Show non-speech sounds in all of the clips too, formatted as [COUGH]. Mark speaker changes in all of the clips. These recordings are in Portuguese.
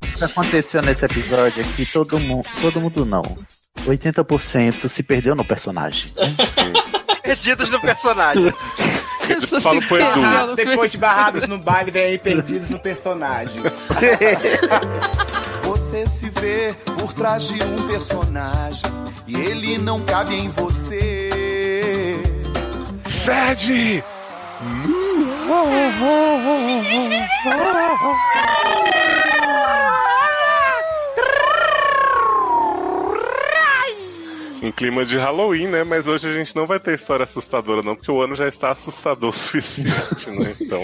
Speaker 1: que aconteceu nesse episódio é que todo mundo. Todo mundo não. 80% se perdeu no
Speaker 2: [LAUGHS]
Speaker 1: personagem.
Speaker 3: Perdidos no
Speaker 4: [LAUGHS]
Speaker 3: personagem.
Speaker 2: Isso
Speaker 5: falo
Speaker 2: se
Speaker 5: pro Edu.
Speaker 2: ferrar no
Speaker 4: Depois de barrados no baile, vem aí perdidos no personagem.
Speaker 6: Você se vê por trás de um personagem e ele não cabe em você.
Speaker 5: Sede! Em um clima de Halloween, né? Mas hoje a gente não vai ter história assustadora, não, porque o ano já está assustador [LAUGHS] o suficiente, né? Então,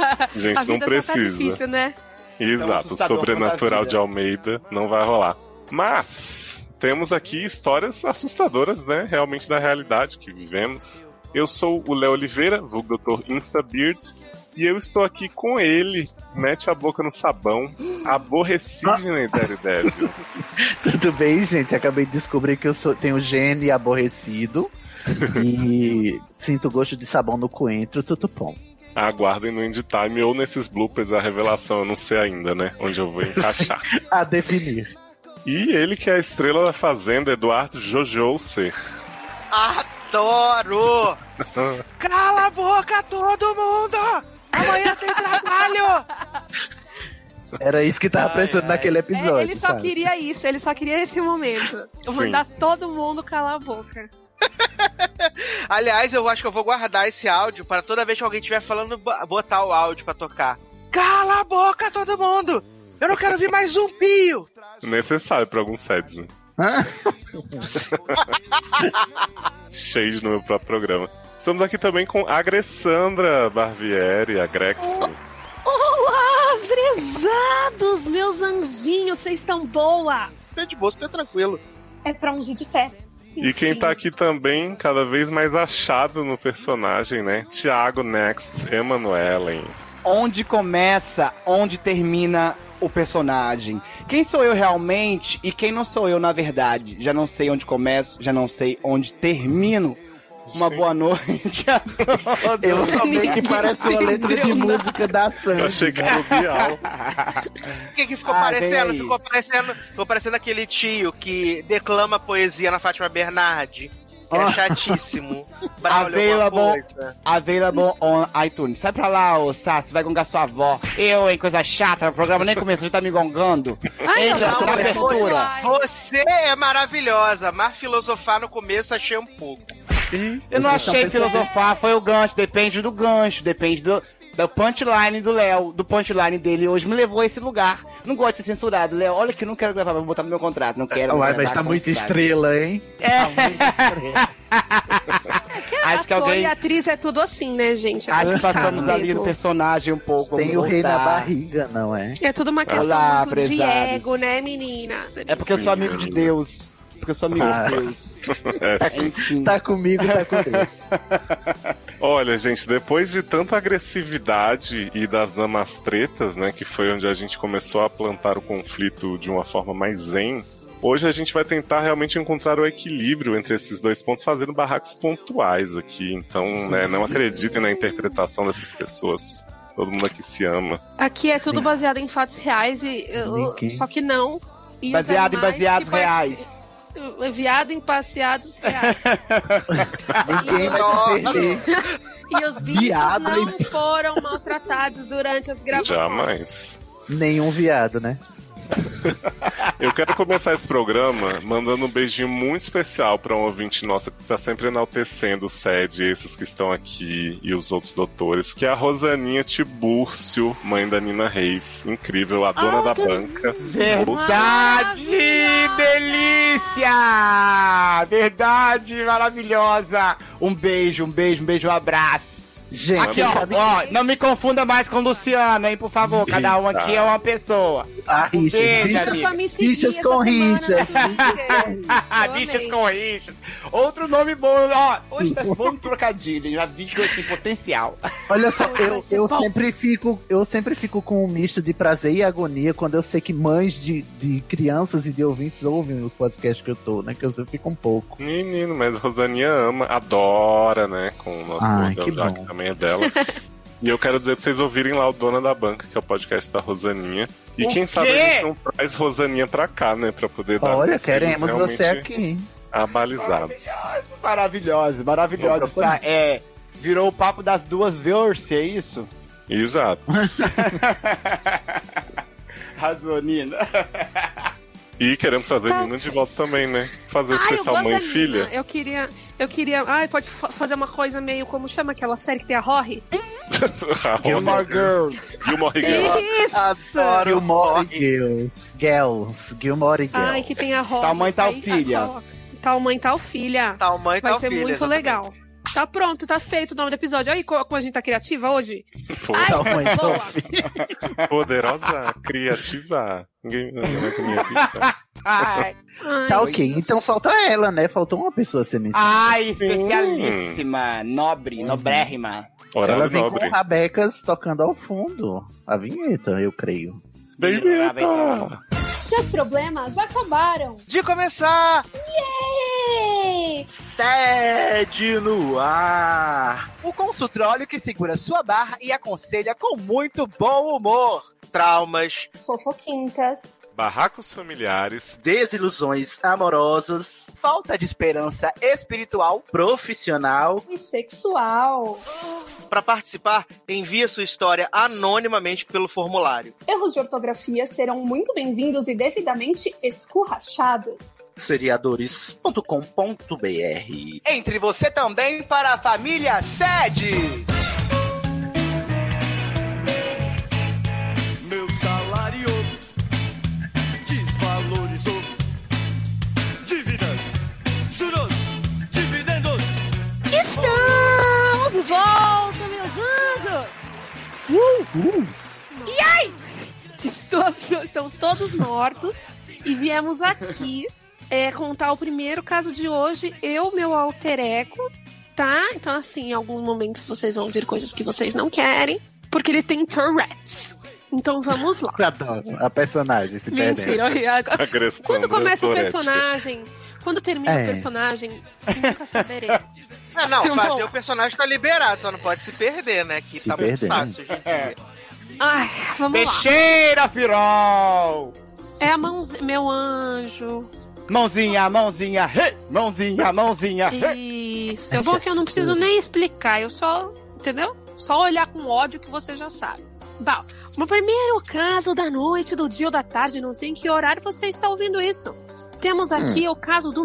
Speaker 5: a gente
Speaker 2: A
Speaker 5: não
Speaker 2: vida só tá
Speaker 5: precisa.
Speaker 2: difícil, né?
Speaker 5: Exato,
Speaker 4: assustador quanto a
Speaker 5: sobrenatural
Speaker 4: vida.
Speaker 5: de Almeida não vai rolar. Mas temos aqui histórias assustadoras, né? Realmente da realidade que vivemos. Eu sou o Léo Oliveira, vulgo Dr. Instabeard, e eu estou aqui com ele, mete a boca no sabão, aborrecidinho em Daredevil.
Speaker 1: Tudo bem, gente? Acabei de descobrir que eu sou, tenho gene aborrecido. e sinto gosto de sabão no coentro, tudo bom.
Speaker 5: Aguardem no End Time ou nesses bloopers a revelação, eu não sei ainda, né? Onde eu vou encaixar.
Speaker 1: A definir.
Speaker 5: e ele que é a estrela da Fazenda, Eduardo Jojo Ser.
Speaker 3: Adoro! Cala a boca, todo mundo! Amanhã tem trabalho!
Speaker 1: Era isso que tava precisando naquele
Speaker 2: É,
Speaker 1: episódio.
Speaker 2: ele só
Speaker 1: sabe?
Speaker 2: queria isso, ele só queria esse momento. Eu vou
Speaker 5: Sim.
Speaker 2: Mandar todo mundo calar a boca.
Speaker 3: Aliás, eu acho que eu vou guardar esse áudio para toda vez que alguém estiver falando, bo- botar o áudio pra tocar. Cala a boca, todo mundo! Eu não quero ouvir mais um pio!
Speaker 5: Necessário pra alguns sets, né?
Speaker 1: Hã?
Speaker 5: [LAUGHS] shade no meu próprio programa. Estamos aqui também com a Agressandra Barbieri, a Grex.
Speaker 2: Olá, vrezados, meus anjinhos, vocês estão boa?
Speaker 3: Fica de boa, fica tranquilo.
Speaker 2: É pra ungir de pé.
Speaker 5: E quem tá aqui também, cada vez mais achado no personagem, né? Thiago Next, Emanuelen.
Speaker 4: Onde começa, onde termina o personagem. Quem sou eu realmente e quem não sou eu na verdade. Já não sei onde começo, já não sei onde termino. Uma boa noite a todos.
Speaker 1: Eu também que parece uma letra de
Speaker 2: Entendeu, né?
Speaker 1: música da
Speaker 5: Eu
Speaker 1: Sandy.
Speaker 5: achei que era o Bial.
Speaker 3: O que, que ficou
Speaker 4: Ah,
Speaker 3: parecendo?
Speaker 4: vem aí.
Speaker 3: Ficou parecendo, ficou parecendo aquele tio que declama poesia na Fátima Bernardi. Que é
Speaker 1: Ah.
Speaker 7: [LAUGHS]
Speaker 3: chatíssimo. Barulho,
Speaker 4: Available.
Speaker 3: alguma coisa.
Speaker 4: Available on iTunes. Sai pra lá, ô Sassi, vai gongar sua avó. Eu, hein, coisa chata, o programa nem começou, já tá me gongando.
Speaker 2: Ai,
Speaker 4: Entra,
Speaker 2: não,
Speaker 3: só na
Speaker 4: abertura.
Speaker 3: Você é maravilhosa, mas filosofar no começo achei um pouco.
Speaker 4: Eu não
Speaker 1: Vocês
Speaker 4: achei
Speaker 1: estão pensando-
Speaker 4: filosofar, foi o gancho, depende do gancho, depende do, do punchline do Léo, do punchline dele hoje, me levou a esse lugar. Não gosto de ser censurado, Léo, olha que não quero gravar, vou botar no meu contrato, não quero.
Speaker 1: Uai,
Speaker 4: gravar
Speaker 1: mas tá
Speaker 4: com
Speaker 1: muito
Speaker 4: cidade.
Speaker 1: estrela, hein?
Speaker 4: Acho que
Speaker 2: Ator
Speaker 4: alguém,
Speaker 2: e atriz é tudo assim, né, gente? É
Speaker 4: acho que
Speaker 2: complicado
Speaker 4: passamos ali
Speaker 2: mesmo.
Speaker 4: do personagem um pouco, vamos
Speaker 1: Tem o rei na
Speaker 4: voltar.
Speaker 1: barriga, não é?
Speaker 2: É tudo uma questão
Speaker 4: lá,
Speaker 2: muito de
Speaker 4: prezados.
Speaker 2: ego, né, menina?
Speaker 4: É porque eu sou amigo de Deus, porque eu sou amigo
Speaker 1: Ah.
Speaker 4: de Deus.
Speaker 5: É, sim.
Speaker 4: Enfim.
Speaker 1: Tá comigo, tá com Deus.
Speaker 5: Olha, gente, depois de tanta agressividade e das namastretas, né, que foi onde a gente começou a plantar o conflito de uma forma mais zen, hoje a gente vai tentar realmente encontrar o equilíbrio entre esses dois pontos, fazendo barracos pontuais aqui. Então, né, não acreditem na interpretação dessas pessoas. Todo mundo aqui se ama.
Speaker 2: Aqui é tudo baseado em fatos reais, e, eu-
Speaker 1: Ninguém.
Speaker 2: só que não. E os
Speaker 4: Baseado em
Speaker 2: animais
Speaker 4: baseados
Speaker 2: é que parece-
Speaker 4: reais.
Speaker 2: Viado em passeados reais.
Speaker 1: Ninguém vai se perder.
Speaker 2: E
Speaker 4: [LAUGHS]
Speaker 2: os bichos
Speaker 1: Viado
Speaker 2: não foram maltratados durante as gravações.
Speaker 5: Jamais.
Speaker 1: Nenhum viado, né?
Speaker 5: Eu quero começar esse programa mandando um beijinho muito especial para um ouvinte nossa que tá sempre enaltecendo o SED, esses que estão aqui e os outros doutores, que é a Rosaninha Tibúrcio, mãe da Nina Reis. Incrível, a
Speaker 4: Ah,
Speaker 5: dona da banca.
Speaker 4: Verdade! Delícia! Verdade maravilhosa! Um beijo, um beijo, um beijo, um abraço.
Speaker 1: Gente,
Speaker 4: Aqui, ó,
Speaker 1: sabe-
Speaker 4: ó, não me confunda mais com Luciana, hein, por favor. Cada um aqui é uma pessoa. [LAUGHS]
Speaker 1: Ah, rixas,
Speaker 4: Beijo,
Speaker 2: Eu
Speaker 1: rixas,
Speaker 2: só me segui
Speaker 1: rixas
Speaker 2: essa
Speaker 1: com
Speaker 2: semana
Speaker 1: rixas.
Speaker 2: no Twitter. Eu
Speaker 4: Bichas
Speaker 2: amei.
Speaker 4: Ah, com rixas. Outro nome bom, ó. Hoje tá bom trocadilho, hein, já vi que eu tenho potencial.
Speaker 1: Olha só,
Speaker 2: Vai
Speaker 1: eu,
Speaker 2: ser
Speaker 1: eu
Speaker 2: bom.
Speaker 1: sempre fico, eu sempre fico com um misto de prazer e agonia quando eu sei que mães de, de crianças e de ouvintes ouvem o podcast que eu tô, né? Que eu sempre fico um
Speaker 5: é
Speaker 1: pouco.
Speaker 5: Menino, mas Rosaninha ama, adora, né? Com o nosso
Speaker 1: Ai,
Speaker 5: bordão
Speaker 1: que
Speaker 5: já,
Speaker 1: bom.
Speaker 5: que também é dela. E eu quero dizer pra vocês ouvirem lá o Dona da Banca, que é o podcast da Rosaninha. E
Speaker 4: O
Speaker 5: quem sabe
Speaker 4: quê?
Speaker 5: a gente não traz Rosaninha pra cá, né? Pra poder dar
Speaker 1: Olha,
Speaker 5: conselhos
Speaker 1: queremos
Speaker 5: realmente
Speaker 1: você aqui. hein?
Speaker 5: abalizados.
Speaker 4: [LAUGHS] Maravilhosa, maravilhosa. Essa, é, virou o papo das duas verse, é isso? [LAUGHS]
Speaker 5: Exato.
Speaker 4: Razonina.
Speaker 5: E queremos trazer
Speaker 2: Tá.
Speaker 5: Nina de volta também, né? Fazer o
Speaker 2: Ai, eu
Speaker 5: especial
Speaker 2: gosto
Speaker 5: mãe
Speaker 2: da
Speaker 5: e
Speaker 2: Nina.
Speaker 5: filha.
Speaker 2: Eu queria, eu queria. Ai, pode fa- fazer uma coisa meio. Como chama aquela série que tem a Rory?
Speaker 5: [LAUGHS] A
Speaker 4: Gilmore
Speaker 5: Rory-
Speaker 4: Girls.
Speaker 2: [LAUGHS]
Speaker 5: Gilmore Girls.
Speaker 2: Isso!
Speaker 1: Gilmore Girls. Girls. Gilmore Girls.
Speaker 2: Ai, que tem a Rory.
Speaker 4: Tal mãe, tal
Speaker 2: Aí,
Speaker 4: filha.
Speaker 2: ah, coloca. Tal mãe, tal filha.
Speaker 3: Tal mãe,
Speaker 2: Vai
Speaker 3: tal
Speaker 2: ser
Speaker 3: filha,
Speaker 2: muito
Speaker 3: exatamente.
Speaker 2: legal. Tá pronto, tá feito o nome do episódio. Aí co- como a gente tá criativa hoje.
Speaker 5: Pô,
Speaker 2: Ai,
Speaker 1: Então, mãe,
Speaker 2: boa.
Speaker 1: então, filho.
Speaker 5: Poderosa, criativa. Ninguém não é com minha vida.
Speaker 4: [LAUGHS] Ai,
Speaker 2: Ai,
Speaker 1: Tá ok. Então falta ela, né? Faltou uma pessoa ser
Speaker 2: Ah.
Speaker 1: mencionada.
Speaker 4: ai, ah, especialíssima, nobre, nobrérrima.
Speaker 1: ela
Speaker 5: Horário
Speaker 1: vem
Speaker 5: nobre.
Speaker 1: com rabecas tocando ao fundo. A vinheta, eu creio.
Speaker 4: Ah,
Speaker 5: Vinheta!
Speaker 8: Seus problemas acabaram.
Speaker 3: De começar
Speaker 8: Ei!
Speaker 7: Sede no ar! O consultório que segura sua barra e aconselha com muito bom humor.
Speaker 3: traumas,
Speaker 8: Fofoquintas.
Speaker 5: Barracos familiares.
Speaker 7: Desilusões amorosas, falta de esperança espiritual, profissional.
Speaker 8: E sexual.
Speaker 3: Pra participar, envie sua história anonimamente pelo formulário.
Speaker 8: Erros de ortografia serão muito bem-vindos e devidamente escurrachados.
Speaker 7: seriadores.com.br. Entre você também para a família Sede!
Speaker 6: Meu salário desvalorizou. Dívidas, juros, dividendos.
Speaker 2: Estamos de volta, meus anjos! E aí? Estou- Estamos todos mortos e viemos aqui é, contar o primeiro caso de hoje, eu, meu alter ego, tá? Então, assim, em alguns momentos vocês vão ouvir coisas que vocês não querem, porque ele tem Tourette's. Então vamos lá.
Speaker 1: Eu Adoro. A personagem se perdendo.
Speaker 2: Mentira, eu ia agora.
Speaker 5: Agressão.
Speaker 2: Quando começa o
Speaker 5: Tourette.
Speaker 2: personagem, quando termina
Speaker 1: É.
Speaker 2: o personagem, nunca saberei.
Speaker 3: Ah, não,
Speaker 2: Não.
Speaker 3: fazer o personagem tá liberado, só não pode se perder, né? Que
Speaker 1: Se
Speaker 3: tá
Speaker 1: perder.
Speaker 3: muito fácil, gente.
Speaker 7: É.
Speaker 2: Ai, vamos lá.
Speaker 4: Teixeira, Firol!
Speaker 2: É a mãozinha, meu anjo.
Speaker 4: Mãozinha, mãozinha, hey! mãozinha, mãozinha. hey!
Speaker 2: Isso. É bom que eu não preciso nem explicar, eu só, entendeu? Só olhar com ódio que você já sabe. Bom, no primeiro caso da noite, do dia ou da tarde, não sei em que horário você está ouvindo isso. Temos aqui o caso do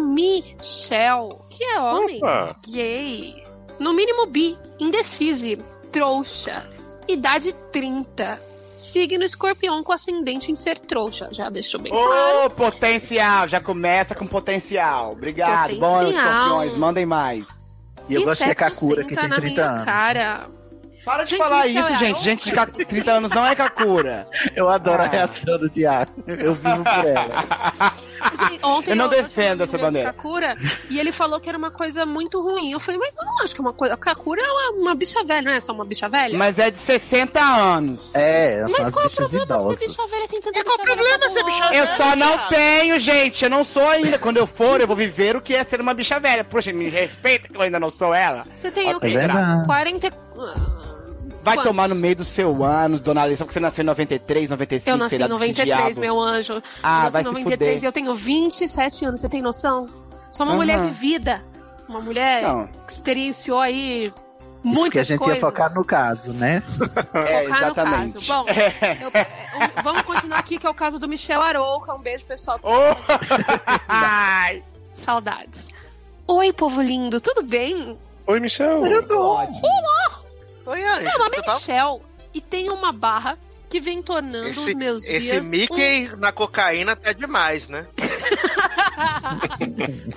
Speaker 2: Michel, que é homem.
Speaker 5: Ah,
Speaker 2: gay, no mínimo bi, indecise, trouxa, idade 30, signo escorpião com ascendente em ser trouxa, já deixou bem claro.
Speaker 4: Ô, potencial! Já começa com potencial. Obrigado. Bora,
Speaker 2: Potencial.
Speaker 4: escorpiões, mandem mais.
Speaker 1: E eu gosto de
Speaker 2: sexo
Speaker 1: Kakura, que
Speaker 2: senta
Speaker 1: tem
Speaker 2: na
Speaker 1: 30
Speaker 2: minha
Speaker 1: anos.
Speaker 2: cara.
Speaker 4: Para de
Speaker 2: Gente,
Speaker 4: falar
Speaker 2: Michel,
Speaker 4: isso,
Speaker 2: é
Speaker 4: gente.
Speaker 2: louco? [LAUGHS]
Speaker 4: Gente de ca- 30 anos não é Kakura.
Speaker 1: Eu adoro
Speaker 4: Ah.
Speaker 1: a reação do Tiago. Eu vivo por
Speaker 2: [LAUGHS]
Speaker 1: ela.
Speaker 4: [LAUGHS]
Speaker 2: Gente, Ontem
Speaker 4: Eu não
Speaker 2: eu
Speaker 4: defendo essa
Speaker 2: eu falei de
Speaker 4: bandeira.
Speaker 2: Kakura, e ele falou que era uma coisa muito ruim. Eu falei, mas eu não acho que é uma coisa. Kakura é uma, uma bicha velha, não é só uma bicha velha?
Speaker 4: Mas é de 60 anos.
Speaker 1: É, são
Speaker 2: Mas
Speaker 1: as
Speaker 2: qual é o
Speaker 1: bichas
Speaker 2: problema ser
Speaker 1: idosas.
Speaker 2: bicha velha? Tem
Speaker 4: É
Speaker 2: tanta
Speaker 3: E qual
Speaker 2: bicha
Speaker 3: o problema
Speaker 2: velha Tá
Speaker 3: ser bicha
Speaker 2: famosa?
Speaker 4: Eu só não
Speaker 3: Cara.
Speaker 4: tenho, gente. Eu não sou ainda. Quando eu for, eu vou viver o que é ser uma bicha velha. Poxa, me respeita que eu ainda não sou ela.
Speaker 2: Você
Speaker 1: Ah,
Speaker 2: tem o
Speaker 4: É
Speaker 1: tá
Speaker 2: quê?
Speaker 1: verdade.
Speaker 2: 40. e- Ah,
Speaker 4: Vai
Speaker 2: Quantos?
Speaker 4: tomar no meio do seu ano, dona Alice, só porque você nasceu em 93, 95,
Speaker 2: Eu nasci
Speaker 4: sei
Speaker 2: em
Speaker 4: lá do que
Speaker 2: 93,
Speaker 4: diabo.
Speaker 2: meu anjo.
Speaker 4: Ah,
Speaker 2: eu nasci
Speaker 4: vai
Speaker 2: em
Speaker 4: se
Speaker 2: 93
Speaker 4: fuder.
Speaker 2: e eu tenho 27 anos, você tem noção? Sou uma
Speaker 4: Aham.
Speaker 2: mulher vivida. Uma mulher
Speaker 4: Não.
Speaker 2: que experienciou aí
Speaker 1: Isso que a
Speaker 2: muitas
Speaker 1: gente
Speaker 2: coisas.
Speaker 1: ia focar no caso, né?
Speaker 4: É,
Speaker 2: Focar no
Speaker 4: exatamente.
Speaker 2: caso. Bom, eu- é, um- vamos continuar aqui, que é o caso do Michel Arouca. Um beijo, pessoal.
Speaker 4: [LAUGHS] Ai,
Speaker 2: Saudades. Oi, povo lindo, tudo bem?
Speaker 5: Oi, Michel.
Speaker 2: um
Speaker 4: ótimo.
Speaker 3: Oi, Anjo.
Speaker 2: Meu nome
Speaker 3: você
Speaker 2: é
Speaker 3: tá-
Speaker 2: Michel e tenho uma barra que vem tornando os meus dias... um
Speaker 3: esse Mickey é na cocaína tá demais, né?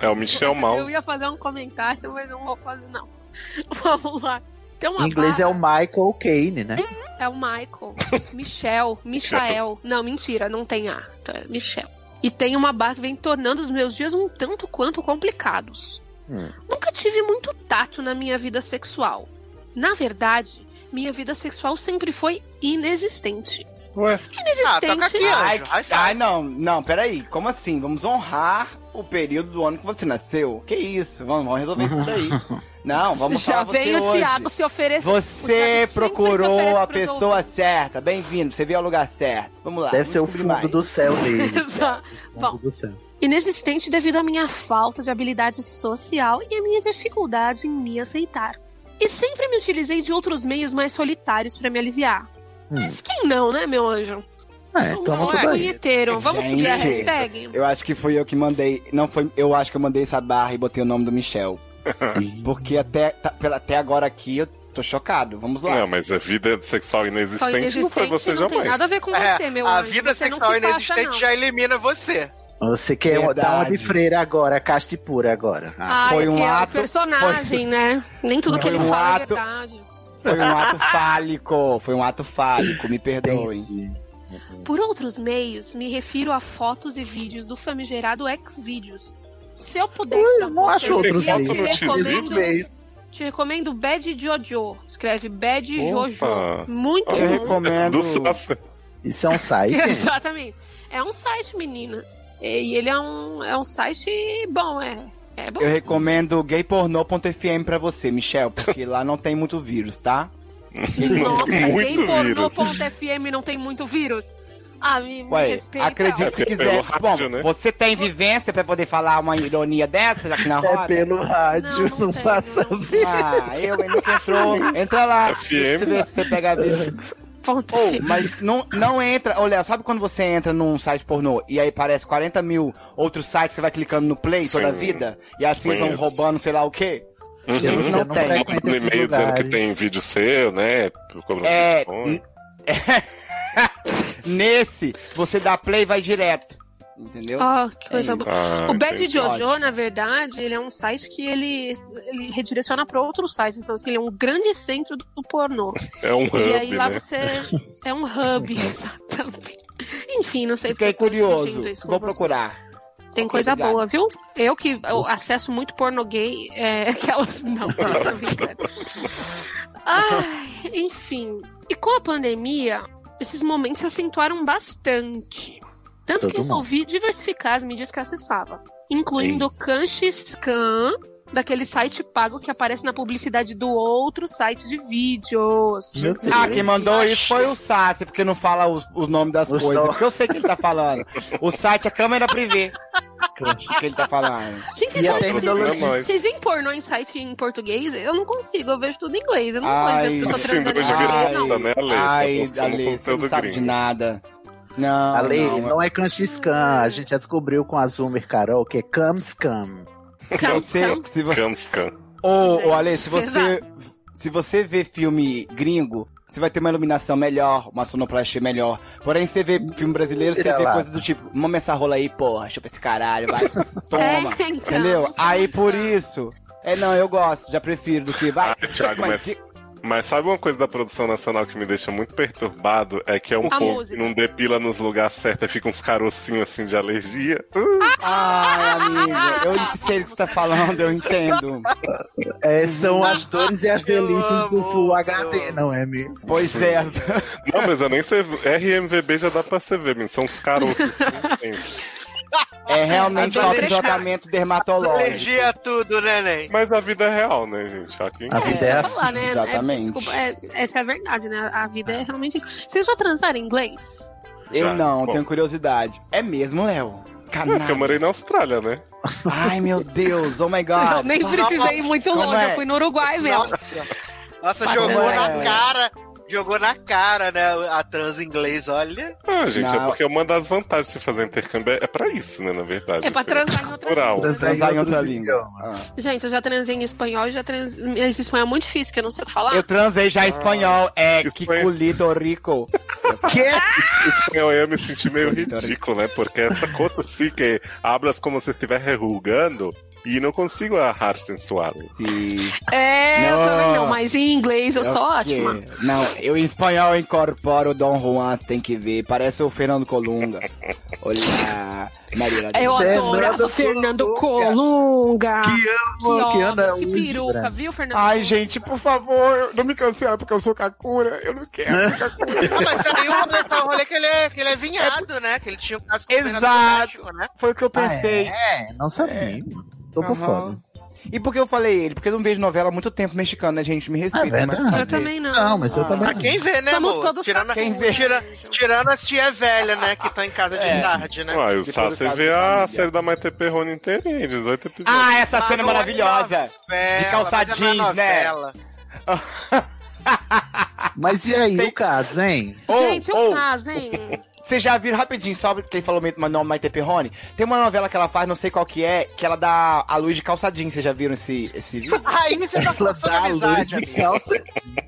Speaker 5: É o Michel
Speaker 2: um... Eu
Speaker 5: Mouse.
Speaker 2: ia fazer um comentário, mas não vou fazer, não. [LAUGHS] Vamos lá. Tem uma
Speaker 1: Em inglês
Speaker 2: barra...
Speaker 1: é o Michael Kane, né?
Speaker 2: É o Michael. [LAUGHS] Michel. Michael. Não, mentira, não tem A. Então é Michel. E tem uma barra que vem tornando os meus dias um tanto quanto complicados.
Speaker 1: Hum.
Speaker 2: Nunca tive muito tato na minha vida sexual. Na verdade, minha vida sexual sempre foi inexistente.
Speaker 5: Ué,
Speaker 2: Inexistente.
Speaker 3: Ah, toca aqui, ó.
Speaker 4: Ai,
Speaker 3: Anjo, high five.
Speaker 4: ai, não, não, peraí. Como assim? Vamos honrar o período do ano que você nasceu? Que isso? Vamos, vamos resolver isso daí.
Speaker 2: [LAUGHS]
Speaker 4: Não, vamos
Speaker 2: Já
Speaker 4: falar
Speaker 2: vem
Speaker 4: você
Speaker 2: o
Speaker 4: hoje.
Speaker 2: Thiago se oferecer.
Speaker 4: Você
Speaker 2: O Thiago sempre se
Speaker 4: procurou
Speaker 2: oferece
Speaker 4: a
Speaker 2: pros
Speaker 4: pessoa
Speaker 2: ouvintes.
Speaker 4: certa. Bem-vindo, você veio ao lugar certo. Vamos lá.
Speaker 1: Deve
Speaker 4: vamos
Speaker 1: ser o
Speaker 4: descobrir
Speaker 1: fundo
Speaker 4: mais.
Speaker 1: do céu
Speaker 2: [LAUGHS]
Speaker 1: dele.
Speaker 2: [LAUGHS] Exato. Bom,
Speaker 1: Fundo do céu.
Speaker 2: inexistente devido à minha falta de habilidade social e à minha dificuldade em me aceitar. E sempre me utilizei de outros meios mais solitários pra me aliviar.
Speaker 1: Hum.
Speaker 2: Mas quem não, né, meu anjo?
Speaker 1: É,
Speaker 2: Somos
Speaker 1: toma
Speaker 2: um
Speaker 1: tudo aí.
Speaker 2: punheteiro. Vamos seguir a
Speaker 4: Gente.
Speaker 2: hashtag?
Speaker 4: Eu acho que fui eu que mandei. Não foi. Eu acho que eu mandei essa barra e botei o nome do Michel. Porque até, tá- pela- até agora aqui eu tô chocado. Vamos lá.
Speaker 5: não, mas a vida sexual
Speaker 2: Só
Speaker 5: inexistente, não
Speaker 2: inexistente
Speaker 5: foi
Speaker 2: não,
Speaker 5: você
Speaker 2: tem
Speaker 5: jamais.
Speaker 2: nada a ver com
Speaker 3: É,
Speaker 2: você, meu
Speaker 3: a
Speaker 2: anjo.
Speaker 3: vida
Speaker 2: Você não
Speaker 3: sexual
Speaker 2: se faça,
Speaker 3: inexistente é
Speaker 2: não.
Speaker 3: já elimina você.
Speaker 1: Você quer dar uma de
Speaker 4: Verdade.
Speaker 1: freira agora, casta e pura agora. Ah,
Speaker 2: Ah,
Speaker 4: Foi
Speaker 2: é
Speaker 4: um
Speaker 2: que é o
Speaker 4: ato-
Speaker 2: personagem, né? Nem tudo que
Speaker 4: Foi
Speaker 2: ele
Speaker 4: um
Speaker 2: fala é
Speaker 4: ato-
Speaker 2: verdade.
Speaker 4: Foi um
Speaker 5: [LAUGHS]
Speaker 4: ato fálico. Foi um ato fálico. Me perdoem.
Speaker 1: entendi.
Speaker 2: Por outros meios, me refiro a fotos e vídeos do famigerado Xvideos. Se eu pudesse dar um
Speaker 1: não acho
Speaker 2: conselho
Speaker 1: outros
Speaker 2: aqui, eu te
Speaker 5: meios.
Speaker 1: Outros
Speaker 2: recomendo,
Speaker 1: meios.
Speaker 2: te recomendo Bad Jojo. Escreve Bad
Speaker 5: Opa.
Speaker 2: Jojo. Muito
Speaker 4: Eu
Speaker 2: bom.
Speaker 4: recomendo.
Speaker 5: Ah. [LAUGHS] Do Sassi.
Speaker 1: Isso é um site?
Speaker 2: [LAUGHS] Exatamente. É um site, menina. E ele é um, é um site bom, é. É bom.
Speaker 4: Eu recomendo gaypornô.fm pra você, Michel, porque lá não tem muito vírus, tá?
Speaker 2: Nossa,
Speaker 5: Muito vírus.
Speaker 2: gaypornô.fm não tem muito vírus? Ah, me, me
Speaker 4: Ué,
Speaker 2: respeita.
Speaker 4: acredite
Speaker 5: É
Speaker 4: se
Speaker 5: porque
Speaker 4: quiser.
Speaker 5: pegou
Speaker 4: Bom,
Speaker 5: rápido, né?
Speaker 4: você tem vivência pra poder falar uma ironia dessa aqui na
Speaker 1: É
Speaker 4: roda?
Speaker 1: pelo rádio,
Speaker 2: Não,
Speaker 1: não,
Speaker 2: não assim. tem,
Speaker 1: faça
Speaker 2: não.
Speaker 1: vídeo.
Speaker 4: Ah, eu, ele nunca entrou. Entra lá,
Speaker 5: FM.
Speaker 4: se vê se você pega vírus.
Speaker 2: Ponto.
Speaker 4: Ou, mas não, não entra. Olha, sabe quando você entra num site pornô e aí aparece 40 mil outros sites, você vai clicando no play toda a
Speaker 5: Sim.
Speaker 4: vida? E assim eles vão
Speaker 5: Conheço.
Speaker 4: roubando sei lá o quê?
Speaker 5: Uhum.
Speaker 1: Eu
Speaker 4: Isso
Speaker 1: não,
Speaker 4: não tem.
Speaker 1: frequento
Speaker 5: Manda no
Speaker 1: esses
Speaker 5: e-mail dizendo que
Speaker 1: lugares.
Speaker 5: tem vídeo seu, né? Cobrando
Speaker 4: É,
Speaker 5: Bitcoin.
Speaker 4: Nesse, você dá play e vai direto. Entendeu?
Speaker 2: Ah, que coisa
Speaker 4: É
Speaker 2: boa.
Speaker 5: Ah,
Speaker 2: O Bad
Speaker 5: entendi.
Speaker 2: Jojo, na verdade, ele é um site que ele, ele redireciona para outros sites. Então, assim, ele é um grande centro do pornô.
Speaker 5: É um hub,
Speaker 2: e aí lá
Speaker 5: né? [LAUGHS]
Speaker 2: você é um hub, [LAUGHS] exatamente. Enfim, não sei
Speaker 4: Fiquei
Speaker 2: porque eu tô
Speaker 4: curioso.
Speaker 2: dividindo isso com
Speaker 4: Vou
Speaker 2: você.
Speaker 4: procurar.
Speaker 2: Tem
Speaker 4: Ok,
Speaker 2: coisa
Speaker 4: obrigado.
Speaker 2: boa, viu? Eu que eu acesso muito porno gay, é, [LAUGHS] aquelas. Não, não, brincadeira.
Speaker 1: [LAUGHS]
Speaker 2: Ai, enfim. E com a pandemia, esses momentos se acentuaram bastante. Tanto
Speaker 1: Todo
Speaker 2: que resolvi diversificar as mídias que acessava, incluindo o Kanshi Scan, daquele site pago que aparece na publicidade do outro site de vídeos.
Speaker 1: Meu Deus.
Speaker 4: Ah, quem mandou isso foi o Sassi, porque não fala os, os nomes das
Speaker 1: Os
Speaker 4: coisas.
Speaker 1: nomes.
Speaker 4: Porque eu sei o que ele tá falando. O site é câmera [LAUGHS] privê. O que ele tá falando.
Speaker 2: Gente,
Speaker 1: E
Speaker 2: vocês,
Speaker 1: a
Speaker 2: são-
Speaker 1: tecnologia-
Speaker 2: vocês, vocês, veem pornô em site em português? Eu não consigo, eu vejo tudo em inglês. Eu não
Speaker 4: Ai,
Speaker 2: vejo as pessoas
Speaker 5: síndrome
Speaker 2: transando em
Speaker 5: de
Speaker 2: português,
Speaker 5: virada,
Speaker 2: não.
Speaker 5: né, Ale?
Speaker 4: Ai,
Speaker 5: Só consome
Speaker 4: Ale, você não
Speaker 5: conteúdo
Speaker 4: sabe de
Speaker 5: gringo.
Speaker 4: nada. Não,
Speaker 1: Ale,
Speaker 4: não.
Speaker 1: não, é Canscan, a gente já descobriu com a Zoomer Carol que é Camscam.
Speaker 2: Cam,
Speaker 4: Você,
Speaker 2: cam.
Speaker 4: se você,
Speaker 5: Camscan.
Speaker 4: ô, ô, Ale, se
Speaker 2: Gente,
Speaker 4: você, se você vê filme gringo, você vai ter uma iluminaminação melhor, uma sonoplastia melhor. Porém, você vê filme brasileiro, você
Speaker 1: Vira
Speaker 4: vê
Speaker 1: lá.
Speaker 4: coisa do tipo, mama essa rola aí, porra, chupa esse caralho,
Speaker 2: [LAUGHS]
Speaker 4: vai, toma.
Speaker 2: É, então,
Speaker 4: Entendeu?
Speaker 2: não sou
Speaker 4: Aí
Speaker 2: muito
Speaker 4: por
Speaker 2: fã.
Speaker 4: isso. É, não, eu gosto, já prefiro do que vai.
Speaker 5: Ah, Thiago,
Speaker 4: chupa,
Speaker 5: mas- Mas sabe uma coisa da produção nacional que me deixa muito perturbado? É que é um
Speaker 2: A
Speaker 5: povo
Speaker 2: música.
Speaker 5: que não depila nos lugares certos e fica uns carocinhos assim de alergia.
Speaker 4: Ai, amiga, eu sei o que você tá falando, eu entendo.
Speaker 1: É, são
Speaker 2: Uhum.
Speaker 1: as dores e as
Speaker 2: [LAUGHS]
Speaker 3: Eu
Speaker 1: delícias do
Speaker 3: amo,
Speaker 1: Full
Speaker 3: eu
Speaker 1: HD,
Speaker 3: amo.
Speaker 1: não é mesmo?
Speaker 4: Pois é,
Speaker 5: Não, mas eu nem sei. RMVB já dá pra você ver, menino. São uns caroços.
Speaker 2: [LAUGHS]
Speaker 5: assim, gente.
Speaker 4: é realmente
Speaker 2: Adorei.
Speaker 4: falta de tratamento dermatológico.
Speaker 3: Alergia a tudo, né, neném.
Speaker 5: mas a vida é real, né, gente? Aqui em
Speaker 1: A
Speaker 2: É,
Speaker 1: vida
Speaker 2: isso que eu
Speaker 1: é
Speaker 2: ia
Speaker 1: assim,
Speaker 2: falar, né? É,
Speaker 4: exatamente.
Speaker 2: desculpa, é- essa é a verdade, né? A vida é realmente isso. Vocês já transaram em inglês?
Speaker 4: Eu
Speaker 5: já.
Speaker 4: não,
Speaker 5: Bom,
Speaker 4: tenho curiosidade. É mesmo, Léo?
Speaker 5: é porque eu
Speaker 4: Canalha.
Speaker 5: morei na Austrália, né?
Speaker 4: Ai, meu
Speaker 2: [LAUGHS]
Speaker 4: Deus, oh my
Speaker 2: Não,
Speaker 4: god.
Speaker 2: nem precisei ir muito
Speaker 4: Como
Speaker 2: longe,
Speaker 4: é?
Speaker 2: eu fui no Uruguai mesmo.
Speaker 3: Nossa,
Speaker 2: Mas
Speaker 3: jogou
Speaker 4: não
Speaker 3: na
Speaker 4: é.
Speaker 3: cara. Jogou na cara, né? A trans em inglês, olha.
Speaker 5: Ah, gente,
Speaker 4: Não.
Speaker 5: é porque uma das vantagens de se fazer intercâmbio é é pra isso, né, na verdade.
Speaker 2: É pra
Speaker 5: Assim,
Speaker 2: transar em outra
Speaker 5: Rural.
Speaker 2: língua.
Speaker 1: Transar em
Speaker 4: Transar em outra
Speaker 1: outros
Speaker 4: língua.
Speaker 1: idiomas.
Speaker 4: Ah.
Speaker 2: Gente, eu já transei em espanhol e já transei. Esse espanhol é muito difícil, que eu não sei o que falar.
Speaker 4: Ah. Eu transei já em espanhol, é
Speaker 5: Isso
Speaker 4: que
Speaker 5: foi-
Speaker 4: culito rico.
Speaker 5: Eu ia me sentir meio ridículo, né? Porque essa coisa assim que abras como se estiver rerrugando E não consigo a Harsten Suave.
Speaker 2: Né?
Speaker 4: Sim.
Speaker 2: É, eu
Speaker 4: Não.
Speaker 2: também não, mas em inglês eu sou
Speaker 4: Ok.
Speaker 2: ótima.
Speaker 4: Não, eu em espanhol incorporo o Dom Juan, você tem que ver. Parece o Fernando Colunga. Olá, Maria.
Speaker 2: Eu
Speaker 1: Fernando
Speaker 2: adorava Fernando Colunga. Que
Speaker 1: amo, que é
Speaker 2: homem,
Speaker 1: Ana
Speaker 2: que
Speaker 1: Ustra.
Speaker 2: peruca, viu, Fernando?
Speaker 4: Ai, gente, por favor, não me cancela porque eu sou Kakura. Eu não quero.
Speaker 3: Ah, mas saiu o rolê que ele, é, que ele é vinhado, né? Que ele tinha um caso com o governador do
Speaker 4: Exato.
Speaker 3: México, né?
Speaker 4: Foi o que eu pensei.
Speaker 1: É, não sabia. Tô por
Speaker 4: Aham.
Speaker 1: fora.
Speaker 4: E por que eu falei ele? Porque eu não vejo novela há muito tempo mexicana, né, gente? Me
Speaker 1: É
Speaker 4: respeita,
Speaker 1: verdade.
Speaker 4: mas fazer.
Speaker 2: Eu também não.
Speaker 1: Não, mas eu
Speaker 4: Ah.
Speaker 1: também.
Speaker 3: Pra quem vê, né,
Speaker 2: Somos
Speaker 3: amor?
Speaker 2: todos
Speaker 3: tirando,
Speaker 4: Quem vê. É.
Speaker 3: tira- tirando as tia velha, né? Que tá em casa de tarde, né?
Speaker 5: Ah, e o
Speaker 4: Depois do
Speaker 5: Sá, você
Speaker 4: caso
Speaker 5: vê
Speaker 4: da
Speaker 5: a
Speaker 4: família.
Speaker 5: série da Maite Perrone inteirinha, 18 episódios.
Speaker 4: Ah, essa
Speaker 3: Mas
Speaker 4: cena é
Speaker 3: não é
Speaker 4: maravilhosa.
Speaker 3: Novela,
Speaker 4: De calça
Speaker 3: mas é uma
Speaker 4: jeans, né?
Speaker 3: novela.
Speaker 1: Mas e aí
Speaker 4: Tem-
Speaker 1: o caso, hein?
Speaker 2: Gente,
Speaker 4: [LAUGHS] Ou,
Speaker 2: o
Speaker 4: ou,
Speaker 2: caso, hein?
Speaker 4: Vocês já viram rapidinho, só porque ele falou meu meu nome, Maite Perrone? Tem uma novela que ela faz, não sei qual que é, que ela dá a luz de calçadinho. Vocês já viram esse,
Speaker 3: [LAUGHS]
Speaker 4: esse vídeo?
Speaker 3: Aí você tá
Speaker 1: Ela
Speaker 3: forçando
Speaker 1: dá a luz
Speaker 3: amizade,
Speaker 1: de
Speaker 3: amigo.
Speaker 1: calça.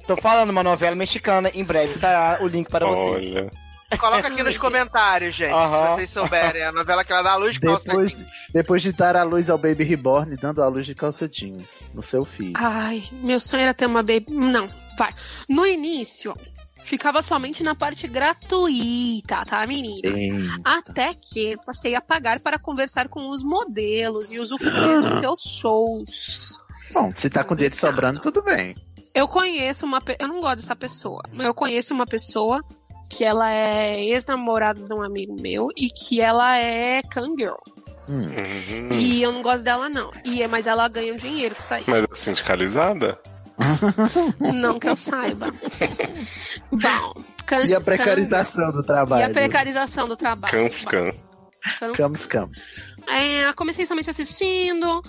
Speaker 4: Tô falando uma novela mexicana, em breve estará o link
Speaker 2: então
Speaker 4: para vocês.
Speaker 5: Olha.
Speaker 3: Coloca aqui
Speaker 4: [LAUGHS]
Speaker 3: nos comentários, gente,
Speaker 4: Aham.
Speaker 3: se vocês souberem. A novela que ela dá a luz calça
Speaker 1: Depois, depois de dar a luz ao Baby Reborn, dando a luz de calça jeans no seu filho.
Speaker 2: Ai, meu sonho era ter uma baby. Não, vai. No início, ficava somente na parte gratuita, tá, meninas?
Speaker 1: Hein?
Speaker 2: Até que passei a pagar para conversar com os modelos e usufruir
Speaker 4: [GASPS]
Speaker 2: dos seus shows.
Speaker 1: Bom, se tá com o dinheiro sobrando, tudo bem.
Speaker 2: Eu conheço uma. pe- Eu não gosto dessa pessoa, mas eu conheço uma pessoa que ela é ex-namorada de um amigo meu e que ela é cangirl.
Speaker 5: Uhum.
Speaker 2: E eu não gosto dela, não. E, é- mas ela ganha um dinheiro com isso aí.
Speaker 5: Mas é sindicalizada?
Speaker 2: Não que eu saiba. Bom, cans,
Speaker 1: E a precarização do
Speaker 2: can- E
Speaker 1: trabalho.
Speaker 2: a precarização do trabalho.
Speaker 5: Canscan.
Speaker 2: Cans-
Speaker 1: Camus, camus.
Speaker 2: É, comecei somente assistindo.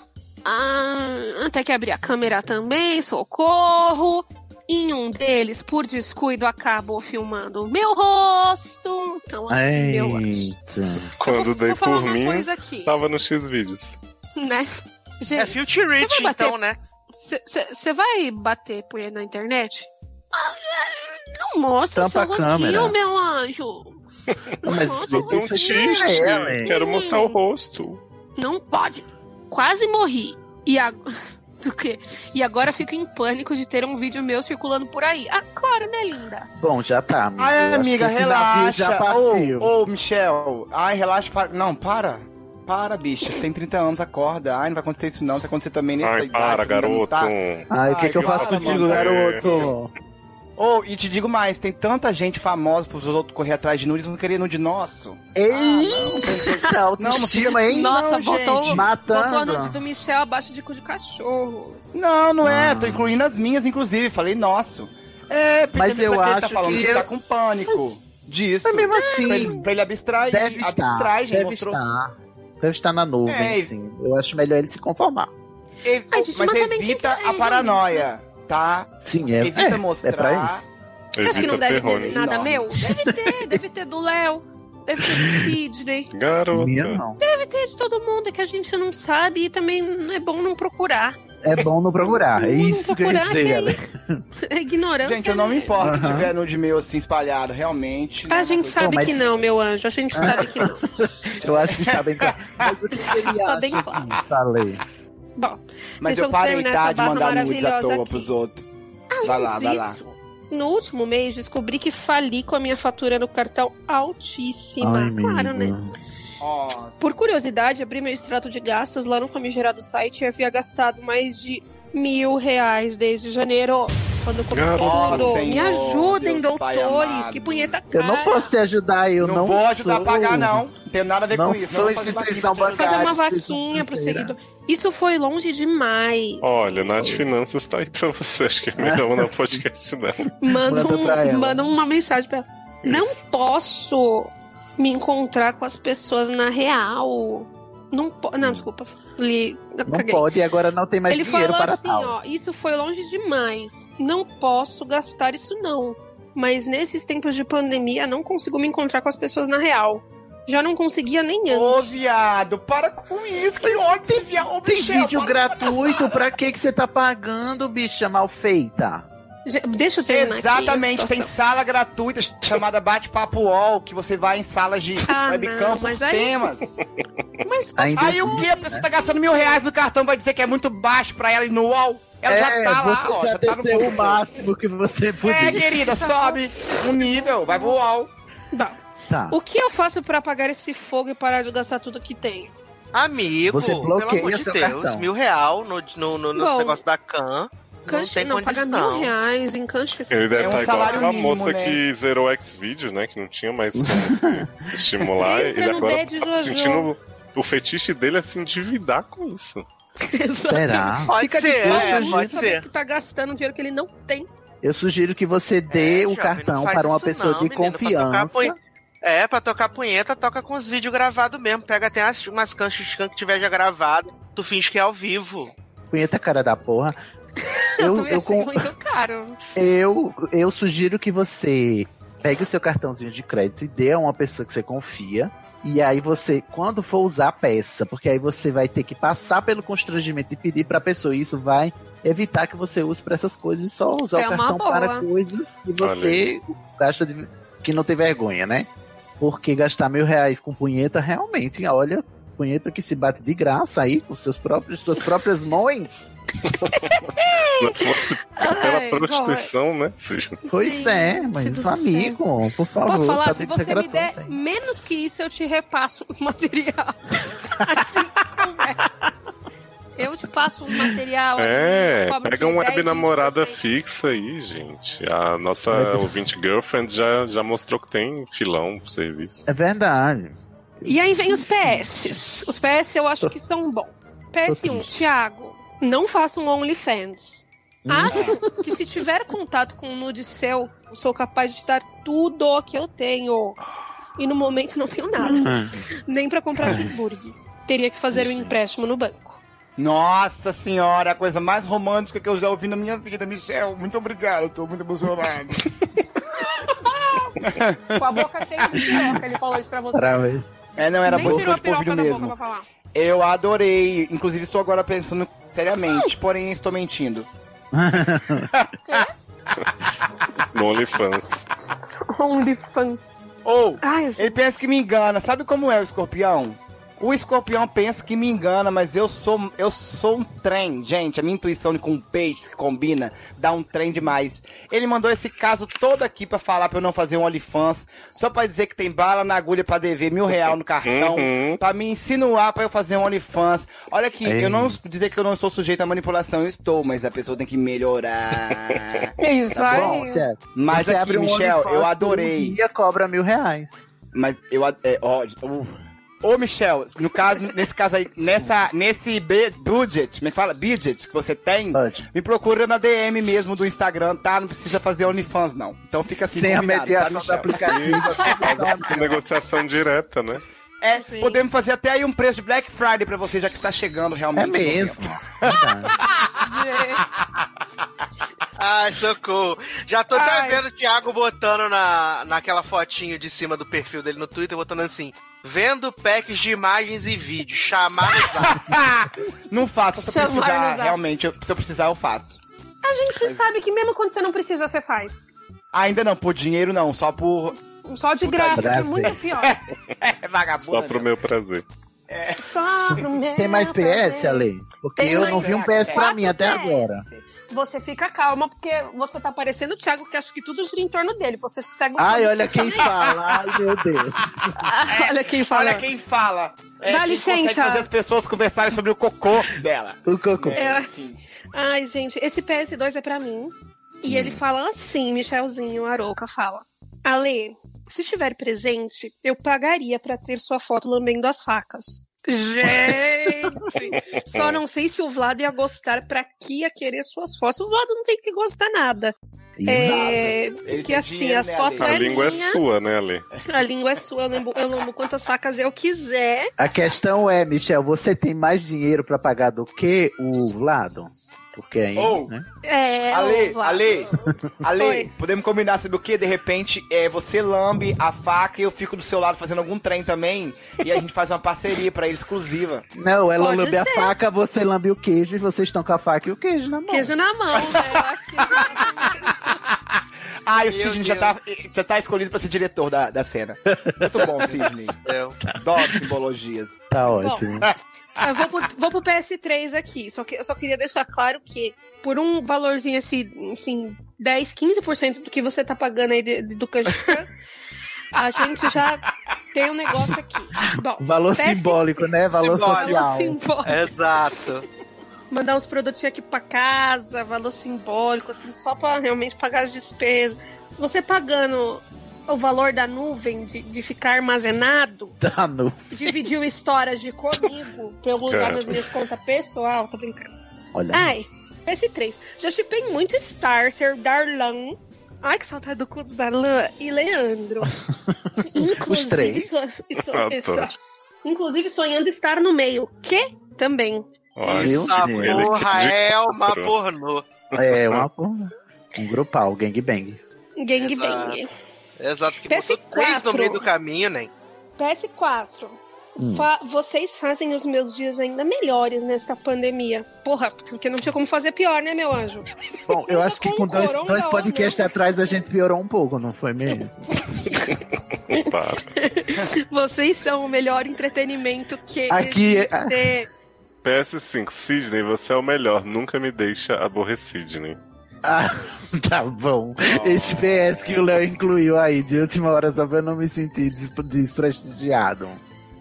Speaker 2: ah, até que abri a câmera também, socorro. Em um deles, por descuido, acabou filmando o meu rosto. Então, assim, eu acho.
Speaker 1: Eita.
Speaker 5: Quando
Speaker 2: eu vou,
Speaker 5: dei
Speaker 2: vou falar
Speaker 5: por
Speaker 2: uma
Speaker 5: mim, tá
Speaker 2: coisa aqui,
Speaker 5: tava no X-Vídeos.
Speaker 2: né?
Speaker 3: É
Speaker 2: Gente,
Speaker 3: Filthy Rich,
Speaker 2: Você vai bater-
Speaker 3: então, né?
Speaker 2: você vai bater punha na internet? Ah, Não mostra
Speaker 1: Tampa
Speaker 2: o seu
Speaker 1: a câmera.
Speaker 2: rostinho,
Speaker 1: [LAUGHS]
Speaker 2: meu anjo. Não
Speaker 1: Mas então
Speaker 2: mostra o
Speaker 1: Não
Speaker 5: Não um
Speaker 1: sei se
Speaker 2: rostinho.
Speaker 5: xixi.
Speaker 1: é ela, hein?
Speaker 5: Quero mostrar o rosto.
Speaker 2: Não pode. Quase morri. E a... [LAUGHS] Do quê? E agora fico em pânico de ter um vídeo meu circulando por aí. Ah, claro, né, linda?
Speaker 1: Bom, já tá, amiga. Eu
Speaker 4: Ai,
Speaker 1: acho que
Speaker 4: amiga,
Speaker 1: esse navio Já
Speaker 4: relaxa.
Speaker 1: partiu.
Speaker 4: Ô, ô, Michel. Ai, relaxa. Para. Não, para. Para, bicha. Você tem 30 anos, acorda. Ai, não vai acontecer isso não. Se acontecer também nessa
Speaker 5: Ai,
Speaker 4: idade.
Speaker 5: para,
Speaker 4: você ainda não
Speaker 5: garoto.
Speaker 4: tá-
Speaker 1: Ai, o que,
Speaker 4: Ai,
Speaker 1: que eu faço
Speaker 4: graças a
Speaker 1: contigo,
Speaker 5: você.
Speaker 1: garoto?
Speaker 4: Ô, e te digo mais. Tem tanta gente famosa pros outros correr atrás de nudes. Não querer nude nosso.
Speaker 1: Ah,
Speaker 4: Ah,
Speaker 1: Eita, autoestima, hein?
Speaker 2: Nossa,
Speaker 4: não,
Speaker 2: botou,
Speaker 4: gente.
Speaker 2: botou a
Speaker 1: Matando.
Speaker 2: nude do Michel abaixo de cu de cachorro.
Speaker 4: Não, não é.
Speaker 1: Ah.
Speaker 4: Tô incluindo as minhas, inclusive. Falei nosso. É, porque
Speaker 1: Mas eu
Speaker 4: pra que ele tá
Speaker 1: acho
Speaker 4: falando
Speaker 1: que
Speaker 4: que,
Speaker 1: eu-
Speaker 4: tá com pânico disso.
Speaker 1: Mas mesmo
Speaker 4: Pra ele,
Speaker 1: assim,
Speaker 4: pra ele abstrair.
Speaker 1: deve estar.
Speaker 4: abstrai, gente.
Speaker 1: Deve
Speaker 4: mostrou.
Speaker 1: estar. Deve estar na nuvem,
Speaker 4: É, e-
Speaker 1: sim. Eu acho melhor ele se conformar.
Speaker 4: Ele-
Speaker 2: Ai, gente,
Speaker 4: oh, mas
Speaker 2: mas também
Speaker 4: evita
Speaker 2: tem que-
Speaker 4: a
Speaker 2: é,
Speaker 4: paranoia, tá?
Speaker 1: Sim, é.
Speaker 4: Evita
Speaker 1: é,
Speaker 4: mostrar.
Speaker 1: É pra isso.
Speaker 2: Você acha que não
Speaker 5: Evita
Speaker 2: deve ter
Speaker 5: Perrone.
Speaker 2: nada
Speaker 4: Enorme.
Speaker 2: meu? Deve ter, deve ter do Léo, deve ter do Sidney,
Speaker 1: Minha
Speaker 5: Garota.
Speaker 1: não.
Speaker 2: deve ter de todo mundo é que a gente não sabe e também não é bom não procurar. [LAUGHS]
Speaker 1: É bom não procurar. É
Speaker 2: Não
Speaker 1: isso que eu ia
Speaker 2: procurar, que
Speaker 1: dizer,
Speaker 2: é
Speaker 1: Ale.
Speaker 2: É ignorância.
Speaker 4: Gente, eu não me
Speaker 2: né?
Speaker 4: importo se
Speaker 1: Aham.
Speaker 4: tiver nude meu assim espalhado, realmente. é
Speaker 2: A gente sabe
Speaker 1: mas-
Speaker 2: que não, meu anjo. A gente sabe que não.
Speaker 1: Eu acho que está bem claro. Mas o que seria?
Speaker 2: Está Tá bem claro.
Speaker 1: Falei.
Speaker 2: Bom,
Speaker 4: Mas
Speaker 2: Deixa
Speaker 4: eu
Speaker 2: eu
Speaker 4: parei
Speaker 2: terminar
Speaker 4: tá
Speaker 2: essa
Speaker 4: de
Speaker 2: barra
Speaker 4: mandar nudes à
Speaker 2: maravilhosa
Speaker 4: toa
Speaker 2: aqui.
Speaker 4: pros outros. Vai lá, vai lá.
Speaker 2: disso, no último mês descobri que fali com a minha fatura no cartão altíssima.
Speaker 1: Ai,
Speaker 2: claro, né?
Speaker 1: amiga.
Speaker 4: Nossa.
Speaker 2: Por curiosidade, abri meu extrato de gastos lá no famigerado site e havia gastado mais de mil reais desde janeiro. Quando começou
Speaker 5: Nossa,
Speaker 2: tudo.
Speaker 4: Senhor,
Speaker 2: Me ajudem,
Speaker 4: Deus Pai
Speaker 2: doutores.
Speaker 4: amado.
Speaker 2: Que punheta cara.
Speaker 1: Eu não posso te ajudar, eu
Speaker 4: Eu
Speaker 1: não,
Speaker 4: não, vou ajudar
Speaker 1: sou-
Speaker 4: a pagar, não. Não tenho nada a ver
Speaker 1: Não
Speaker 4: com isso.
Speaker 1: sou
Speaker 4: vou fazer
Speaker 1: instituição
Speaker 4: vaquinha pra te
Speaker 1: bancária.
Speaker 2: Fazer
Speaker 4: ajudar.
Speaker 2: uma
Speaker 1: Verdade,
Speaker 2: vaquinha pro
Speaker 1: sexta-feira.
Speaker 2: seguidor. Isso foi longe demais.
Speaker 5: Olha, Nath Finanças tá aí pra você. Acho que é melhor não podcast, não.
Speaker 2: Manda,
Speaker 1: Manda pra ela.
Speaker 2: um, manda uma mensagem pra ela. Não posso me encontrar com as pessoas na real. Não, po... não desculpa. Li...
Speaker 1: Hum. Não
Speaker 2: caguei.
Speaker 1: pode, e agora não tem mais
Speaker 2: Ele
Speaker 1: dinheiro
Speaker 2: falou
Speaker 1: para
Speaker 2: assim,
Speaker 1: tal.
Speaker 2: ó, isso foi longe demais. Não posso gastar isso não. Mas nesses tempos de pandemia não consigo me encontrar com as pessoas na real. Já não conseguia nem antes.
Speaker 4: Ô, viado, para com isso. Que ódio esse viado. Ô,
Speaker 1: Tem
Speaker 4: Michel,
Speaker 1: vídeo
Speaker 4: para-
Speaker 1: gratuito, pra que que você tá pagando, bicha mal feita?
Speaker 2: Já- Deixa eu terminar aqui a
Speaker 4: Exatamente, tem
Speaker 2: situação.
Speaker 4: sala
Speaker 1: [LAUGHS]
Speaker 4: gratuita chamada Bate-Papo UOL, que você vai em salas de
Speaker 2: Ah, não,
Speaker 4: webcam por
Speaker 2: mas aí-
Speaker 4: temas.
Speaker 2: Mas
Speaker 1: Ainda
Speaker 4: Aí o
Speaker 1: assim,
Speaker 4: quê? A pessoa tá gastando mil reais no cartão, vai dizer que é muito baixo pra ela ir no UOL? Ela já
Speaker 1: é,
Speaker 4: tá lá,
Speaker 1: você
Speaker 4: ó,
Speaker 1: já,
Speaker 4: já tá no
Speaker 1: desceu
Speaker 4: fundo.
Speaker 1: o máximo que você podia.
Speaker 4: É, querida, sobe um nível, vai pro UOL.
Speaker 2: Bom, [LAUGHS]
Speaker 1: Tá.
Speaker 2: o que eu faço pra apagar esse fogo e parar de gastar tudo que tem?
Speaker 3: Amigo,
Speaker 1: Você bloqueia
Speaker 3: pelo amor de
Speaker 1: seu
Speaker 3: Deus,
Speaker 1: cartão.
Speaker 3: mil real no, no, no, no
Speaker 2: Bom.
Speaker 3: negócio da Can.
Speaker 2: Canche-
Speaker 3: tem
Speaker 2: não, pagar
Speaker 3: condição.
Speaker 2: mil reais em cancha.
Speaker 5: Ele deve
Speaker 4: É um
Speaker 5: estar igual
Speaker 4: salário
Speaker 5: aquela
Speaker 4: mínimo,
Speaker 5: moça
Speaker 4: né?
Speaker 5: que zerou o Xvideo, né? Que não tinha mais como
Speaker 4: [LAUGHS]
Speaker 5: se estimular.
Speaker 2: Entra
Speaker 5: ele
Speaker 2: no
Speaker 5: agora
Speaker 2: bed,
Speaker 5: tá
Speaker 2: Jojo.
Speaker 5: sentindo o fetiche dele é se endividar com isso.
Speaker 1: Será?
Speaker 3: Pode
Speaker 2: Fica de
Speaker 3: ser,
Speaker 2: boa,
Speaker 3: é,
Speaker 2: justo
Speaker 3: pode
Speaker 2: saber
Speaker 3: ser.
Speaker 2: que tá gastando dinheiro que ele não tem.
Speaker 1: Eu sugiro que você dê
Speaker 3: É,
Speaker 1: o
Speaker 3: jovem,
Speaker 1: cartão
Speaker 3: não faz
Speaker 1: para uma
Speaker 3: isso
Speaker 1: pessoa
Speaker 3: não,
Speaker 1: de
Speaker 3: menino, pra tocar
Speaker 1: confiança.
Speaker 3: punhe- É, pra tocar punheta, toca com os vídeos gravados mesmo. Pega até umas, umas canchas de can que tiver já gravado. Tu finge que é ao vivo.
Speaker 1: Punheta cara da
Speaker 3: [LAUGHS]
Speaker 1: porra.
Speaker 2: Eu,
Speaker 1: Eu,
Speaker 2: também
Speaker 1: eu,
Speaker 2: achei
Speaker 1: con-
Speaker 2: muito caro.
Speaker 1: eu, eu sugiro que você pegue o seu cartãozinho de crédito e dê a uma pessoa que você confia. E aí você, quando for usar a peça, porque aí você vai ter que passar pelo constrangimento e pedir pra pessoa. E isso vai evitar que você use pra essas coisas e só usar
Speaker 2: É
Speaker 1: o
Speaker 2: uma
Speaker 1: cartão
Speaker 2: boa.
Speaker 1: para coisas que você gasta de- que não tem vergonha, né? Porque gastar mil reais com punheta, realmente, olha, punheta que se bate de graça aí com seus próprios, suas próprias mãos.
Speaker 5: Não é fosse
Speaker 2: Ai, é?
Speaker 5: pela
Speaker 2: bom,
Speaker 5: prostituição, né? Se-
Speaker 1: Pois
Speaker 2: Sim,
Speaker 1: é,
Speaker 2: se
Speaker 1: mas
Speaker 2: do
Speaker 1: isso, amigo, por favor.
Speaker 2: Posso falar?
Speaker 1: tá
Speaker 2: Se
Speaker 1: dentro
Speaker 2: você
Speaker 1: da
Speaker 2: me der
Speaker 1: gratuita aí.
Speaker 2: menos que isso, eu te repasso os [LAUGHS] materiais. A gente conversa. Eu te passo os material.
Speaker 5: É,
Speaker 2: ali, cobro
Speaker 5: pega
Speaker 2: de 10,
Speaker 5: um web namorada
Speaker 2: 20%.
Speaker 5: fixa aí, gente. A nossa ouvinte girlfriend já, já mostrou que tem filão pro serviço.
Speaker 1: É verdade.
Speaker 2: E aí vem os PS. Os PS eu acho que são bons. PS1,
Speaker 1: triste.
Speaker 2: Thiago, não faça um OnlyFans.
Speaker 1: Hum.
Speaker 2: Acho que se tiver contato com um nude seu, eu sou capaz de dar tudo que eu tenho. E no momento não tenho
Speaker 1: Hum.
Speaker 2: nada. Nem pra comprar cheeseburger. Teria que fazer um empréstimo no banco.
Speaker 4: Nossa senhora, a coisa mais romântica que eu já ouvi na minha vida, Michel. Muito obrigado, tô muito emocionado.
Speaker 2: Com a boca cheia de piroca, ele falou isso pra você.
Speaker 1: Parabéns.
Speaker 4: é, não, era
Speaker 2: Nem
Speaker 4: boca
Speaker 2: tirou a
Speaker 4: de polvilho
Speaker 2: piroca da boca pra
Speaker 4: mesmo.
Speaker 2: falar.
Speaker 4: Eu adorei. Inclusive, estou agora pensando seriamente, porém estou mentindo.
Speaker 5: No OnlyFans.
Speaker 2: OnlyFans.
Speaker 4: Ou,
Speaker 2: Ai, gente.
Speaker 4: ele pensa que me engana. Sabe como é o escorpião? O escorpião pensa que me engana, mas eu sou eu sou um trem, gente. A minha intuição de com peixes que combina dá um trem demais. Ele mandou esse caso todo aqui pra falar pra eu não fazer um OnlyFans, só pra dizer que tem bala na agulha pra dever mil real no cartão,
Speaker 5: Uhum.
Speaker 4: pra me insinuar pra eu fazer um OnlyFans. Olha aqui,
Speaker 1: É
Speaker 4: eu não
Speaker 1: isso.
Speaker 4: dizer que eu não sou sujeito à manipulação, eu estou, mas a pessoa tem que melhorar.
Speaker 2: Que isso aí.
Speaker 1: é Bom, Tiago,
Speaker 4: mas
Speaker 1: você
Speaker 4: aqui,
Speaker 1: abre um
Speaker 4: Michel,
Speaker 1: OnlyFans
Speaker 4: eu
Speaker 1: por
Speaker 4: adorei.
Speaker 1: Um dia cobra mil reais.
Speaker 4: Mas eu. ad- É, ó, uh. Ô, Michel, no caso, nesse caso aí, nessa, nesse be- budget, me fala, budget que você tem,
Speaker 1: Budget.
Speaker 4: me procura na DM mesmo do Instagram, tá? Não precisa fazer OnlyFans, não. Então fica assim,
Speaker 1: Sem a
Speaker 4: combinado,
Speaker 1: mediação tá
Speaker 4: tá,
Speaker 1: da
Speaker 4: Michel? [LAUGHS]
Speaker 1: aplicativa.
Speaker 5: Negociação direta, né?
Speaker 4: É,
Speaker 2: Sim.
Speaker 4: podemos fazer até aí um preço de Black Friday pra você, já que está chegando realmente.
Speaker 1: é
Speaker 4: no tempo. [LAUGHS]
Speaker 1: mesmo. Verdade.
Speaker 3: Ai, socorro. Já tô até vendo o Thiago botando na, naquela fotinho de cima do perfil dele no Twitter, botando assim: vendo packs de imagens e vídeos, chamar no zap.
Speaker 4: Ah, Não faço, se eu
Speaker 2: Chamaram no
Speaker 4: precisar,
Speaker 2: zap.
Speaker 4: realmente, eu- se eu precisar, eu faço.
Speaker 2: A gente sabe que mesmo quando você não precisa, você faz.
Speaker 4: Ainda não, por dinheiro não, só por. [LAUGHS]
Speaker 2: Só de graça, que é
Speaker 1: graça.
Speaker 2: muito pior.
Speaker 4: É vagabundo.
Speaker 5: Só pro meu prazer.
Speaker 2: Só pro meu
Speaker 1: Tem mais PS,
Speaker 2: prazer.
Speaker 1: Ale? Porque
Speaker 2: Tem
Speaker 1: eu
Speaker 2: mais
Speaker 1: não vi um
Speaker 4: PS.
Speaker 1: PS pra mim até
Speaker 2: Quatro
Speaker 1: agora.
Speaker 2: PS. Você fica calma, porque você tá parecendo o Thiago, que acho que tudo gira em torno dele. Você segue o
Speaker 1: Ai,
Speaker 2: fluxo.
Speaker 1: olha quem fala. Ai, meu
Speaker 2: [LAUGHS]
Speaker 1: Deus.
Speaker 2: Ah, [LAUGHS] olha quem fala.
Speaker 4: Olha quem fala. É,
Speaker 2: Dá
Speaker 4: quem
Speaker 2: licença.
Speaker 4: consegue fazer as pessoas conversarem sobre o cocô dela.
Speaker 1: O Cocô.
Speaker 2: É.
Speaker 4: enfim.
Speaker 2: Ai, gente, esse PS2 é pra mim. E ele fala assim, Michelzinho Aroca fala. Ale, se tiver presente, eu pagaria pra ter sua foto lambendo as facas.
Speaker 4: [LAUGHS]
Speaker 2: Gente! Só não sei se o Vlado ia gostar pra que ia querer suas fotos. O Vlado não tem que gostar nada. É,
Speaker 4: Ele
Speaker 2: que
Speaker 4: tem
Speaker 2: assim,
Speaker 4: dinheiro,
Speaker 2: as
Speaker 4: né,
Speaker 2: fotos
Speaker 5: A
Speaker 2: é
Speaker 5: língua é
Speaker 2: minha,
Speaker 5: sua, né, Ale?
Speaker 2: a língua é sua, eu lambo, eu lambo quantas facas eu quiser.
Speaker 1: A questão é, Michel, você tem mais dinheiro pra pagar do que o Vlado? Porque aí,
Speaker 4: Ou-
Speaker 1: né?
Speaker 2: É,
Speaker 4: Ale,
Speaker 2: o Vlado.
Speaker 4: Ale, Ale,
Speaker 2: Oi.
Speaker 4: podemos combinar, sabe o que? De repente, é, você lambe a faca e eu fico do seu lado fazendo algum trem também. E a gente faz uma parceria pra ele exclusiva.
Speaker 1: Não, ela
Speaker 2: Pode
Speaker 1: lambe a
Speaker 2: ser.
Speaker 1: faca, você lambe o queijo né, e
Speaker 4: [LAUGHS]
Speaker 1: vocês estão com a faca e o queijo na mão.
Speaker 2: Queijo na mão, né? Eu acho que-
Speaker 4: Ah, e o
Speaker 3: Meu
Speaker 4: Sidney já
Speaker 3: Deus.
Speaker 4: tá, já tá escolhido pra ser diretor da, da cena. Muito bom, Sidney.
Speaker 3: Eu-
Speaker 4: Adoro
Speaker 2: é
Speaker 4: simbologias.
Speaker 1: Tá ótimo.
Speaker 2: Eu vou pro, vou pro PS3 aqui. Só que eu só queria deixar claro que por um valorzinho assim, assim 10, 15% do que você tá pagando aí de- de-
Speaker 1: [LAUGHS]
Speaker 2: do Kanjikan, a gente já tem um negócio aqui. Bom,
Speaker 1: [LAUGHS] Valor
Speaker 2: PS3,
Speaker 1: simbólico, né? Valor
Speaker 3: Simbólico.
Speaker 1: social.
Speaker 2: Valor simbólico.
Speaker 3: [LAUGHS] Exato.
Speaker 2: Mandar uns produtos aqui pra casa, valor simbólico, assim, só pra realmente pagar as despesas. Você pagando o valor da nuvem de, de ficar armazenado,
Speaker 1: Tá no
Speaker 2: dividiu histórias de comigo pra eu usar
Speaker 5: Cara.
Speaker 2: nas minhas contas pessoal, tô brincando.
Speaker 1: Olha.
Speaker 2: Ai, PS3. Já chipei muito Starcer, Darlan. Ai, que saudade do cu do Darlan
Speaker 1: [LAUGHS]
Speaker 2: e Leandro. Inclusive,
Speaker 1: Os três.
Speaker 2: so- e so-
Speaker 3: [LAUGHS]
Speaker 5: Adoro.
Speaker 2: e so- Inclusive, sonhando estar no meio. Que? Também.
Speaker 5: Olha,
Speaker 1: Meu
Speaker 3: Essa
Speaker 1: Deus.
Speaker 3: porra
Speaker 5: Ele que
Speaker 3: é uma
Speaker 5: procurou.
Speaker 3: pornô.
Speaker 1: É uma um grupal, gangbang.
Speaker 2: Gangbang.
Speaker 3: Exato. Que botou
Speaker 2: PS4.
Speaker 3: três no meio do caminho, né?
Speaker 2: PS4.
Speaker 1: Hum.
Speaker 2: Fa- vocês fazem os meus dias ainda melhores nesta pandemia. Porra, porque não tinha como fazer pior, né, meu anjo? [LAUGHS]
Speaker 1: Bom, eu
Speaker 2: Seja
Speaker 1: acho que
Speaker 2: com
Speaker 1: com
Speaker 2: o
Speaker 1: dois,
Speaker 2: Coronga
Speaker 1: dois
Speaker 2: ou
Speaker 1: podcasts atrás a gente piorou um pouco, não foi mesmo?
Speaker 5: Opa.
Speaker 2: Vocês são o melhor entretenimento que
Speaker 1: Aqui- é,
Speaker 2: existe.
Speaker 1: [LAUGHS]
Speaker 5: PS5, Sidney, você é o melhor. Nunca me deixa aborrer, Sidney.
Speaker 1: Ah, [LAUGHS] tá bom. Esse PS que o Léo incluiu aí de última hora só pra eu não me sentir des- desprestigiado.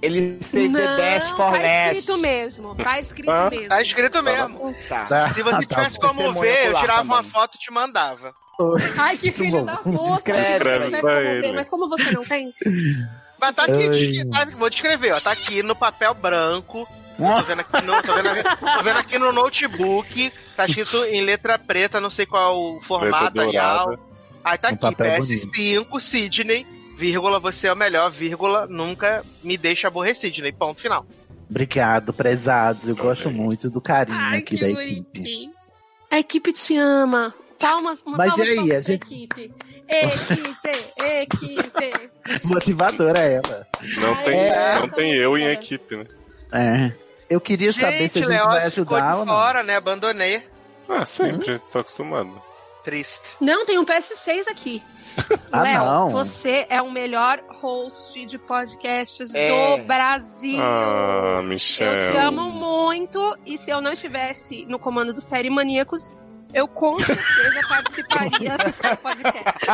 Speaker 4: Ele save the best for
Speaker 2: tá
Speaker 4: last.
Speaker 2: escrito mesmo. Tá escrito
Speaker 5: Ah,
Speaker 2: mesmo.
Speaker 3: Tá escrito mesmo.
Speaker 4: Tá.
Speaker 1: Tá,
Speaker 3: Se
Speaker 5: [LAUGHS]
Speaker 3: você
Speaker 1: tá
Speaker 3: tivesse
Speaker 1: bom.
Speaker 3: como
Speaker 4: Testemunha
Speaker 3: ver, eu
Speaker 4: ocular
Speaker 3: tirava uma
Speaker 4: também.
Speaker 3: foto e te mandava.
Speaker 2: Ai, que
Speaker 1: Muito
Speaker 2: filho
Speaker 1: bom.
Speaker 2: da puta.
Speaker 4: Escreve
Speaker 2: Eu queria
Speaker 5: pra
Speaker 2: saber como
Speaker 5: ele.
Speaker 2: ver, Mas como você não tem,
Speaker 3: Mas tá aqui,
Speaker 1: Ai.
Speaker 3: descri- tá- vou descrever, ó. Tá aqui no papel branco.
Speaker 1: Ah.
Speaker 3: Tô vendo aqui no, tô vendo, tô vendo aqui no notebook. Tá escrito em letra preta, não sei qual o formato,
Speaker 5: Letra dourada.
Speaker 3: real. Aí tá
Speaker 1: Um
Speaker 3: aqui,
Speaker 1: papel
Speaker 3: PS5, Sidney, vírgula, você é o melhor, vírgula, nunca me deixa aborrecer, Sidney. Ponto final.
Speaker 1: Obrigado, prezados. Eu gosto muito do carinho
Speaker 2: Ai,
Speaker 1: aqui
Speaker 2: que
Speaker 1: da equipe.
Speaker 2: bonitinho. A equipe te ama. Palmas, uma
Speaker 1: Mas
Speaker 2: palmas
Speaker 1: e aí,
Speaker 2: pra
Speaker 1: a gente-
Speaker 2: equipe. Equipe, equipe.
Speaker 1: Motivadora é ela.
Speaker 5: Não
Speaker 2: Ai,
Speaker 5: tem,
Speaker 2: é.
Speaker 5: não tem eu em equipe, né?
Speaker 1: É. Eu queria saber se a gente vai
Speaker 3: Leoz ficou
Speaker 1: ajudar
Speaker 3: de
Speaker 1: ou não.
Speaker 3: fora, né? Abandonei.
Speaker 5: Ah, sempre.
Speaker 3: Uhum.
Speaker 5: Tô acostumado.
Speaker 3: Triste.
Speaker 2: Não, tem um PS6 aqui.
Speaker 1: Ah,
Speaker 2: Léo,
Speaker 1: não.
Speaker 2: você é o melhor host de podcasts
Speaker 4: É.
Speaker 2: do Brasil.
Speaker 5: Ah,
Speaker 2: Eu te
Speaker 5: Michel.
Speaker 2: amo muito e se eu não estivesse no comando do Série Maníacos, eu com certeza participaria do seu podcast.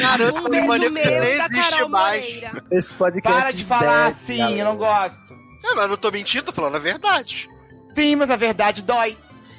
Speaker 3: Garoto,
Speaker 1: é
Speaker 2: Um beijo
Speaker 3: maníaco não
Speaker 2: meu da
Speaker 3: existe
Speaker 2: Carol
Speaker 3: mais.
Speaker 2: Moreira.
Speaker 1: Esse podcast.
Speaker 4: Para de falar
Speaker 1: deve,
Speaker 4: assim,
Speaker 1: galera.
Speaker 4: eu não gosto.
Speaker 3: É, mas eu não tô mentindo, tô falando a verdade.
Speaker 4: Sim, mas a verdade dói.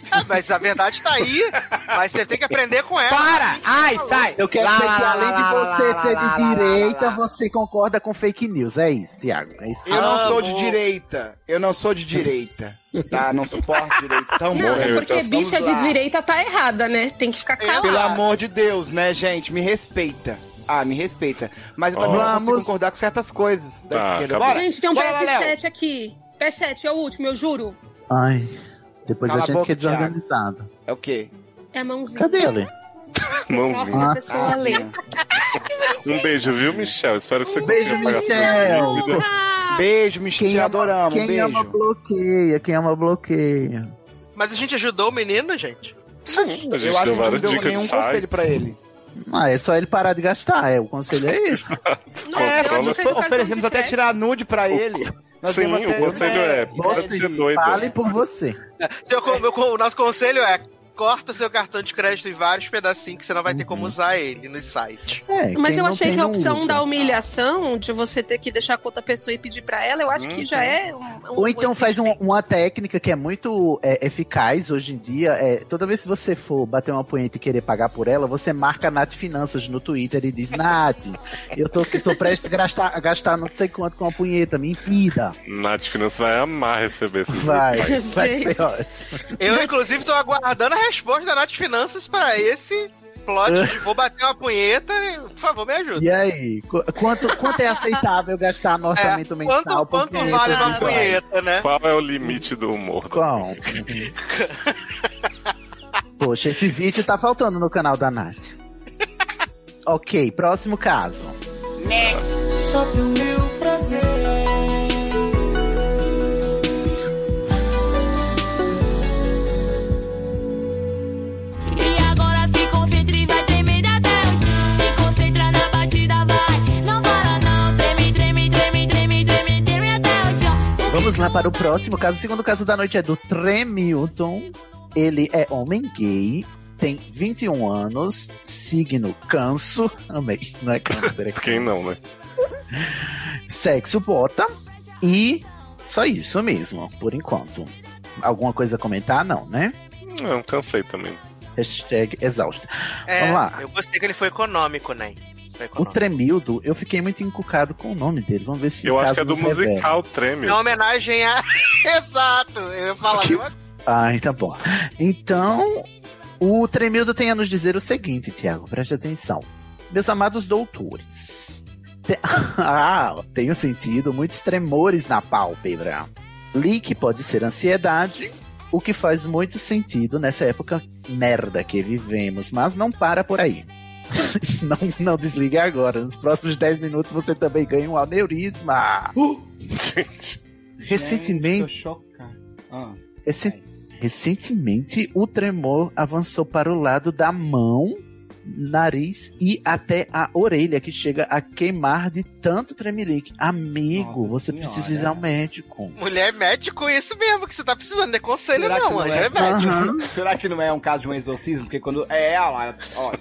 Speaker 3: É, mas a verdade
Speaker 1: [LAUGHS]
Speaker 3: tá aí, mas você tem que aprender com ela.
Speaker 4: Para! Ai, sai!
Speaker 1: Eu quero
Speaker 4: Lá,
Speaker 1: dizer
Speaker 4: lá,
Speaker 1: que
Speaker 4: lá,
Speaker 1: além de
Speaker 4: lá,
Speaker 1: você
Speaker 4: lá,
Speaker 1: ser
Speaker 4: lá, lá,
Speaker 1: de direita,
Speaker 4: lá, lá, lá.
Speaker 1: você concorda com fake news. É isso, Thiago. É isso.
Speaker 4: Eu não sou de
Speaker 3: Amo.
Speaker 4: direita. Eu não sou de direita. Tá? Não suporto direita. Tão
Speaker 2: Não,
Speaker 4: bom.
Speaker 2: é
Speaker 5: Morreu,
Speaker 2: porque
Speaker 4: então,
Speaker 2: bicha
Speaker 4: vamos
Speaker 2: de
Speaker 4: lá.
Speaker 2: direita tá errada, né? Tem que ficar calada.
Speaker 4: Pelo amor de Deus, né, gente? Me respeita. Ah, me respeita. Mas eu também não
Speaker 1: Vamos.
Speaker 4: consigo concordar com certas coisas da
Speaker 5: Tá,
Speaker 4: esquerda.
Speaker 5: acabou.
Speaker 4: Bora!
Speaker 2: Gente, tem um
Speaker 4: Bora lá,
Speaker 2: PS7 aqui. PS7 é o último, eu juro.
Speaker 1: Ai. Depois
Speaker 4: Cala
Speaker 1: a
Speaker 4: a
Speaker 1: gente
Speaker 4: boca,
Speaker 1: fica desorganizado.
Speaker 4: É o quê?
Speaker 2: É a mãozinha.
Speaker 1: Cadê ele?
Speaker 4: é
Speaker 5: Mãozinha.
Speaker 2: Próxima
Speaker 1: Ah,
Speaker 2: pessoa é lê.
Speaker 4: sim.
Speaker 5: Um beijo, viu, Michel? Espero
Speaker 4: Um
Speaker 5: que você
Speaker 1: Beijo,
Speaker 5: consiga pagar
Speaker 2: um
Speaker 1: Michel. É,
Speaker 5: tudo. Cuida-
Speaker 4: Beijo, Michel. Te adoramos.
Speaker 1: quem
Speaker 4: um beijo.
Speaker 1: ama bloqueia, quem ama bloqueia.
Speaker 3: Mas a gente ajudou o menino, gente.
Speaker 5: Sim, a gente
Speaker 4: eu acho
Speaker 5: deu
Speaker 4: que a
Speaker 5: várias
Speaker 4: gente não deu
Speaker 5: dicas
Speaker 4: nenhum
Speaker 5: de sites.
Speaker 4: conselho pra ele.
Speaker 1: Ah, é só ele parar de gastar, é, o conselho é esse.
Speaker 2: Não,
Speaker 5: É,
Speaker 2: eu
Speaker 5: nós
Speaker 2: não sei do cartão
Speaker 4: oferecemos
Speaker 2: um de
Speaker 4: até
Speaker 2: crédito.
Speaker 4: tirar nude pra ele.
Speaker 5: Sim,
Speaker 4: demos
Speaker 5: o conselho é, para
Speaker 1: Você
Speaker 5: de
Speaker 4: assim.
Speaker 5: ser doido.
Speaker 1: fale por você.
Speaker 3: Seu con- meu con- o nosso conselho é corta o seu cartão de crédito em vários pedacinhos que você não vai ter como usar ele nos sites.
Speaker 1: É,
Speaker 2: Mas
Speaker 1: quem
Speaker 2: eu
Speaker 1: não
Speaker 2: achei
Speaker 1: tem,
Speaker 2: que a
Speaker 1: não
Speaker 2: opção
Speaker 1: usa.
Speaker 2: da humilhação, de você ter que deixar com outra pessoa e pedir pra ela, eu acho que já é um. um-
Speaker 1: Uhum. Ou então faz um- uma técnica que é muito é, eficaz hoje em dia. É, toda vez que você for bater uma punheta e querer pagar por ela, você marca a Nath Finanças no Twitter e diz, Nath, eu tô, tô prestes a gastar, a gastar não sei quanto com uma punheta, me impida.
Speaker 5: Nath Finanças vai amar receber esses
Speaker 4: Né?
Speaker 1: Vai,
Speaker 3: [LAUGHS]
Speaker 5: grupos.
Speaker 1: vai
Speaker 2: Gente.
Speaker 1: ser ótimo.
Speaker 3: Eu, inclusive, tô aguardando a resposta da Nath Finanças pra esse plot de vou bater uma punheta e, por favor, me ajuda.
Speaker 1: E aí, qu- quanto, quanto é aceitável gastar no orçamento mental?
Speaker 3: É, Quanto,
Speaker 1: por
Speaker 3: quanto
Speaker 1: punhetas
Speaker 3: vale uma
Speaker 1: virtuais?
Speaker 3: punheta, né?
Speaker 5: Qual é o limite do humor? né? [LAUGHS]
Speaker 1: Qual? Poxa, esse vídeo tá faltando no canal da Nath. Ok, próximo caso.
Speaker 6: Só tem o meu prazer.
Speaker 9: E agora ficou entre
Speaker 1: Vamos lá para o próximo caso. O segundo caso da noite é do Tremilton. Ele é homem gay, tem 21 anos, signo canso. [LAUGHS] Amei, não é câncer, é canso.
Speaker 5: [LAUGHS] Quem não, né?
Speaker 1: Sexo bota e só isso mesmo, por enquanto. Alguma coisa a comentar? Não, né?
Speaker 5: Não, cansei também.
Speaker 1: Hashtag exausto.
Speaker 3: É,
Speaker 1: Vamos lá.
Speaker 3: eu gostei que ele foi econômico, né? Foi
Speaker 1: O
Speaker 3: econômico.
Speaker 1: Tremildo, eu fiquei muito encucado com o nome dele. Vamos ver se
Speaker 5: Eu
Speaker 1: o caso
Speaker 5: acho que é do
Speaker 1: nos revela.
Speaker 5: musical Tremel.
Speaker 3: É uma homenagem a. [LAUGHS] Exato! Eu ia falar.
Speaker 1: Que-
Speaker 3: eu-
Speaker 1: Ai, tá bom. Então, o Tremildo tem a nos dizer o seguinte, Tiago, preste atenção. Meus amados doutores. te- [LAUGHS] ah, tenho sentido muitos tremores na pálpebra. Li que pode ser ansiedade, o que faz muito sentido nessa época merda que vivemos, mas não para por aí. [LAUGHS] não, não desligue agora. Nos próximos 10 minutos você também ganha um aneurisma.
Speaker 5: Gente,
Speaker 1: Recentemente,
Speaker 4: é, Gente, Tô chocado. Ah.
Speaker 1: Rece- Recentemente, o tremor avançou para o lado da mão, nariz e até a orelha, que chega a queimar de tanto tremelique. Amigo,
Speaker 4: Nossa
Speaker 1: você
Speaker 4: senhora.
Speaker 1: precisa ir ao médico.
Speaker 3: Mulher é médico, isso mesmo, que você tá precisando de conselho,
Speaker 4: Será que
Speaker 3: não.
Speaker 4: não
Speaker 3: mulher
Speaker 4: é?
Speaker 3: é médico.
Speaker 4: [LAUGHS] Será que não é um caso de um exorcismo? Porque quando. É ela. Ó,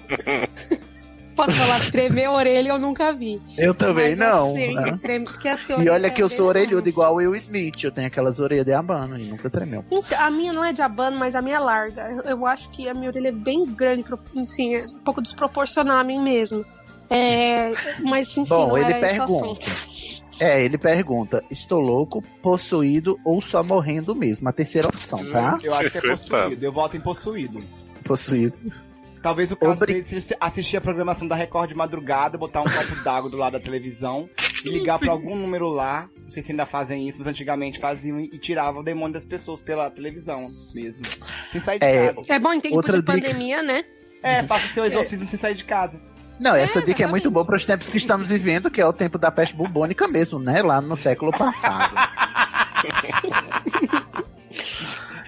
Speaker 2: Posso falar, tremer a orelha eu nunca vi.
Speaker 1: Eu também
Speaker 2: Mas
Speaker 1: não.
Speaker 2: assim,
Speaker 1: né?
Speaker 2: treme- que essa
Speaker 1: E
Speaker 2: orelha é
Speaker 1: olha que eu sou
Speaker 2: dele-
Speaker 1: orelhudo igual o Will Smith. Eu tenho aquelas orelhas de abano e nunca tremeu.
Speaker 2: Então, a minha não é de abano, mas a minha é larga. Eu- Eu acho que a minha orelha é bem grande, pro- assim, é um pouco desproporcional a mim mesmo. É, mas enfim,
Speaker 1: Bom,
Speaker 2: não
Speaker 1: ele
Speaker 2: era esse o
Speaker 1: pergunta.
Speaker 2: assunto.
Speaker 1: É, ele pergunta: estou louco, possuído ou só morrendo mesmo? A terceira opção, tá?
Speaker 4: eu acho que é
Speaker 5: Coitado.
Speaker 4: possuído. Eu voto em possuído.
Speaker 1: Possuído.
Speaker 4: Talvez o caso
Speaker 1: Obri-
Speaker 4: dele seja assistir a programação da Record de madrugada, botar um copo d'água do lado da televisão, e ligar pra algum número lá. Não sei se ainda fazem isso, mas antigamente faziam e tiravam o demônio das pessoas pela televisão mesmo. Sem sair de
Speaker 1: É.
Speaker 4: casa.
Speaker 2: É bom em tempo
Speaker 1: Outra
Speaker 2: de
Speaker 1: dica.
Speaker 2: pandemia, né?
Speaker 4: É, faça seu exorcismo sem sair de casa.
Speaker 1: Não, essa
Speaker 2: É,
Speaker 1: dica é
Speaker 2: exatamente.
Speaker 1: muito boa para os tempos que estamos vivendo, que é o tempo da peste bubônica mesmo, né? Lá no século passado.
Speaker 4: [LAUGHS]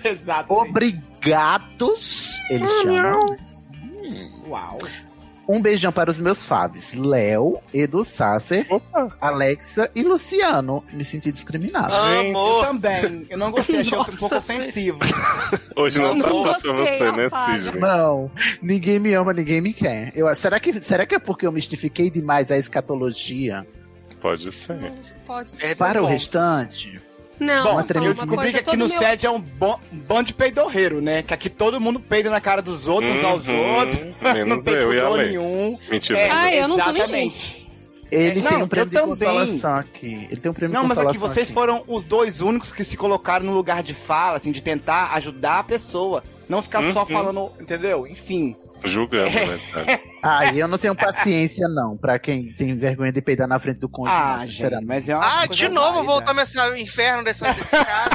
Speaker 4: Exato.
Speaker 1: Obrigados, eles
Speaker 4: Ah,
Speaker 1: chamam.
Speaker 4: Uau.
Speaker 1: Um beijão para os meus faves, Léo, Edu Sasser,
Speaker 5: Opa.
Speaker 1: Alexa e Luciano. Me senti discriminado.
Speaker 4: Eu
Speaker 3: Amor!
Speaker 4: também. Eu não gostei, achei um pouco
Speaker 2: Nossa, gente.
Speaker 4: ofensivo.
Speaker 5: [LAUGHS] Hoje não,
Speaker 2: Não
Speaker 5: tá
Speaker 2: gostei,
Speaker 5: fácil pra você, né,
Speaker 2: rapaz.
Speaker 5: Sidney?
Speaker 1: Não, ninguém me ama, ninguém me quer. Eu, será, que, será que é porque eu mistifiquei demais a escatologia
Speaker 5: Pode ser.
Speaker 2: Pode
Speaker 3: É,
Speaker 2: ser.
Speaker 1: para o
Speaker 3: bom.
Speaker 1: restante?
Speaker 2: Não,
Speaker 4: Bom,
Speaker 2: vou falar
Speaker 4: eu
Speaker 2: uma
Speaker 4: descobri
Speaker 2: coisa,
Speaker 4: que aqui no
Speaker 2: todo meu-
Speaker 4: set é um, bom, um bando de peidorreiro, né? Que aqui todo mundo peida na cara dos outros, uns aos
Speaker 5: Uhum.
Speaker 4: outros. não
Speaker 5: [LAUGHS] Menos
Speaker 4: tem
Speaker 5: eu e a
Speaker 4: pudor
Speaker 5: lei.
Speaker 4: nenhum.
Speaker 5: Mentira.
Speaker 4: É,
Speaker 2: Ah, eu não tô nem
Speaker 4: exatamente.
Speaker 1: Ele
Speaker 4: É,
Speaker 1: tem
Speaker 4: não,
Speaker 1: um prêmio
Speaker 4: eu
Speaker 1: de
Speaker 4: também.
Speaker 1: consolação aqui. Ele tem um prêmio
Speaker 4: Não,
Speaker 1: de
Speaker 4: mas
Speaker 1: consolação
Speaker 4: aqui vocês
Speaker 1: aqui.
Speaker 4: foram os dois únicos que se colocaram no lugar de fala, assim, de tentar ajudar a pessoa. Não ficar só
Speaker 5: Uhum.
Speaker 4: falando, entendeu? Enfim.
Speaker 5: Julgando, né, cara?
Speaker 1: Ah, e eu não tenho paciência, não, pra quem tem vergonha de peidar na frente do cônjuge,
Speaker 4: ah,
Speaker 1: não,
Speaker 4: gente,
Speaker 1: sinceramente.
Speaker 4: mas é uma
Speaker 3: Ah,
Speaker 4: coisa
Speaker 3: de novo,
Speaker 4: válida.
Speaker 3: voltamos a esse inferno dessa, desse cara.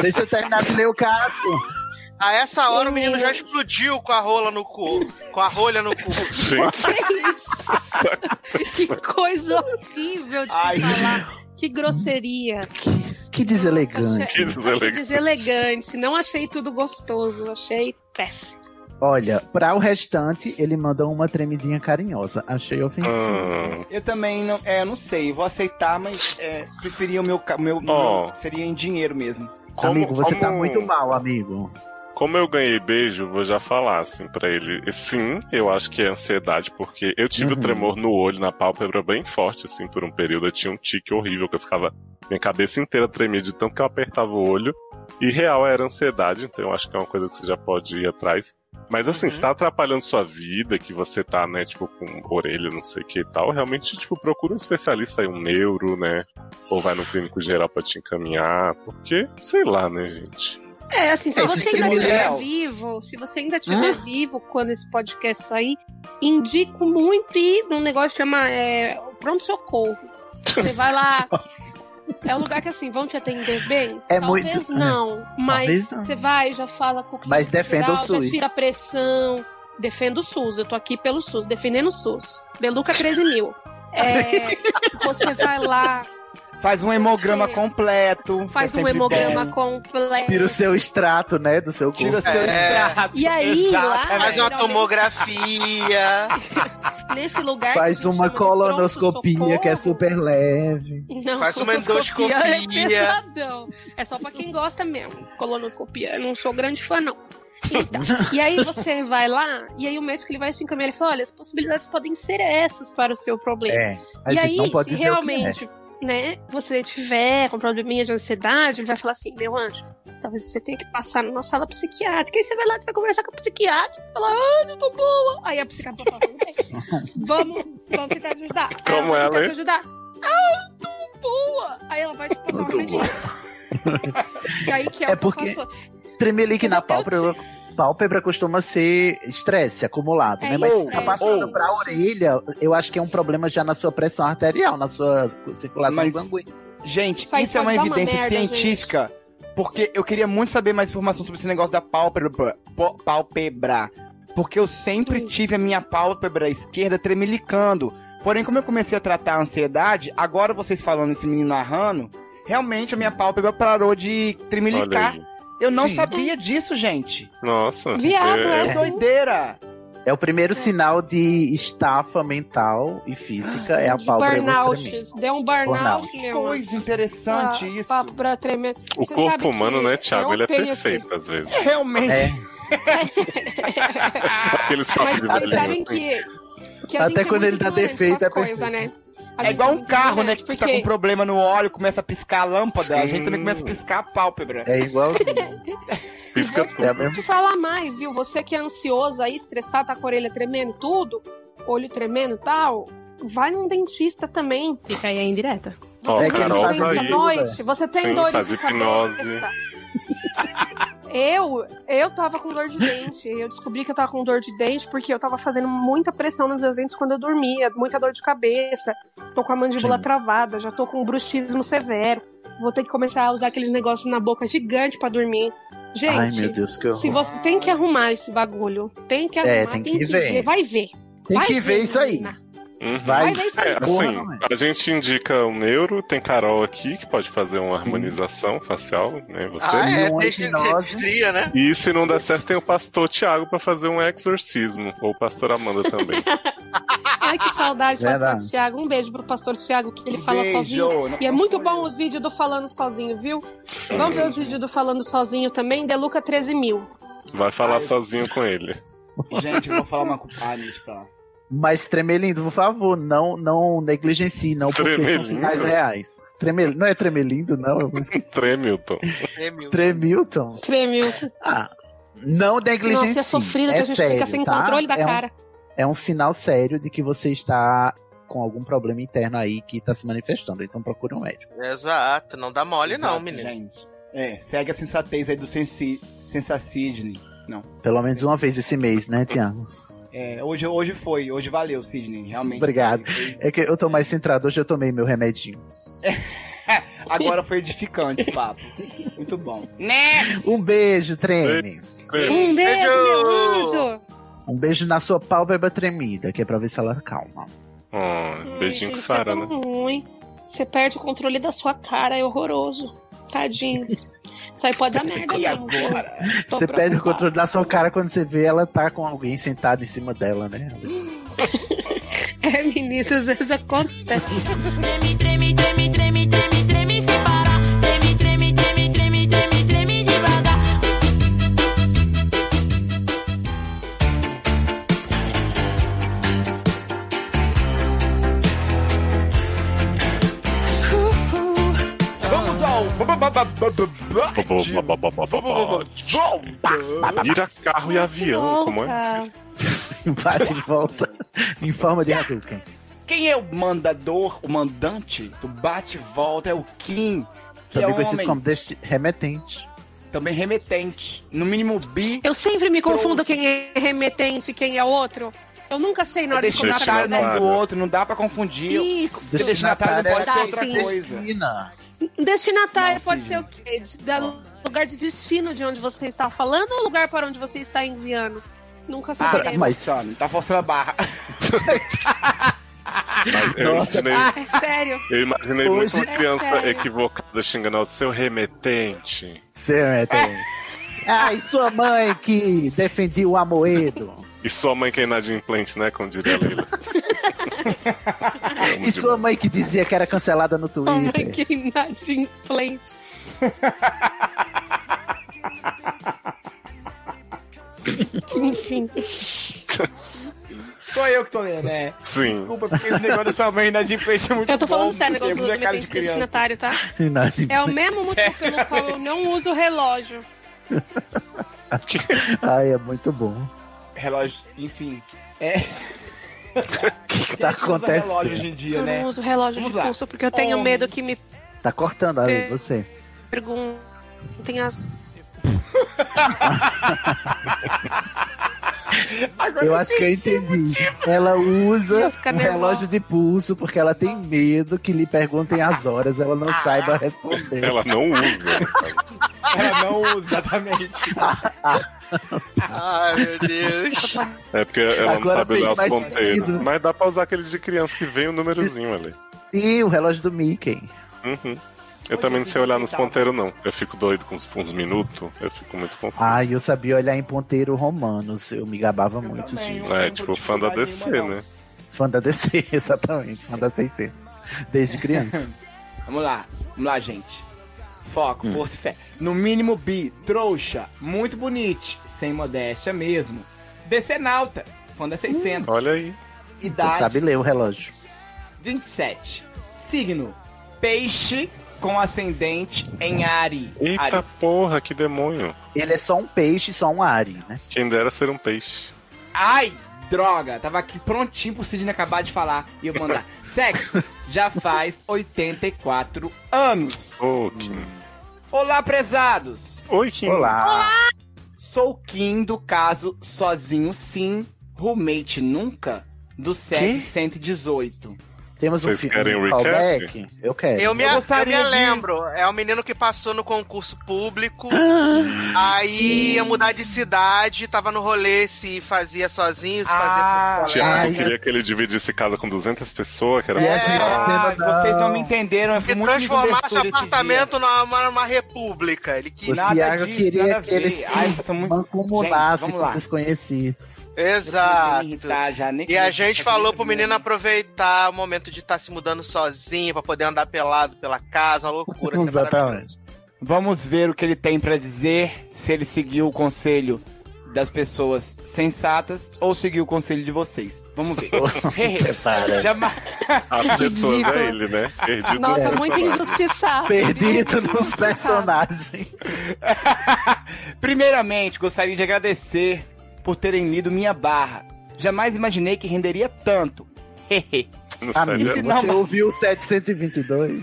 Speaker 1: Deixa eu terminar de ler o caso.
Speaker 3: A
Speaker 4: [LAUGHS]
Speaker 3: essa hora o menino já explodiu com a rola no cu. Com a rolha no cu.
Speaker 5: [LAUGHS] Gente,
Speaker 2: [LAUGHS] Que isso? [LAUGHS] que coisa horrível de se
Speaker 4: Ai.
Speaker 2: falar. Que grosseria.
Speaker 1: Que deselegante.
Speaker 5: que
Speaker 2: Achei
Speaker 5: deselegante.
Speaker 2: deselegante. Não achei tudo gostoso. Achei péssimo.
Speaker 1: Olha, pra o restante, ele mandou uma tremidinha carinhosa. Achei ofensivo.
Speaker 5: Ah,
Speaker 4: Eu também não, é, não sei, vou aceitar, mas é, preferia o meu, ca- meu,
Speaker 5: Ó.
Speaker 4: meu- seria em dinheiro mesmo.
Speaker 5: como-
Speaker 1: amigo, você tá
Speaker 5: como-
Speaker 1: muito mal, amigo.
Speaker 5: Como eu ganhei beijo, vou já falar assim pra ele. Sim, eu acho que é ansiedade, porque eu tive
Speaker 1: Uhum.
Speaker 5: o tremor no olho, na pálpebra bem forte, assim, por um período. Eu tinha um tique horrível que eu ficava. Minha cabeça inteira tremia de tanto que eu apertava o olho. E real era ansiedade, então eu acho que é uma coisa que você já pode ir atrás. Mas assim,
Speaker 3: Uhum.
Speaker 5: se tá atrapalhando sua vida, que você tá, né, tipo, com orelha, não sei o que e tal, realmente, tipo, procura um especialista aí, um neuro, né? Ou vai no clínico geral pra te encaminhar, porque, sei lá, né, gente.
Speaker 2: É, assim, se
Speaker 1: É,
Speaker 2: você
Speaker 1: isso
Speaker 2: ainda
Speaker 1: é
Speaker 2: estiver
Speaker 4: legal.
Speaker 2: vivo, se você ainda estiver vivo quando esse podcast sair, indico muito ir num negócio que chama é, pronto-socorro.
Speaker 1: [LAUGHS]
Speaker 2: Você vai lá. É um lugar que assim, vão te atender bem?
Speaker 1: É
Speaker 2: Talvez
Speaker 1: muito-
Speaker 2: não, mas
Speaker 1: Talvez não.
Speaker 2: você vai, já fala com o cliente
Speaker 1: Mas defenda
Speaker 2: geral,
Speaker 1: o SUS.
Speaker 2: Já tira a pressão. Defenda o SUS, eu tô aqui
Speaker 1: [LAUGHS]
Speaker 2: pelo SUS, defendendo o SUS. Deluca 13 mil. É, você vai lá,
Speaker 4: Faz um hemograma completo.
Speaker 2: Faz
Speaker 4: que é
Speaker 2: um
Speaker 4: sempre
Speaker 2: hemograma
Speaker 4: bom.
Speaker 2: completo.
Speaker 1: Tira o seu extrato, né? Do seu corpo.
Speaker 4: Tira seu extrato. É,
Speaker 2: E aí, lá,
Speaker 3: Faz uma
Speaker 2: geralmente,
Speaker 3: tomografia.
Speaker 2: nesse lugar. que a
Speaker 1: Faz
Speaker 2: gente
Speaker 1: uma
Speaker 2: chama de
Speaker 1: colonoscopia
Speaker 2: pronto-socorro,
Speaker 1: que é super leve.
Speaker 2: Não,
Speaker 3: Faz uma
Speaker 2: colonoscopia É
Speaker 3: endoscopia.
Speaker 2: pesadão. É só pra quem gosta mesmo. Colonoscopia. Eu não sou grande fã, não. Então, e aí você vai lá, e aí o médico ele vai te encaminhar e fala: olha, as possibilidades podem ser essas para o seu problema.
Speaker 1: É. A
Speaker 2: e
Speaker 1: gente
Speaker 2: aí,
Speaker 1: não pode
Speaker 2: se
Speaker 1: dizer o que é.
Speaker 2: realmente, né, você tiver com probleminha de ansiedade, ele vai falar assim, meu anjo, talvez você tenha que passar numa sala psiquiátrica. Aí você vai lá, você vai conversar com a psiquiatra, fala, ah, não tô boa. Aí a psiquiatra fala, tudo bem,
Speaker 1: [LAUGHS]
Speaker 2: vamos, vamos tentar te ajudar. Aí
Speaker 5: Como
Speaker 2: vai
Speaker 5: ela,
Speaker 2: tentar
Speaker 5: hein?
Speaker 2: te ajudar. Ah, eu tô boa. Aí ela vai te passar uma
Speaker 5: Muito
Speaker 2: medida.
Speaker 5: [LAUGHS]
Speaker 2: E aí que é,
Speaker 1: É
Speaker 2: o que eu
Speaker 1: porque-
Speaker 2: faço.
Speaker 1: é. Tremelique na
Speaker 2: Eu
Speaker 1: pálpebra, pálpebra costuma ser estresse acumulado,
Speaker 2: É
Speaker 1: né? Mas
Speaker 4: isso,
Speaker 1: se tá
Speaker 4: é
Speaker 1: passando
Speaker 4: isso.
Speaker 1: pra orelha, eu acho que é um problema já na sua pressão arterial, na sua circulação
Speaker 4: Mas-
Speaker 1: sanguínea.
Speaker 4: Gente,
Speaker 2: Isso aí
Speaker 4: isso é uma
Speaker 2: pode dar uma
Speaker 4: evidência
Speaker 2: merda,
Speaker 4: científica. Porque eu queria muito saber mais informação sobre esse negócio da pálpebra. pó- pálpebra. Porque eu sempre
Speaker 2: Hum.
Speaker 4: tive a minha pálpebra esquerda tremelicando. Porém, como eu comecei a tratar a ansiedade, agora vocês falando, esse menino narrando, realmente a minha pálpebra parou de
Speaker 5: Olha
Speaker 4: tremelicar.
Speaker 5: aí.
Speaker 4: Eu não
Speaker 1: Sim.
Speaker 4: sabia disso, gente.
Speaker 5: Nossa.
Speaker 2: Viado,
Speaker 5: é-
Speaker 4: Que doideira!
Speaker 1: É o primeiro sinal de estafa mental e física, é a
Speaker 2: de
Speaker 1: pálpebra. tremer.
Speaker 2: burnout. Deu um burnout,
Speaker 1: Burnout.
Speaker 4: Que
Speaker 2: meu. anjo.
Speaker 4: coisa interessante
Speaker 2: Ah,
Speaker 4: isso.
Speaker 2: Pálpebra tremendo.
Speaker 5: O
Speaker 2: Você sabe
Speaker 5: corpo
Speaker 2: que
Speaker 5: humano, né, Thiago?
Speaker 2: eu
Speaker 5: Ele é
Speaker 2: tenho, assim.
Speaker 5: perfeito, às vezes.
Speaker 4: Realmente.
Speaker 1: É.
Speaker 5: Aqueles
Speaker 2: Ah,
Speaker 5: papos
Speaker 2: Mas
Speaker 5: de
Speaker 2: vocês
Speaker 5: velhinho,
Speaker 2: sabem
Speaker 5: assim.
Speaker 2: que, que a
Speaker 1: Até
Speaker 2: gente é
Speaker 1: quando
Speaker 2: muito
Speaker 1: ele dá
Speaker 2: ignorante
Speaker 1: defeito,
Speaker 2: com
Speaker 1: é
Speaker 2: as coisas, né? A
Speaker 4: É
Speaker 2: gente
Speaker 4: igual um
Speaker 2: muito
Speaker 4: carro, né?
Speaker 2: ignorante,
Speaker 4: Que tu tá com problema no óleo, começa a piscar a lâmpada, a gente também
Speaker 5: Sim.
Speaker 4: começa a piscar a pálpebra.
Speaker 1: É
Speaker 2: [LAUGHS]
Speaker 1: igualzinho.
Speaker 5: Pisca
Speaker 2: Vou te-
Speaker 1: É a
Speaker 2: vou te falar mais, viu? Você que é ansioso aí, estressado, tá com a orelha tremendo, tudo, olho tremendo e tal, vai num dentista também.
Speaker 9: Fica aí a indireta.
Speaker 5: Ó,
Speaker 1: É
Speaker 2: Você
Speaker 1: que
Speaker 2: tem
Speaker 1: eles
Speaker 5: Carol,
Speaker 1: fazem
Speaker 2: dores
Speaker 5: tá
Speaker 1: de
Speaker 2: à
Speaker 5: aí.
Speaker 2: noite, você tem
Speaker 5: Sim,
Speaker 2: dores
Speaker 5: faz
Speaker 2: de
Speaker 5: hipnose.
Speaker 2: cabeça. Eu, eu tava com dor de dente. Eu descobri que eu tava com dor de dente porque eu tava fazendo muita pressão nos meus dentes quando eu dormia, muita dor de cabeça. Tô com a mandíbula
Speaker 1: Sim.
Speaker 2: travada, já tô com um bruxismo severo. Vou ter que começar a usar aqueles negócios na boca gigante pra dormir.
Speaker 1: Ai,
Speaker 2: Gente,
Speaker 1: meu Deus, que
Speaker 2: se
Speaker 1: horror.
Speaker 2: você tem que arrumar esse bagulho, tem que arrumar,
Speaker 1: Uhum. É,
Speaker 2: tem,
Speaker 1: tem
Speaker 2: que,
Speaker 1: que ver.
Speaker 2: ver, vai ver.
Speaker 1: Tem
Speaker 2: vai
Speaker 1: que ver isso aí.
Speaker 2: menina.
Speaker 5: Uhum.
Speaker 1: Vai.
Speaker 2: Vai ver isso aí.
Speaker 5: É,
Speaker 1: Porra,
Speaker 5: assim,
Speaker 1: não é.
Speaker 5: a gente indica um neuro, tem Carol aqui, que pode fazer uma harmonização facial, né, você.
Speaker 3: Ah, é,
Speaker 1: não é
Speaker 3: desde
Speaker 1: hipnose.
Speaker 3: tria, né?
Speaker 5: E se não der certo, tem o pastor Tiago pra fazer um exorcismo, ou o pastor Amanda
Speaker 2: [LAUGHS]
Speaker 5: também.
Speaker 2: Ai, que
Speaker 1: [LAUGHS]
Speaker 2: saudade, pastor
Speaker 1: É Verdade.
Speaker 2: Tiago. Um beijo pro pastor Tiago, que ele
Speaker 4: Um
Speaker 2: fala sozinho.
Speaker 4: não-
Speaker 2: E é muito bom os vídeos do falando sozinho, viu?
Speaker 5: Sim,
Speaker 2: Vamos ver os vídeos do falando sozinho também, Deluca 13 mil.
Speaker 5: vai falar
Speaker 4: Ai.
Speaker 5: sozinho com ele.
Speaker 4: Gente, eu vou falar uma coisa. Ah, gente, pra lá.
Speaker 1: Mas tremelindo, por favor, não, não negligencie, não, porque são
Speaker 5: Tremelindo?
Speaker 1: sinais reais. Tremel... Não é tremelindo, não. eu esqueci.
Speaker 5: Tremilton.
Speaker 3: É, meu.
Speaker 1: Tremilton?
Speaker 2: 3 mil.
Speaker 1: [LAUGHS] Ah, não negligencie.
Speaker 2: Nossa, é sofrido que
Speaker 1: é
Speaker 2: a gente
Speaker 1: sério,
Speaker 2: fica sem
Speaker 1: tá?
Speaker 2: controle da
Speaker 1: é um,
Speaker 2: cara.
Speaker 1: É um sinal sério de que você está com algum problema interno aí que está se manifestando. Então procure um médico.
Speaker 3: Exato, não dá mole não,
Speaker 4: Exato,
Speaker 3: menino.
Speaker 4: Gente. É, segue a sensatez aí do sensi... Sensacidney.
Speaker 1: Pelo menos uma vez esse mês, né, Tiago?
Speaker 4: É, hoje, hoje foi, hoje valeu, Sidney, realmente.
Speaker 1: Obrigado.
Speaker 4: Foi-
Speaker 1: É que eu tô mais centrado, hoje eu tomei meu remedinho.
Speaker 4: Agora foi edificante o papo. Muito bom.
Speaker 1: Um beijo, treme.
Speaker 5: Tremilton.
Speaker 2: Um beijo, meu
Speaker 3: Beijo!
Speaker 2: anjo!
Speaker 1: Um beijo na sua pálpebra tremida, que é pra ver se ela calma.
Speaker 2: Ai,
Speaker 5: Oh, beijinho que
Speaker 2: gente, isso é
Speaker 5: Sara,
Speaker 2: tão
Speaker 5: né?
Speaker 2: ruim. Você perde o controle da sua cara, é horroroso.
Speaker 1: [LAUGHS]
Speaker 2: Tadinho. Isso aí pode dar merda.
Speaker 4: E
Speaker 2: mesmo,
Speaker 4: agora?
Speaker 2: viu? Tô
Speaker 1: você perde o
Speaker 2: preocupada.
Speaker 1: controle da sua cara quando você vê ela tá com alguém sentado em cima dela, né?
Speaker 2: [LAUGHS] É, meninas, às vezes acontece.
Speaker 9: Treme, treme, treme, treme, treme, treme sem parar. Treme, treme, treme, treme, treme, treme devagar.
Speaker 4: Vamos ao.
Speaker 5: Vira carro e avião, como é? Esqueci.
Speaker 1: Bate e
Speaker 4: [LAUGHS]
Speaker 1: volta em forma de Hadouken.
Speaker 4: Quem é o mandador, o mandante do bate-volta? É o Kim, que é
Speaker 1: Também
Speaker 4: um
Speaker 1: conhecido
Speaker 4: homem
Speaker 1: como deste remetente.
Speaker 4: também remetente. No mínimo bi.
Speaker 2: Eu sempre me confundo quem é remetente e quem é outro. Eu nunca sei na hora de
Speaker 5: Deixa eu
Speaker 2: contar
Speaker 4: Destinatário
Speaker 5: Destinatário.
Speaker 4: um o nome
Speaker 5: claro.
Speaker 4: do outro, não dá pra confundir.
Speaker 2: Isso.
Speaker 4: Destinatário não pode
Speaker 1: é
Speaker 4: ser
Speaker 2: Dá,
Speaker 4: outra
Speaker 2: sim.
Speaker 4: coisa.
Speaker 1: China.
Speaker 2: Destinatário
Speaker 4: Não,
Speaker 2: pode
Speaker 4: sim.
Speaker 2: ser o quê? De- da- lugar de destino de onde você está falando ou lugar para onde você está enviando? Nunca
Speaker 1: tá
Speaker 4: Ah,
Speaker 2: saberemos.
Speaker 1: mas-
Speaker 4: Tá forçando a barra.
Speaker 5: Mas é eu imaginei,
Speaker 2: É
Speaker 4: [LAUGHS]
Speaker 2: Sério.
Speaker 5: eu imaginei muito
Speaker 1: Hoje-
Speaker 5: uma criança
Speaker 2: É sério.
Speaker 5: equivocada xingando o seu remetente.
Speaker 1: Certo. [LAUGHS] Ah, e sua mãe que defendia o Amoedo.
Speaker 5: E sua mãe que é inadimplente, né? Como diria a Leila.
Speaker 1: [LAUGHS]
Speaker 5: Amo
Speaker 1: E sua
Speaker 5: demais.
Speaker 1: mãe que dizia que era cancelada no
Speaker 2: Sua mãe
Speaker 1: Twitter.
Speaker 2: que é inadimplente.
Speaker 4: [LAUGHS]
Speaker 2: Enfim.
Speaker 4: [LAUGHS] Sou eu que tô lendo, né?
Speaker 5: Sim.
Speaker 4: Desculpa, porque esse negócio da sua mãe na de frente é muito
Speaker 2: Eu tô falando
Speaker 4: bom,
Speaker 2: sério,
Speaker 4: porque é
Speaker 2: negócio do
Speaker 4: muita cara de
Speaker 2: remetente
Speaker 4: criança.
Speaker 2: destinatário, tá?
Speaker 1: [LAUGHS] Inadimplente.
Speaker 2: É o mesmo motivo que eu não falo, eu não uso relógio.
Speaker 1: Ai, é muito bom.
Speaker 4: Relógio, enfim. É, [LAUGHS]
Speaker 1: O que, que tá
Speaker 4: relógio
Speaker 1: acontecendo?
Speaker 4: hoje em dia,
Speaker 2: Eu
Speaker 4: né?
Speaker 2: não uso relógio
Speaker 4: Vamos
Speaker 2: de
Speaker 4: lá.
Speaker 2: pulso porque eu tenho
Speaker 4: Homem.
Speaker 2: medo que me
Speaker 1: Tá cortando
Speaker 2: É.
Speaker 1: ali, você.
Speaker 2: perguntem as.
Speaker 4: Agora
Speaker 1: Eu acho que eu entendi. Ela usa
Speaker 2: Ia ficar
Speaker 1: um
Speaker 2: nervosa.
Speaker 1: relógio de pulso porque ela tem medo que lhe perguntem as horas, ela não saiba responder.
Speaker 5: Ela não usa. né,
Speaker 4: [LAUGHS] Ela não usa, exatamente.
Speaker 3: Ai, meu Deus.
Speaker 4: [LAUGHS]
Speaker 5: É porque ela não
Speaker 1: Agora
Speaker 5: sabe
Speaker 1: fez
Speaker 5: usar os
Speaker 1: mais
Speaker 5: ponteiros.
Speaker 1: sentido.
Speaker 5: Mas dá pra usar aquele de criança que vem o númerozinho ali.
Speaker 1: E o relógio do Mickey.
Speaker 5: Uhum. Eu também não sei olhar nos ponteiros, não. Eu fico doido com os, uns minutos. Eu fico muito confuso.
Speaker 1: Ai, eu sabia olhar em ponteiro romanos, eu me gabava muito
Speaker 4: também.
Speaker 1: de
Speaker 4: não
Speaker 5: é,
Speaker 4: lembro
Speaker 5: tipo,
Speaker 4: de
Speaker 5: fã da
Speaker 4: dificuldade
Speaker 5: DC,
Speaker 4: nenhuma, não.
Speaker 5: né?
Speaker 1: fã da DC, [LAUGHS] exatamente, fã da 600. Desde criança.
Speaker 4: Vamos lá, vamos lá, gente.
Speaker 5: Hum.
Speaker 4: Foco, força e fé. No mínimo bi, trouxa, muito bonite, sem modéstia mesmo. Decenalta, fã da 600.
Speaker 5: Olha aí.
Speaker 1: Você
Speaker 4: Idade,
Speaker 1: sabe ler o relógio.
Speaker 4: 27. Signo, peixe com ascendente em Ari.
Speaker 5: Eita
Speaker 4: Ares.
Speaker 5: porra, que demônio.
Speaker 1: Ele é só um peixe, só um ari, né?
Speaker 5: Quem dera ser um peixe.
Speaker 4: Ai, droga, tava aqui prontinho pro Sidney acabar de falar e eu mandar.
Speaker 5: [LAUGHS]
Speaker 4: Sexo, já faz 84 anos.
Speaker 5: Ô, Kim.
Speaker 4: Olá, prezados.
Speaker 5: Oi, Kim.
Speaker 1: Hum. Olá!
Speaker 4: Sou Kim do caso Sozinho Sim, Roommate Nunca, do SEG
Speaker 1: Quê?
Speaker 4: 118.
Speaker 1: Temos um
Speaker 5: Vocês
Speaker 1: filme
Speaker 5: querem
Speaker 1: um
Speaker 5: recap?
Speaker 1: callback? Eu quero.
Speaker 3: Eu me,
Speaker 4: É, Eu
Speaker 3: eu
Speaker 4: gostaria
Speaker 3: me
Speaker 4: de-
Speaker 3: lembro. É um menino que passou no concurso público.
Speaker 1: Ah,
Speaker 3: Aí
Speaker 4: Sim.
Speaker 3: ia mudar de cidade, tava no rolê se fazia sozinho, se
Speaker 4: Ah,
Speaker 3: fazia
Speaker 5: Tiago
Speaker 1: Ai,
Speaker 5: queria que ele dividisse casa com 200 pessoas, que era
Speaker 1: E a
Speaker 5: possível.
Speaker 1: gente
Speaker 4: Ah,
Speaker 1: não.
Speaker 4: vocês não me entenderam, eu fui
Speaker 3: Se
Speaker 4: muito
Speaker 3: É. transformar seu
Speaker 4: misunderstood esse
Speaker 3: apartamento numa, numa república. Ele
Speaker 1: o
Speaker 3: quis.
Speaker 4: nada
Speaker 1: Thiago
Speaker 4: disso, nada
Speaker 1: queria
Speaker 4: a ver.
Speaker 1: que eles
Speaker 4: Ai, são muito-
Speaker 1: mancomunassem
Speaker 4: Gente,
Speaker 1: com
Speaker 4: vamos lá.
Speaker 1: os desconhecidos.
Speaker 4: dia. Eu comecei a me
Speaker 3: Exato.
Speaker 4: irritar Tá já, nem
Speaker 3: E a
Speaker 4: comecei
Speaker 3: gente
Speaker 4: fazer
Speaker 3: falou
Speaker 4: muita
Speaker 3: pro menino
Speaker 4: merda.
Speaker 3: aproveitar o momento de estar se mudando sozinho, pra poder andar pelado pela casa, uma loucura. isso é
Speaker 1: Exatamente.
Speaker 4: Vamos ver o que ele tem pra dizer, se ele seguiu o conselho das pessoas sensatas ou seguiu o conselho de vocês. Vamos
Speaker 1: [LAUGHS]
Speaker 4: ver. Hehe.
Speaker 1: Prepara.
Speaker 4: Jamais.
Speaker 5: As pessoas,
Speaker 2: Ridículo.
Speaker 5: né, ele, né? Perdido
Speaker 2: Nossa,
Speaker 5: no
Speaker 2: muito
Speaker 5: personagem.
Speaker 2: injustiçado.
Speaker 1: É. Perdido
Speaker 2: Muito
Speaker 1: nos
Speaker 2: injustiçado.
Speaker 1: personagens.
Speaker 4: [LAUGHS] Primeiramente, gostaria de agradecer por terem lido minha barra. Jamais imaginei que renderia tanto. [LAUGHS] Hehe.
Speaker 5: Não sei,
Speaker 1: Amigo,
Speaker 4: se
Speaker 1: você
Speaker 5: né?
Speaker 4: não-
Speaker 1: ouviu o 722?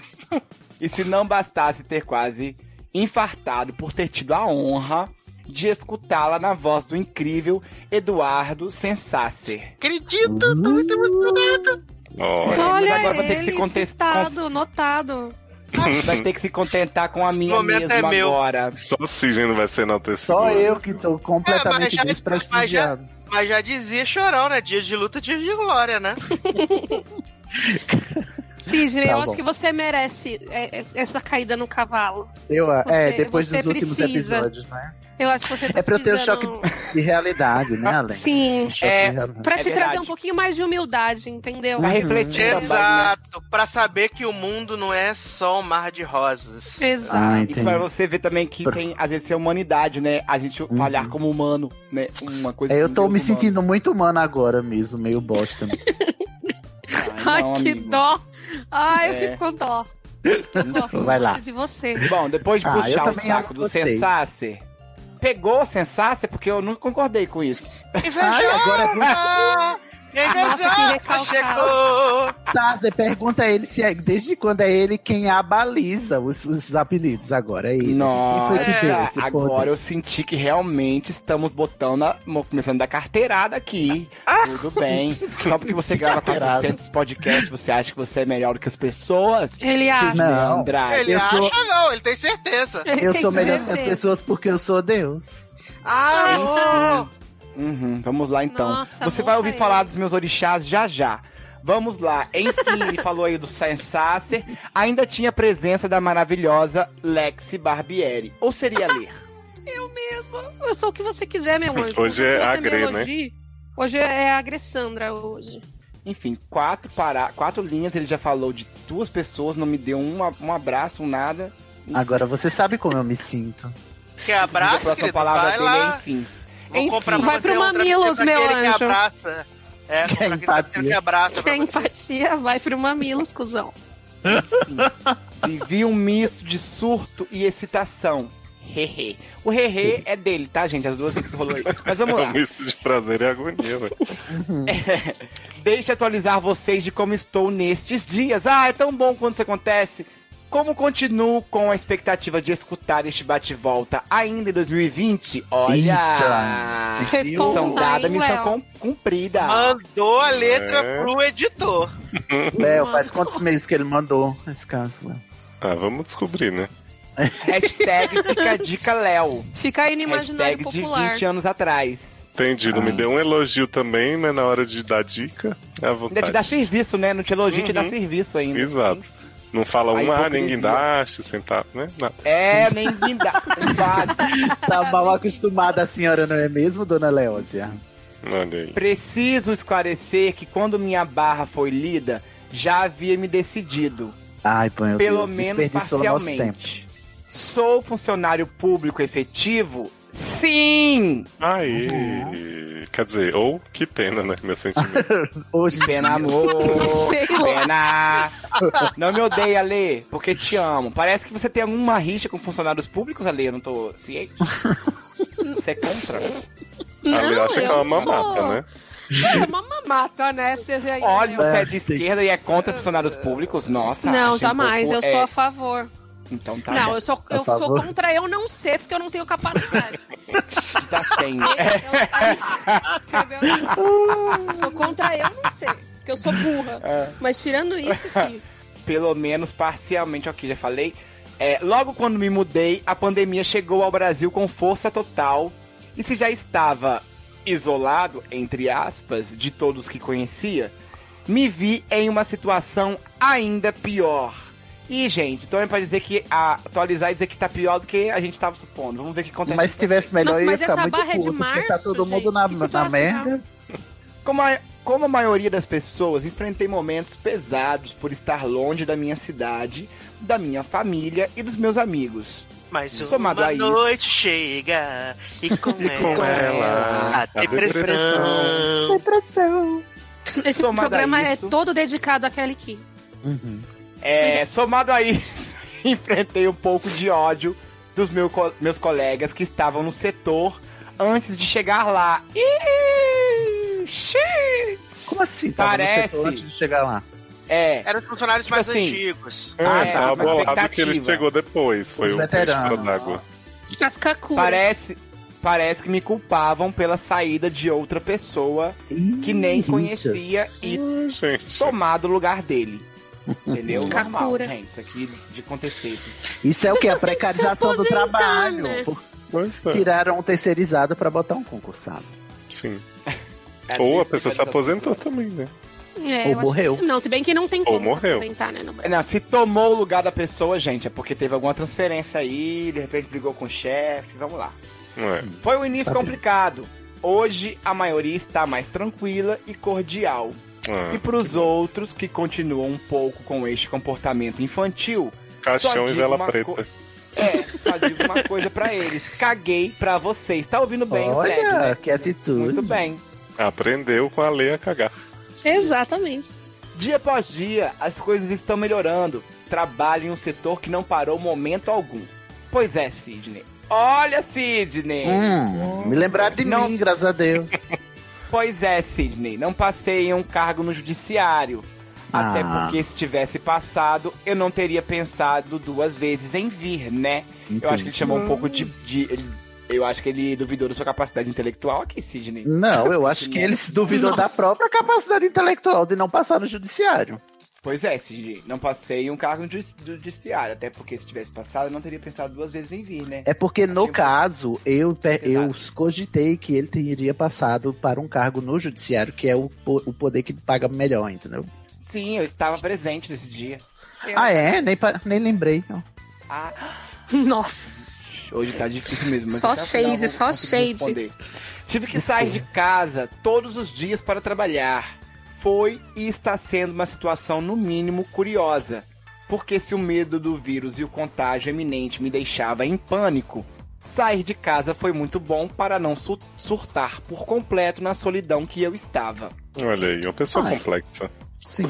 Speaker 4: e se não bastasse ter quase infartado por ter tido a honra de escutá-la na voz do incrível
Speaker 1: [LAUGHS]
Speaker 4: Eduardo Sensasser.
Speaker 3: Acredito, tô muito
Speaker 1: Uh.
Speaker 3: emocionado.
Speaker 5: Olha,
Speaker 4: Mas
Speaker 2: Olha
Speaker 4: agora
Speaker 2: agora
Speaker 4: vou
Speaker 2: ele,
Speaker 4: ter que se contest-
Speaker 2: citado, notado.
Speaker 4: Vai ter que se contentar com a minha
Speaker 3: momento
Speaker 4: mesmo
Speaker 3: é meu.
Speaker 4: agora.
Speaker 5: só o Sigino vai ser enaltecido.
Speaker 1: Só eu que tô
Speaker 3: É, mas
Speaker 1: completamente
Speaker 3: já-
Speaker 1: desprestigiado.
Speaker 3: Mas já dizia chorão, né? Dia de luta, dia de glória, né?
Speaker 2: Sidney,
Speaker 1: Tá
Speaker 2: eu
Speaker 1: bom.
Speaker 2: acho que você merece é, é, essa caída no cavalo.
Speaker 1: Eu, é,
Speaker 2: Você-
Speaker 1: depois
Speaker 2: você
Speaker 1: dos últimos
Speaker 2: precisa.
Speaker 1: episódios, né?
Speaker 2: Eu acho que você tá
Speaker 1: É pra eu ter um
Speaker 2: precisando-
Speaker 1: De realidade, né, Além?
Speaker 2: Sim.
Speaker 4: É,
Speaker 2: Pra
Speaker 4: É
Speaker 2: te
Speaker 4: verdade.
Speaker 2: trazer um pouquinho mais de humildade, entendeu?
Speaker 4: Tá refletindo também, né?
Speaker 3: Exato, pra saber que o mundo não é só um mar de rosas.
Speaker 2: Exato.
Speaker 1: Ah,
Speaker 4: Isso
Speaker 1: entendi.
Speaker 4: pra você ver também que tem, às vezes, a humanidade, né? A gente falhar como humano, né? Uma coisa
Speaker 1: Uhum. É, eu
Speaker 4: assim,
Speaker 1: tô
Speaker 4: Deus
Speaker 1: me
Speaker 4: humano.
Speaker 1: sentindo muito humano agora mesmo, meio
Speaker 4: [LAUGHS]
Speaker 1: bosta.
Speaker 4: Ai,
Speaker 2: Ai,
Speaker 4: não,
Speaker 2: que
Speaker 4: amigo.
Speaker 2: dó. Ai, eu
Speaker 4: É.
Speaker 2: fico com dó. Eu gosto
Speaker 1: Vai lá.
Speaker 2: muito de você.
Speaker 4: Bom, depois de
Speaker 1: Ah, eu
Speaker 4: puxar o
Speaker 1: também
Speaker 4: saco
Speaker 1: amo
Speaker 4: do
Speaker 1: vocês.
Speaker 4: Sensasser, pegou o Sensasser porque eu não concordei com isso.
Speaker 1: Ai, agora é você.
Speaker 3: Ah,
Speaker 2: Nossa, que recalcado.
Speaker 3: chegou!
Speaker 1: Tá, você pergunta a ele se é, desde quando é ele quem abaliza os, os apelidos agora. É ele.
Speaker 4: Nossa,
Speaker 1: Quem foi que fez esse
Speaker 4: agora
Speaker 1: poder? [LAUGHS]
Speaker 4: eu senti que realmente estamos botando, a, mo- começando da carteirada aqui. Tudo bem. Só
Speaker 1: [LAUGHS]
Speaker 4: porque você grava
Speaker 1: Carteirada.
Speaker 4: 400 podcasts, você acha que você é melhor do que as pessoas?
Speaker 2: Ele
Speaker 4: Sidney
Speaker 2: acha.
Speaker 1: Não.
Speaker 4: Andrade.
Speaker 3: Ele
Speaker 1: eu
Speaker 3: acha
Speaker 1: sou-
Speaker 3: não, ele tem certeza.
Speaker 2: Ele [LAUGHS]
Speaker 1: Eu
Speaker 2: tem
Speaker 1: sou melhor que
Speaker 2: certeza.
Speaker 1: as pessoas porque eu sou Deus.
Speaker 3: Ah, ô!
Speaker 4: Uhum, vamos lá então.
Speaker 2: Nossa,
Speaker 4: Você
Speaker 2: vou
Speaker 4: vai ouvir
Speaker 2: sair.
Speaker 4: falar dos meus orixás já já. Vamos lá. Enfim, ele falou aí do Sensacer. Ainda tinha a presença da maravilhosa Lexi Barbieri. Ou seria ler?
Speaker 2: Eu mesmo. Eu sou o que você quiser, meu anjo.
Speaker 5: Hoje é
Speaker 2: Você
Speaker 5: a
Speaker 2: me
Speaker 5: Gre, né?
Speaker 2: elogie. Hoje é a Gressandra, hoje.
Speaker 4: Enfim, quatro, para... quatro linhas, ele já falou de duas pessoas, não me deu um, a- um abraço, um nada.
Speaker 1: Agora você sabe como eu me [LAUGHS] sinto.
Speaker 3: Quer
Speaker 4: a
Speaker 3: abraço,
Speaker 4: próxima
Speaker 3: querido?
Speaker 4: palavra
Speaker 3: Vai
Speaker 4: dele
Speaker 3: lá.
Speaker 4: é enfim.
Speaker 3: Vou
Speaker 4: Enfim.
Speaker 3: comprar pra
Speaker 2: Vai
Speaker 3: você
Speaker 2: pro
Speaker 3: um travesseiro
Speaker 2: Mamilos, meu
Speaker 3: daquele que
Speaker 2: anjo.
Speaker 3: abraça.
Speaker 1: Que
Speaker 3: É,
Speaker 1: é
Speaker 3: comprar aquele travesseiro que
Speaker 1: empatia.
Speaker 3: abraça. pra
Speaker 2: Quem
Speaker 3: você.
Speaker 2: empatia vai pro Mamilos, cuzão.
Speaker 4: Vivi um misto de surto e excitação. Hehe. O hehe é dele, tá, gente? As duas que rolou aí. Mas
Speaker 3: [LAUGHS]
Speaker 4: vamos
Speaker 5: É
Speaker 4: lá.
Speaker 5: um misto de prazer e agonia, velho.
Speaker 4: Deixa eu atualizar vocês de como estou nestes dias. Ah, é tão bom quando isso acontece. Como continuo com a expectativa de escutar este bate-volta ainda em 2020? Olha!
Speaker 1: Eita.
Speaker 4: Missão
Speaker 2: Responsa,
Speaker 4: dada,
Speaker 2: hein,
Speaker 4: missão
Speaker 2: Léo? Ah.
Speaker 4: com- cumprida.
Speaker 3: Mandou a letra
Speaker 5: É.
Speaker 3: pro editor.
Speaker 1: Léo, faz quantos meses que ele mandou esse caso, Léo?
Speaker 5: Ah, vamos descobrir, né?
Speaker 4: Hashtag fica a
Speaker 2: [LAUGHS]
Speaker 4: dica Léo.
Speaker 2: Fica aí no imaginário
Speaker 4: Hashtag de
Speaker 2: popular.
Speaker 4: 20 anos atrás.
Speaker 5: Entendi, não me deu um elogio também, mas na hora de dar dica, é à
Speaker 4: Ainda te
Speaker 5: vontade.
Speaker 4: dá serviço, né? Não te elogia, te dá
Speaker 5: Uhum.
Speaker 4: serviço ainda.
Speaker 5: Exato. Não fala
Speaker 4: A
Speaker 5: um, ah, nem
Speaker 4: hipocrisia.
Speaker 5: guindaste, sentar, né? Nada.
Speaker 4: É, nem guinda. [LAUGHS] um base.
Speaker 1: [LAUGHS] Tá mal acostumada a senhora, não é mesmo, dona Leózia?
Speaker 5: Olha aí.
Speaker 4: Preciso esclarecer que quando minha barra foi lida, já havia me decidido.
Speaker 1: Ai, pô, meu
Speaker 4: pelo
Speaker 1: Deus,
Speaker 4: menos
Speaker 1: desperdiçou o nosso tempo.
Speaker 4: parcialmente. Sou funcionário público efetivo? Sim!
Speaker 5: Aí. Quer dizer, ou que pena, né? Meu sentimento.
Speaker 1: Hoje,
Speaker 4: Pena, amor!
Speaker 2: [LAUGHS] Sei lá.
Speaker 4: Pena! Não me odeia, Lê, porque te amo. Parece que você tem alguma rixa com funcionários públicos, Lê, eu não tô ciente. Você é contra?
Speaker 2: Não,
Speaker 5: Ali acha que é uma
Speaker 2: eu sou-
Speaker 5: mamata, né?
Speaker 2: É uma mamata, né? Você vê aí. né?
Speaker 4: Olha, você é de esquerda e é contra funcionários públicos? Nossa, achei
Speaker 2: Não,
Speaker 4: um
Speaker 2: jamais. Eu
Speaker 4: pouco-
Speaker 2: sou
Speaker 4: é,
Speaker 2: a favor.
Speaker 4: Então tá,
Speaker 2: Não, eu sou, eu sou
Speaker 1: favor?
Speaker 2: contra eu não ser, porque eu não tenho
Speaker 4: [LAUGHS]
Speaker 2: capacidade.
Speaker 4: tá
Speaker 2: [LAUGHS]
Speaker 4: sem.
Speaker 2: Eu- eu-
Speaker 4: [LAUGHS]
Speaker 2: Entendeu? sou contra eu não ser, porque eu sou burra.
Speaker 4: É.
Speaker 2: Mas tirando
Speaker 4: [LAUGHS]
Speaker 2: isso, sim.
Speaker 4: pelo menos parcialmente, ok, já falei. É, logo quando me mudei, a pandemia chegou ao Brasil com força total. E se já estava isolado, entre aspas, de todos que conhecia, me vi em uma situação ainda pior. E, gente, então é pra dizer que a, atualizar e dizer que tá pior do que a gente tava supondo. Vamos ver o que acontece.
Speaker 1: Mas se tivesse melhor,
Speaker 2: Nossa,
Speaker 1: eu ia
Speaker 2: mas
Speaker 1: ficar
Speaker 2: essa
Speaker 1: muito
Speaker 2: barra é de
Speaker 1: puto, porque tá
Speaker 2: março,
Speaker 1: todo mundo
Speaker 2: gente,
Speaker 1: na,
Speaker 2: que
Speaker 1: na
Speaker 2: situação.
Speaker 1: merda.
Speaker 4: Como a, como a maioria das pessoas, enfrentei momentos pesados por estar longe da minha cidade, da minha famha e dos meus amigos.
Speaker 3: Mas
Speaker 4: Somado
Speaker 3: uma
Speaker 4: a isso.
Speaker 3: noite chega
Speaker 4: [LAUGHS]
Speaker 3: e com,
Speaker 5: E com
Speaker 4: ela,
Speaker 5: ela,
Speaker 3: a depressão.
Speaker 2: Esse
Speaker 4: Somado a
Speaker 2: programa é
Speaker 4: isso-
Speaker 2: todo dedicado a Kelly Key.
Speaker 4: É, somado a isso, [LAUGHS] enfrentei um pouco de ódio dos meu co- meus colegas que estavam no setor antes de chegar lá. Ih, xiii.
Speaker 1: Como assim? Tava no
Speaker 4: Parece.
Speaker 1: setor antes de chegar lá.
Speaker 4: É,
Speaker 3: Eram os funcionários
Speaker 4: Tipo
Speaker 3: mais
Speaker 4: assim,
Speaker 3: antigos.
Speaker 4: Ah,
Speaker 5: Ah,
Speaker 4: é,
Speaker 5: tava
Speaker 4: uma
Speaker 5: bolado que ele
Speaker 4: expectativa. Ah,
Speaker 5: chegou depois. Foi
Speaker 1: Os
Speaker 5: o
Speaker 1: veteranos.
Speaker 5: peixe fora d'água.
Speaker 2: As cacuras.
Speaker 4: parece, parece que me culpavam pela saída de outra pessoa que nem conhecia e
Speaker 5: Hum, gente.
Speaker 4: somado o lugar dele. Entendeu? Normal,
Speaker 2: Kakura.
Speaker 4: gente. Isso aqui de acontecer. Esses...
Speaker 1: Isso é o que? A
Speaker 2: As pessoas têm que se
Speaker 1: precarização do
Speaker 2: aposentar,
Speaker 1: trabalho.
Speaker 2: né?
Speaker 1: Porque
Speaker 5: Pois é,
Speaker 1: Tiraram um terceirizado pra botar um concursado.
Speaker 5: Sim.
Speaker 4: É,
Speaker 5: Ou a pessoa se aposentou também, né?
Speaker 2: É,
Speaker 1: Ou
Speaker 2: eu acho
Speaker 1: morreu.
Speaker 2: que- Não, se bem que não tem
Speaker 5: Ou
Speaker 2: como
Speaker 5: morreu.
Speaker 2: se aposentar, né? No Brasil.
Speaker 4: Não, se tomou o lugar da pessoa, gente, é porque teve alguma transferência aí, de repente brigou com o chefe, vamos lá.
Speaker 5: Não é.
Speaker 4: Foi um início
Speaker 1: Sabe.
Speaker 4: complicado. Hoje a maioria está mais tranquila e cordial. E
Speaker 5: Ah,
Speaker 4: para os outros que continuam um pouco com este comportamento infantil,
Speaker 5: caixão e
Speaker 4: digo
Speaker 5: vela
Speaker 4: uma
Speaker 5: preta.
Speaker 4: co- é, só digo uma coisa para eles: caguei para vocês. Tá ouvindo bem, o
Speaker 1: Olha,
Speaker 4: Sérgio? né?
Speaker 1: que atitude.
Speaker 4: Muito bem.
Speaker 5: Aprendeu com a lei a cagar.
Speaker 2: Exatamente.
Speaker 4: Dia após dia, as coisas estão melhorando. Trabalho em um setor que não parou momento algum. Pois é, Sidney. Olha, Sidney!
Speaker 1: Hum, me lembraram de
Speaker 4: Não.
Speaker 1: mim, graças a Deus.
Speaker 4: Pois é, Sidney. Não passei em um cargo no judiciário. Até
Speaker 1: Ah.
Speaker 4: porque se tivesse passado, eu não teria pensado duas vezes em vir, né? Eu acho que ele chamou um pouco de. de- ele- eu acho que ele duvidou da sua capacidade intelectual aqui, Sidney. [LAUGHS]
Speaker 1: Não, eu acho que ele se duvidou da
Speaker 2: Nossa.
Speaker 1: própria capacidade intelectual de não passar no judiciário.
Speaker 4: Pois é, Cid, não passei um cargo do judiciário, até porque se tivesse passado, eu não teria pensado duas vezes em vir, né?
Speaker 1: É porque, no
Speaker 4: Assim,
Speaker 1: caso, eu, pe- eu
Speaker 4: Exato.
Speaker 1: cogitei que ele teria passado para um cargo no judiciário, que é o, po- o poder que paga melhor, entendeu?
Speaker 4: Sim, eu estava presente nesse dia. Eu-
Speaker 1: Ah, é? Nem, pa- nem lembrei. então. não.
Speaker 4: Ah,
Speaker 2: Nossa.
Speaker 4: hoje tá difícil mesmo. mas
Speaker 2: Só
Speaker 4: até o final
Speaker 2: shade,
Speaker 4: eu vou
Speaker 2: só
Speaker 4: conseguir
Speaker 2: shade.
Speaker 4: responder. Tive que sair de casa todos os dias para trabalhar. Foi e está sendo uma situação, no mínimo, curiosa. Porque se o medo do vírus e o contágio iminente me deixava em pânico, sair de casa foi muito bom para não su- surtar por completo na solidão que eu estava.
Speaker 5: Olha aí, uma pessoa
Speaker 1: Ah, é.
Speaker 5: complexa.
Speaker 1: Sim.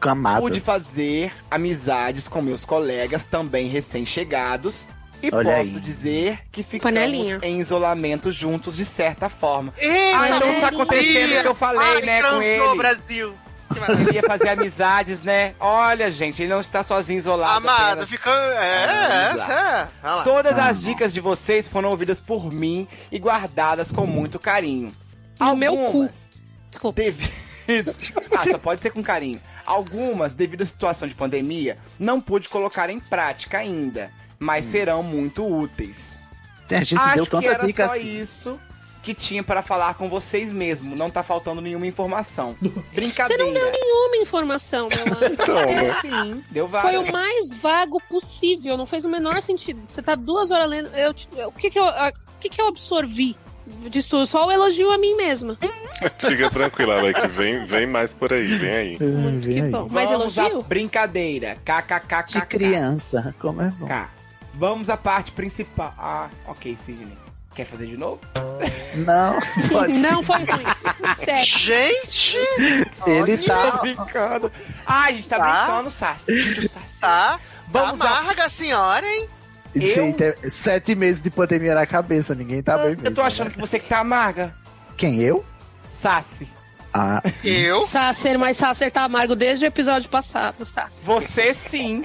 Speaker 1: Camadas.
Speaker 4: Pude fazer amizades com meus colegas também recém-chegados. E
Speaker 1: Olha
Speaker 4: posso
Speaker 1: aí.
Speaker 4: dizer que ficamos
Speaker 2: Panelinha.
Speaker 4: em isolamento juntos de certa forma.
Speaker 3: Eita,
Speaker 4: ah, então tá
Speaker 2: Panelinha.
Speaker 4: acontecendo o que eu falei,
Speaker 3: Ai,
Speaker 4: né, com
Speaker 3: transou,
Speaker 4: ele. [LAUGHS]
Speaker 3: Brasil. Que maravilha.
Speaker 4: Ele ia fazer [LAUGHS] amizades, né? Olha, gente, ele não está sozinho isolado.
Speaker 3: Amado,
Speaker 4: apenas.
Speaker 3: fica. É,
Speaker 4: Ah, vamos
Speaker 3: essa. é. Olha lá.
Speaker 4: Todas
Speaker 1: Ah.
Speaker 4: as dicas de vocês foram ouvidas por mim e guardadas com muito carinho.
Speaker 2: No meu
Speaker 4: Algumas
Speaker 2: Desculpa.
Speaker 4: Devido. [LAUGHS] ah, só pode ser com carinho. Algumas, devido à situação de pandemia, não pude colocar em prática ainda, mas serão muito úteis.
Speaker 1: A Hum. gente deu
Speaker 4: Acho que
Speaker 1: tanta
Speaker 4: era
Speaker 1: dica
Speaker 4: só
Speaker 1: assim.
Speaker 4: isso que tinha para falar com vocês mesmo. Não tá faltando nenhuma informação.
Speaker 2: Você
Speaker 4: Brincadeira.
Speaker 2: não deu nenhuma informação, meu
Speaker 4: [LAUGHS]
Speaker 2: anjo.
Speaker 5: Então, né?
Speaker 4: É, sim, deu
Speaker 2: Foi
Speaker 4: várias.
Speaker 2: o mais vago possível, não fez o menor sentido. Você tá duas horas lendo. Eu, te- eu- o que que eu, a- o que que eu absorvi disso tudo? Só o elogio a mim mesma.
Speaker 5: Fica tranquila, Alec. Vem, vem mais por aí, vem aí.
Speaker 2: Muito que bom. Mas
Speaker 4: Vamos à
Speaker 2: elogio?
Speaker 4: brincadeira.
Speaker 1: De
Speaker 4: KKKKK.
Speaker 1: criança. Como é bom.
Speaker 4: Tá. Vamos à parte principal. Ah, ok, Sidney. Quer fazer de novo?
Speaker 1: Não, [LAUGHS] pode ser.
Speaker 2: Não foi ruim. [LAUGHS] Sério.
Speaker 3: Gente,
Speaker 1: Ele
Speaker 4: Tô
Speaker 1: tá.
Speaker 4: brincando. Ai, a gente tá,
Speaker 3: Tá.
Speaker 4: brincando, Sassi. Gente, o Sassi.
Speaker 3: tá.
Speaker 4: Vamos
Speaker 3: tá
Speaker 4: à
Speaker 3: amarga a senhora, hein?
Speaker 1: Gente, é sete meses de pandemia na cabeça, ninguém tá bem mesmo.
Speaker 4: Ah, Eu tô achando que você que tá amarga.
Speaker 1: né? Quem, eu?
Speaker 4: Sassi,
Speaker 1: Ah,
Speaker 3: Eu?
Speaker 2: Sacer, mas Sacer tá amargo desde o episódio passado, Sacer.
Speaker 4: você sim.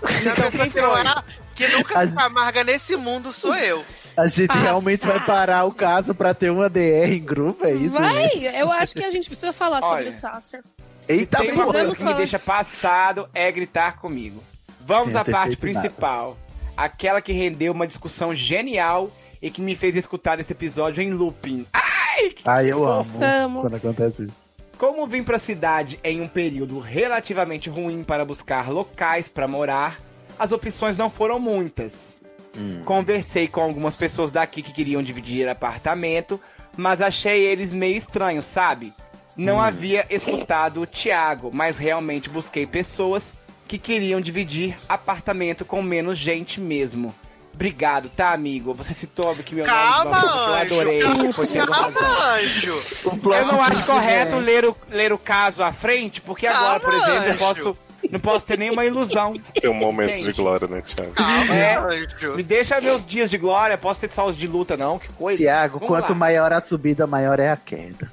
Speaker 3: Então,
Speaker 4: quem foi?
Speaker 3: Que nunca
Speaker 1: As-
Speaker 3: se amarga nesse mundo sou eu.
Speaker 1: a gente
Speaker 2: Ah,
Speaker 1: realmente vai
Speaker 2: saço.
Speaker 1: parar o caso pra ter uma DR em grupo, é isso?
Speaker 2: Vai,
Speaker 1: mesmo?
Speaker 2: eu acho que a gente precisa falar sobre
Speaker 4: Olha.
Speaker 2: o Sacer.
Speaker 1: Eita,
Speaker 4: Se tem uma coisa
Speaker 2: precisamos
Speaker 4: que me
Speaker 2: falar.
Speaker 4: deixa passado é gritar comigo. Vamos
Speaker 1: Sem
Speaker 4: à
Speaker 1: ter
Speaker 4: parte
Speaker 1: feito nada.
Speaker 4: principal. Aquela que rendeu uma discussão genial e que me fez escutar esse episódio em looping.
Speaker 1: Ah, eu amo
Speaker 2: Amo.
Speaker 1: quando acontece isso.
Speaker 4: Como vim pra cidade em um período relativamente ruim para buscar locais pra morar, as opções não foram muitas. Conversei com algumas pessoas daqui que queriam dividir apartamento, mas achei eles meio estranhos, sabe? Não havia escutado o Thiago, mas realmente busquei pessoas que queriam dividir apartamento com menos gente mesmo. Obrigado, tá, amigo? Você citou que meu
Speaker 3: Calma,
Speaker 4: nome de uma forma que eu adorei.
Speaker 3: anjo.
Speaker 4: Foi tendo razão.
Speaker 3: Calma, anjo.
Speaker 4: Eu não acho correto ler o, ler o caso à frente, porque agora, por
Speaker 3: Calma,
Speaker 4: exemplo, eu
Speaker 3: anjo.
Speaker 4: posso, não posso ter nenhuma ilusão.
Speaker 5: Tem um momento de
Speaker 4: Entende?
Speaker 5: glória, né, Thiago?
Speaker 3: Calma,
Speaker 4: É.
Speaker 3: anjo.
Speaker 4: Me deixa meus dias de glória, posso ter só os de luta, não? Que coisa.
Speaker 1: Tiago,
Speaker 4: Vamos
Speaker 1: quanto
Speaker 4: lá.
Speaker 1: maior a subida, maior é a queda.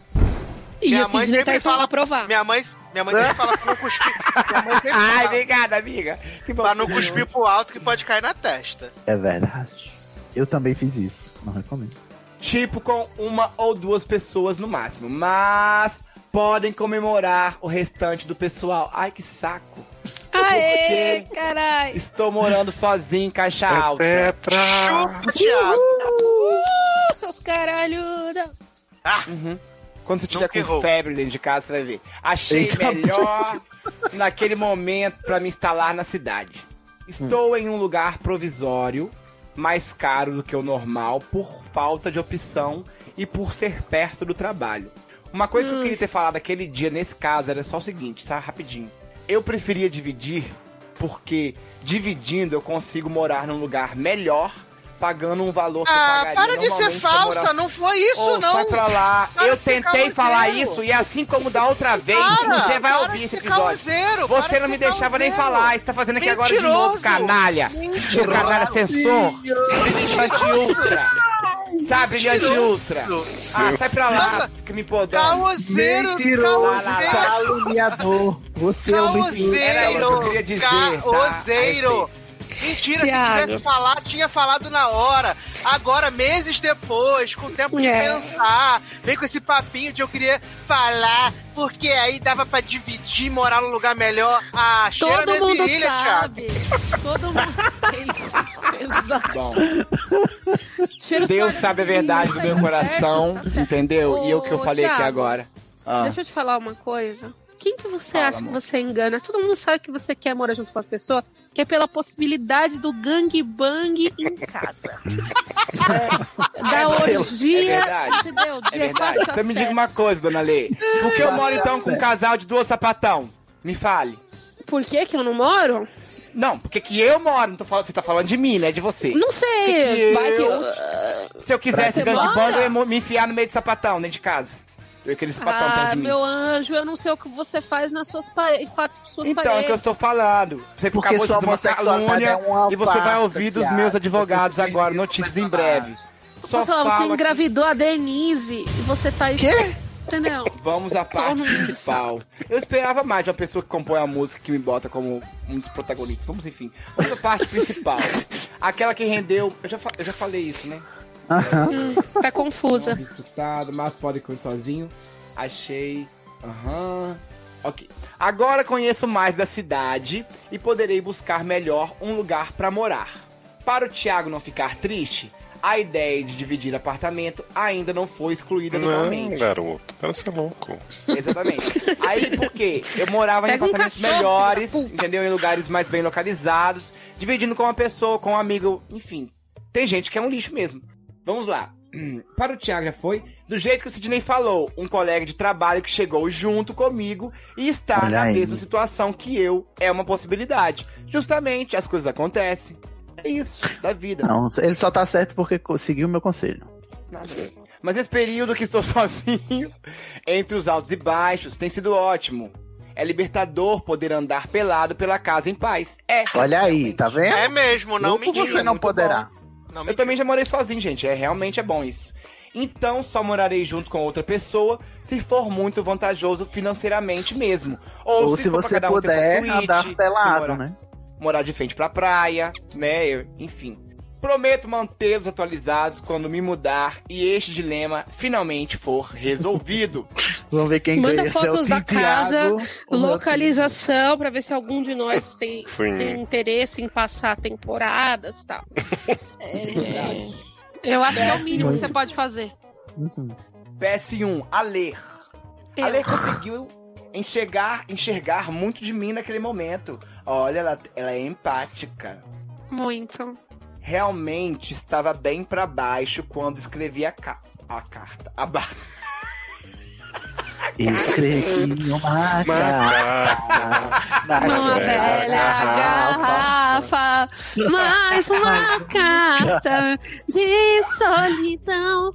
Speaker 2: E
Speaker 3: Minha
Speaker 2: o
Speaker 3: mãe
Speaker 2: Sidney
Speaker 3: sempre
Speaker 2: tá aí pra
Speaker 3: fala-
Speaker 2: aprovar.
Speaker 3: Minha mãe, minha mãe sempre fala pra não cuspir. Minha mãe sempre
Speaker 4: [LAUGHS] Ai,
Speaker 3: fala
Speaker 4: obrigado, amiga. Que bom
Speaker 3: pra
Speaker 4: que
Speaker 3: não
Speaker 4: você
Speaker 3: Tá cuspir pro alto que pode cair na testa.
Speaker 1: É verdade. Eu também fiz isso, não recomendo.
Speaker 4: Tipo com uma ou duas pessoas no máximo. Mas podem comemorar o restante do pessoal. Ai, que saco.
Speaker 2: Aê, caralho.
Speaker 4: Estou morando sozinho em caixa alta.
Speaker 3: Chupa, Thiago.
Speaker 2: Uh, seus caralhuda.
Speaker 4: Uhum. Quando você tiver
Speaker 3: Tá. Nunca
Speaker 4: com
Speaker 3: errou.
Speaker 4: febre dentro de casa, você vai ver. Achei
Speaker 1: Eita,
Speaker 4: melhor naquele momento pra me instalar na cidade. Estou
Speaker 3: Hum.
Speaker 4: em um lugar provisório, mais caro do que o normal, por falta de opção e por ser perto do trabalho. Uma coisa que eu
Speaker 3: Hum.
Speaker 4: queria ter falado aquele dia nesse caso era só o seguinte, sabe? Rapidinho. Eu preferia dividir porque dividindo eu consigo morar num lugar melhor, pagando um valor que
Speaker 3: Ah,
Speaker 4: eu pagaria
Speaker 3: para de ser
Speaker 4: normalmente pra morar
Speaker 3: falsa, não foi isso,
Speaker 4: Ô,
Speaker 3: não.
Speaker 4: Sai pra lá.
Speaker 3: Para
Speaker 4: eu
Speaker 3: de ser
Speaker 4: tentei falar
Speaker 3: caloteiro.
Speaker 4: isso e assim como da outra vez,
Speaker 3: Para,
Speaker 4: você vai
Speaker 3: para
Speaker 4: ouvir
Speaker 3: de
Speaker 4: esse
Speaker 3: ser
Speaker 4: episódio.
Speaker 3: caloseiro, para
Speaker 4: Você
Speaker 3: de
Speaker 4: não me
Speaker 3: ser
Speaker 4: deixava nem
Speaker 3: caloseiro.
Speaker 4: falar. Você tá fazendo aqui agora de novo,
Speaker 3: Mentiroso.
Speaker 4: canalha. Seu canalha censor. Brilhante Ustra. Sabe, Brilhante Ustra. Ah, sai pra lá. Fica me podando.
Speaker 3: Caloseiro,
Speaker 1: Mentiroso,
Speaker 3: caloseiro.
Speaker 1: caluniador. Você é um mentiroso.
Speaker 4: Era isso que eu
Speaker 3: Caoseiro!
Speaker 4: queria dizer, tá? A
Speaker 3: Caoseiro! Mentira,
Speaker 2: Thiago.
Speaker 3: se quisesse falar, tinha falado na hora. Agora, meses depois, com tempo de
Speaker 2: É.
Speaker 3: pensar, vem com esse papinho de eu queria falar, porque aí dava pra dividir, morar num lugar melhor. Ah, cheira
Speaker 2: Todo
Speaker 3: minha
Speaker 2: mundo
Speaker 3: virilha, Thiago.
Speaker 2: sabe. Todo mundo tem
Speaker 3: [LAUGHS]
Speaker 2: isso. Exato.
Speaker 4: Bom,
Speaker 2: Cheira
Speaker 4: Deus
Speaker 2: sua
Speaker 4: sabe a
Speaker 2: virilha,
Speaker 4: verdade do
Speaker 2: tá
Speaker 3: é
Speaker 4: meu
Speaker 2: certo,
Speaker 4: coração,
Speaker 2: tá certo.
Speaker 4: entendeu? e é o que eu
Speaker 2: Ô,
Speaker 4: falei aqui
Speaker 2: Thiago.
Speaker 4: agora. Ah,
Speaker 2: Deixa eu te falar uma coisa. Quem que você
Speaker 4: Fala,
Speaker 2: acha
Speaker 4: amor.
Speaker 2: que você engana? Todo mundo sabe que você quer morar junto com as pessoas, que é pela possibilidade do gangbang em casa. da
Speaker 4: é
Speaker 2: orgia,
Speaker 4: verdade.
Speaker 2: entendeu? De
Speaker 4: É verdade.
Speaker 2: fácil
Speaker 4: Então me diga
Speaker 2: acesso.
Speaker 4: uma coisa, dona Lê. Por que eu moro então com um casal de duas sapatão? Me fale.
Speaker 2: Por que que eu não moro?
Speaker 4: Não, porque que eu moro, não tô falando, você tá falando de mim, né? De você.
Speaker 2: Não sei.
Speaker 4: que
Speaker 2: vai que eu... tipo, ah,
Speaker 4: eu- Se eu quisesse
Speaker 2: Pra semana?
Speaker 4: gangbang, eu ia mo- me enfiar no meio de sapatão, dentro de casa. Eu ia aquele sapatão perto
Speaker 2: Ah,
Speaker 4: de mim.
Speaker 2: meu anjo, eu não sei o que você faz nas suas paredes, com as suas
Speaker 4: Então, é o
Speaker 2: paredes.
Speaker 4: que eu estou falando. Você ficar
Speaker 1: Porque sua
Speaker 4: postando uma
Speaker 1: homossexualidade
Speaker 4: calúnia
Speaker 1: é uma
Speaker 4: e você vai
Speaker 1: farsa,
Speaker 4: ouvir dos
Speaker 1: viado.
Speaker 4: meus advogados
Speaker 1: Você
Speaker 4: agora,
Speaker 1: perdeu o
Speaker 4: notícias em
Speaker 1: personagem.
Speaker 4: breve. Só
Speaker 2: Posso falar, você
Speaker 4: fala que-
Speaker 2: engravidou a Denise e você tá aí.
Speaker 1: Quê?
Speaker 2: Entendeu?
Speaker 4: Vamos à parte
Speaker 2: mundo
Speaker 4: principal. Eu esperava mais de uma pessoa que compõe a música que me bota como um dos protagonistas. Vamos, enfim. Vamos à parte
Speaker 1: [LAUGHS]
Speaker 4: principal. Aquela que rendeu. Eu já, fa- eu já falei isso, né?
Speaker 2: [LAUGHS] Tá confusa.
Speaker 4: Não, disputado, mas pode correr sozinho. Achei. Aham. Ok. Agora conheço mais da cidade e poderei buscar melhor um lugar pra morar. Para o Thiago não ficar triste, a ideia de dividir apartamento ainda não foi excluída
Speaker 5: Não,
Speaker 4: totalmente.
Speaker 5: garoto. Para ser louco.
Speaker 4: Exatamente. Aí, por quê? Eu morava
Speaker 2: Pega
Speaker 4: em
Speaker 2: um
Speaker 4: apartamentos
Speaker 2: cachorro,
Speaker 4: melhores,
Speaker 2: filho da puta.
Speaker 4: entendeu? Em lugares mais bem localizados, dividindo com uma pessoa, com um amigo, enfim. Tem gente que é um lixo mesmo. Vamos lá. Hum, Para o Thiago já foi. Do jeito que o Sidney falou, um colega de trabalho que chegou junto comigo e está
Speaker 1: Olha
Speaker 4: na
Speaker 1: aí.
Speaker 4: mesma situação que eu é uma possibilidade. Justamente, as coisas acontecem. É isso, da vida.
Speaker 1: Não, ele só tá certo porque co- seguiu o meu conselho.
Speaker 4: Nada. Mas esse período que estou [LAUGHS] sozinho, entre os altos e baixos, tem sido ótimo. É libertador poder andar pelado pela casa em paz. É.
Speaker 1: Olha aí, tá vendo?
Speaker 3: É mesmo, não
Speaker 1: Como
Speaker 3: me
Speaker 1: você não
Speaker 4: muito
Speaker 1: poderá.
Speaker 3: Não
Speaker 4: Eu
Speaker 3: mentiu.
Speaker 4: também já morei sozinho, gente. É realmente é bom isso. Então só morarei junto com outra pessoa se for muito vantajoso financeiramente mesmo. Ou,
Speaker 1: Ou se,
Speaker 4: for pra
Speaker 1: você
Speaker 4: cada um ter sua
Speaker 1: puder
Speaker 4: suíte, se
Speaker 1: andar pelado,
Speaker 4: morar-
Speaker 1: né?
Speaker 4: morar de frente pra praia, né? Eu- enfim. Prometo mantê-los atualizados quando me mudar e este dilema finalmente for resolvido.
Speaker 1: Vamos ver quem
Speaker 2: Manda
Speaker 1: ganha. se é o
Speaker 2: fotos
Speaker 1: Tim
Speaker 2: da casa,
Speaker 1: Thiago ou meu
Speaker 2: Localização, pra ver se algum de [LAUGHS] nós tem,
Speaker 5: Sim.
Speaker 2: tem interesse em passar temporadas e tal. [LAUGHS] É, eu acho que é o mínimo que você pode fazer.
Speaker 1: Tim. Uhum.
Speaker 4: PS1, a ler.
Speaker 2: Eu.
Speaker 4: A ler um, conseguiu enxergar, enxergar muito de mim naquele momento. Olha, ela, ela é empática.
Speaker 2: Muito.
Speaker 4: Realmente estava bem pra baixo quando escrevi a, ca- a carta. A ba-
Speaker 1: Escrevi uma
Speaker 5: Ah,
Speaker 1: carta.
Speaker 2: Uma velha garrafa, mais uma carta de solidão.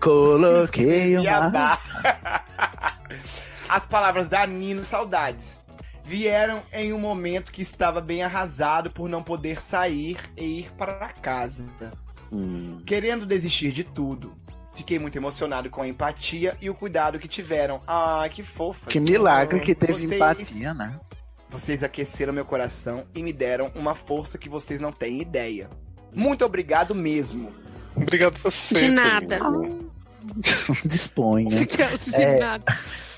Speaker 1: Coloquei
Speaker 4: E a
Speaker 1: uma
Speaker 4: ba- [LAUGHS] As palavras da Nina Saudades vieram em um momento que estava bem arrasado por não poder sair e ir para casa.
Speaker 1: Hum.
Speaker 4: Querendo desistir de tudo. Fiquei muito emocionado com a empatia e o cuidado que tiveram. Ah, que fofa.
Speaker 1: Que milagre que teve
Speaker 4: Vocês-
Speaker 1: empatia, né? [LAUGHS]
Speaker 4: Vocês aqueceram meu coração e me deram uma força que vocês não têm ideia. Muito obrigado mesmo.
Speaker 5: Obrigado você.
Speaker 2: De
Speaker 5: seu
Speaker 2: nada.
Speaker 5: lindo.
Speaker 1: Dispõe, né?
Speaker 2: De
Speaker 1: É.
Speaker 2: assim, nada.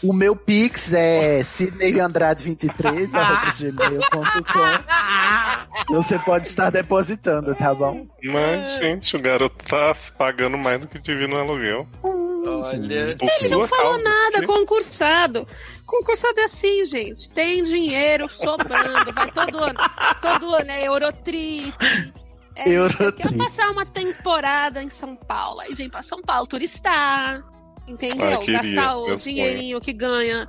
Speaker 1: O meu pix é sidneyandrade23,
Speaker 2: [LAUGHS]
Speaker 1: arroba gmail.com. Você pode estar depositando, tá bom?
Speaker 5: Mas,
Speaker 2: Ah.
Speaker 5: gente, o garoto tá pagando mais do que devia no aluguel.
Speaker 3: Olha.
Speaker 5: Por
Speaker 2: Ele não
Speaker 5: sua
Speaker 2: falou
Speaker 5: causa.
Speaker 2: nada, concursado. Concursado é assim, gente. Tem dinheiro sobrando, vai todo ano. Todo ano é Eurotrip. É,
Speaker 1: Eurotrip.
Speaker 2: Quer passar uma temporada em São Paulo. Aí vem pra São Paulo turistar. Entendeu?
Speaker 5: Ah, queria,
Speaker 2: Gastar o
Speaker 5: meu
Speaker 2: dinheirinho que ganha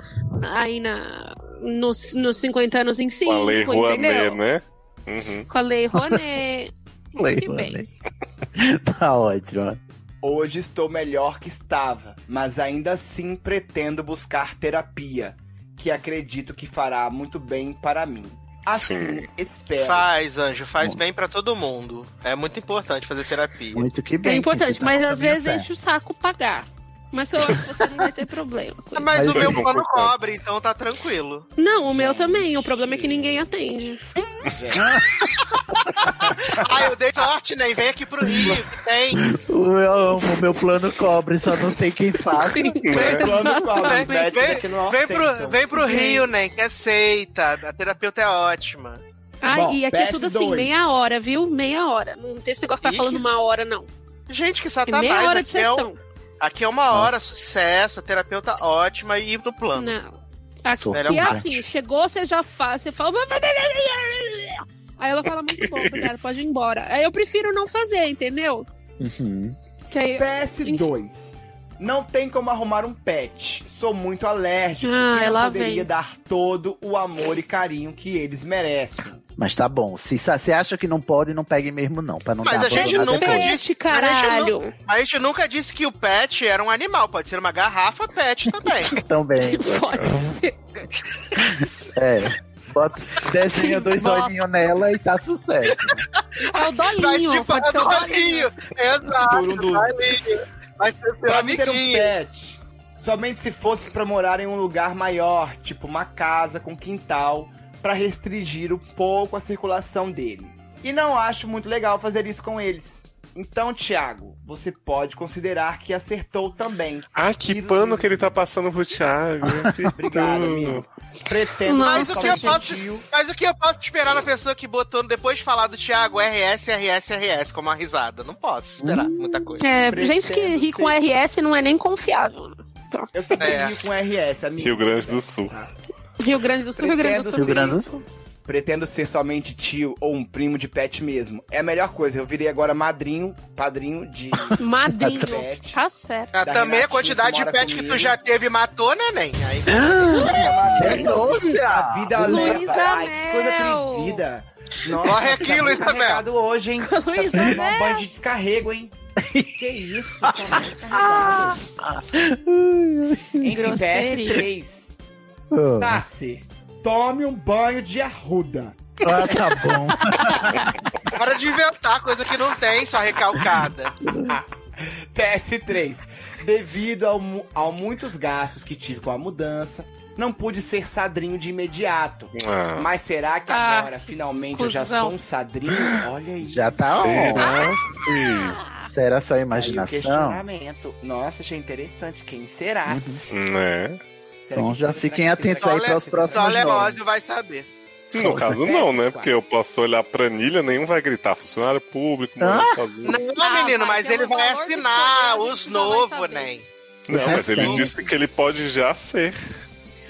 Speaker 2: aí na, nos, nos 50 anos em 5,
Speaker 5: Com a Lei Rouanet,
Speaker 2: tipo, entendeu?
Speaker 5: né? Uhum.
Speaker 2: Com a Lei Rouanet.
Speaker 1: Leila,
Speaker 2: bem.
Speaker 1: né? Tá ótimo.
Speaker 4: Hoje estou melhor que estava, mas ainda assim pretendo buscar terapia, que acredito que fará muito bem para mim. Assim,
Speaker 5: Sim.
Speaker 4: espero.
Speaker 3: Faz, anjo, faz bem pra todo mundo. É muito importante fazer terapia.
Speaker 1: Muito que
Speaker 2: É
Speaker 1: bem. tá
Speaker 2: importante, tá mas às vezes
Speaker 1: a
Speaker 2: enche o saco pagar. Mas eu acho que você não vai ter problema. com
Speaker 3: Ah,
Speaker 2: isso.
Speaker 3: Mas,
Speaker 5: Mas
Speaker 3: o
Speaker 5: eu
Speaker 3: meu
Speaker 5: não
Speaker 3: plano
Speaker 5: concordo.
Speaker 3: cobre, então tá tranquilo.
Speaker 2: Não, o meu também. O problema é que ninguém atende.
Speaker 3: Ai, eu dei sorte, né? Vem aqui pro Rio, que tem.
Speaker 1: Eu amo meu plano cobre, só não tem quem faça.
Speaker 3: Vem, vem- vem
Speaker 2: então.
Speaker 3: pro, vem pro Rio, né? Que aceita. A terapeuta é ótima.
Speaker 2: Ai,
Speaker 4: Bom,
Speaker 2: e aqui é tudo assim,
Speaker 4: PS2.
Speaker 2: meia hora, viu? Meia hora. Não tem esse negócio que tá
Speaker 3: Ih.
Speaker 2: falando uma hora, não.
Speaker 3: Gente, que
Speaker 2: É meia
Speaker 3: satanás.
Speaker 2: hora de
Speaker 3: Aqui é,
Speaker 2: sessão.
Speaker 3: um- aqui é uma hora, sucesso, a terapeuta ótima e do plano.
Speaker 2: Não. Aqui
Speaker 3: Velho,
Speaker 2: é
Speaker 3: é um
Speaker 2: assim, chegou, você já faz, você fala. Aí ela fala muito bom, cara, pode ir embora. Aí eu prefiro não fazer, entendeu?
Speaker 1: Uhum.
Speaker 2: Que aí...
Speaker 4: PS2. Não tem como arrumar um pet. Sou muito alérgico
Speaker 2: Ah,
Speaker 4: e não
Speaker 2: lá
Speaker 4: poderia
Speaker 2: vem.
Speaker 4: dar todo o amor e carinho que eles merecem.
Speaker 1: Mas tá bom. Se você acha que não pode, não pegue mesmo, não. Pra não
Speaker 3: Mas
Speaker 1: dar
Speaker 3: a gente
Speaker 1: abandonada
Speaker 3: nunca
Speaker 1: depois.
Speaker 3: disse- Mas
Speaker 2: Peste, caralho.
Speaker 3: A gente nunca disse que o pet era um animal, pode ser uma garrafa pet
Speaker 2: [LAUGHS]
Speaker 3: também.
Speaker 1: Também.
Speaker 2: Pode ser.
Speaker 1: É. Bota, desenha dois
Speaker 2: Nossa.
Speaker 1: olhinhos nela e tá sucesso.
Speaker 2: É o
Speaker 3: Mas
Speaker 2: dolinho,
Speaker 3: tipo,
Speaker 2: pode
Speaker 3: é
Speaker 2: ser um o dolinho.
Speaker 3: dolinho. Exato.
Speaker 4: Turundu.
Speaker 3: Vai ser seu
Speaker 4: Pra mim ter um
Speaker 3: amiguinho.
Speaker 4: pet, somente se fosse pra morar em um lugar maior, tipo uma casa com quintal, pra restringir um pouco a circulação dele. E não acho muito legal fazer isso com eles. Então, Thiago, você pode considerar que acertou também.
Speaker 5: Ah, que
Speaker 4: Isso,
Speaker 5: pano
Speaker 4: isso.
Speaker 5: que ele tá passando pro Thiago. Que
Speaker 4: Obrigado,
Speaker 5: tudo.
Speaker 4: amigo. Pretendo
Speaker 3: Mas o que eu
Speaker 4: somente
Speaker 3: posso-
Speaker 4: gentil.
Speaker 3: Mas o que eu posso esperar da pessoa que botou depois de falar do Thiago RS, RS, RS, como uma risada? Não posso esperar muita coisa.
Speaker 2: É,
Speaker 4: Pretendo
Speaker 2: gente que ri com
Speaker 4: ser.
Speaker 2: RS não é nem confiável.
Speaker 4: Eu também
Speaker 3: É.
Speaker 4: rio com RS, amigo. Tá.
Speaker 5: Rio Grande do Sul.
Speaker 2: Rio Grande do Sul, Rio Grande do Sul.
Speaker 1: Rio Grande do
Speaker 4: Pretendo ser somente tio ou um primo de pet mesmo. É a melhor coisa. Eu virei agora madrinho, padrinho de
Speaker 2: Madrinho.
Speaker 4: pet.
Speaker 2: Tá certo.
Speaker 3: Ah,
Speaker 4: Da
Speaker 3: também
Speaker 4: Renatinha
Speaker 3: a quantidade
Speaker 4: que
Speaker 3: de
Speaker 4: mora
Speaker 3: pet que
Speaker 4: comigo.
Speaker 3: tu já teve matou, neném. Aí,
Speaker 4: É
Speaker 1: Denúncia!
Speaker 4: A vida
Speaker 2: Luísa
Speaker 4: leva. Ai, que coisa
Speaker 2: Mel.
Speaker 4: atrevida. Nossa,
Speaker 3: Corre
Speaker 4: você
Speaker 3: aqui,
Speaker 4: tá
Speaker 3: Luísa Mel.
Speaker 4: carregado hoje, hein? Tá
Speaker 2: Luísa
Speaker 4: precisando tomar
Speaker 2: Mel.
Speaker 4: um banho de descarrego, hein?
Speaker 3: [LAUGHS]
Speaker 4: Que isso, tá muito
Speaker 2: Ah,
Speaker 4: carregado. Enfim,
Speaker 2: grosseria.
Speaker 4: PS3.
Speaker 1: Ah.
Speaker 4: Sassi, tome um banho de arruda.
Speaker 1: Ah, tá bom.
Speaker 3: para de inventar coisa que não tem, só recalcada.
Speaker 4: PS3. Devido ao mu- a muitos gastos que tive com a mudança, não pude ser sadrinho de imediato.
Speaker 5: Ah,
Speaker 4: Mas será que
Speaker 2: Ah,
Speaker 4: agora, finalmente, eu já
Speaker 2: cuzão.
Speaker 4: sou um sadrinho? Olha isso.
Speaker 1: Já tá on.
Speaker 5: será que...
Speaker 1: Será só
Speaker 4: Tá aí o
Speaker 1: imaginação?
Speaker 4: questionamento. Nossa, achei interessante. Quem será?
Speaker 5: Né?
Speaker 4: Será
Speaker 1: Então
Speaker 4: que
Speaker 1: Uhum. já
Speaker 4: será
Speaker 1: fiquem
Speaker 4: que
Speaker 1: atentos
Speaker 4: será
Speaker 3: aí
Speaker 4: que
Speaker 3: para os
Speaker 4: será?
Speaker 3: Só
Speaker 1: próximos Mas
Speaker 3: Leózio vai saber.
Speaker 5: No caso não, né?
Speaker 4: PS4.
Speaker 5: Porque eu posso olhar a planilha, nenhum vai gritar funcionário público, morando sozinho.
Speaker 2: Ah,
Speaker 3: Não, menino, mas
Speaker 2: mas
Speaker 3: ele
Speaker 2: pelo
Speaker 3: vai
Speaker 2: um valor dos
Speaker 3: assinar
Speaker 2: poderes,
Speaker 3: os
Speaker 2: a gente já vai
Speaker 3: novos,
Speaker 2: saber.
Speaker 3: né?
Speaker 5: Não,
Speaker 4: é
Speaker 1: Os
Speaker 5: mas ele
Speaker 1: recentes.
Speaker 5: disse que ele pode já ser.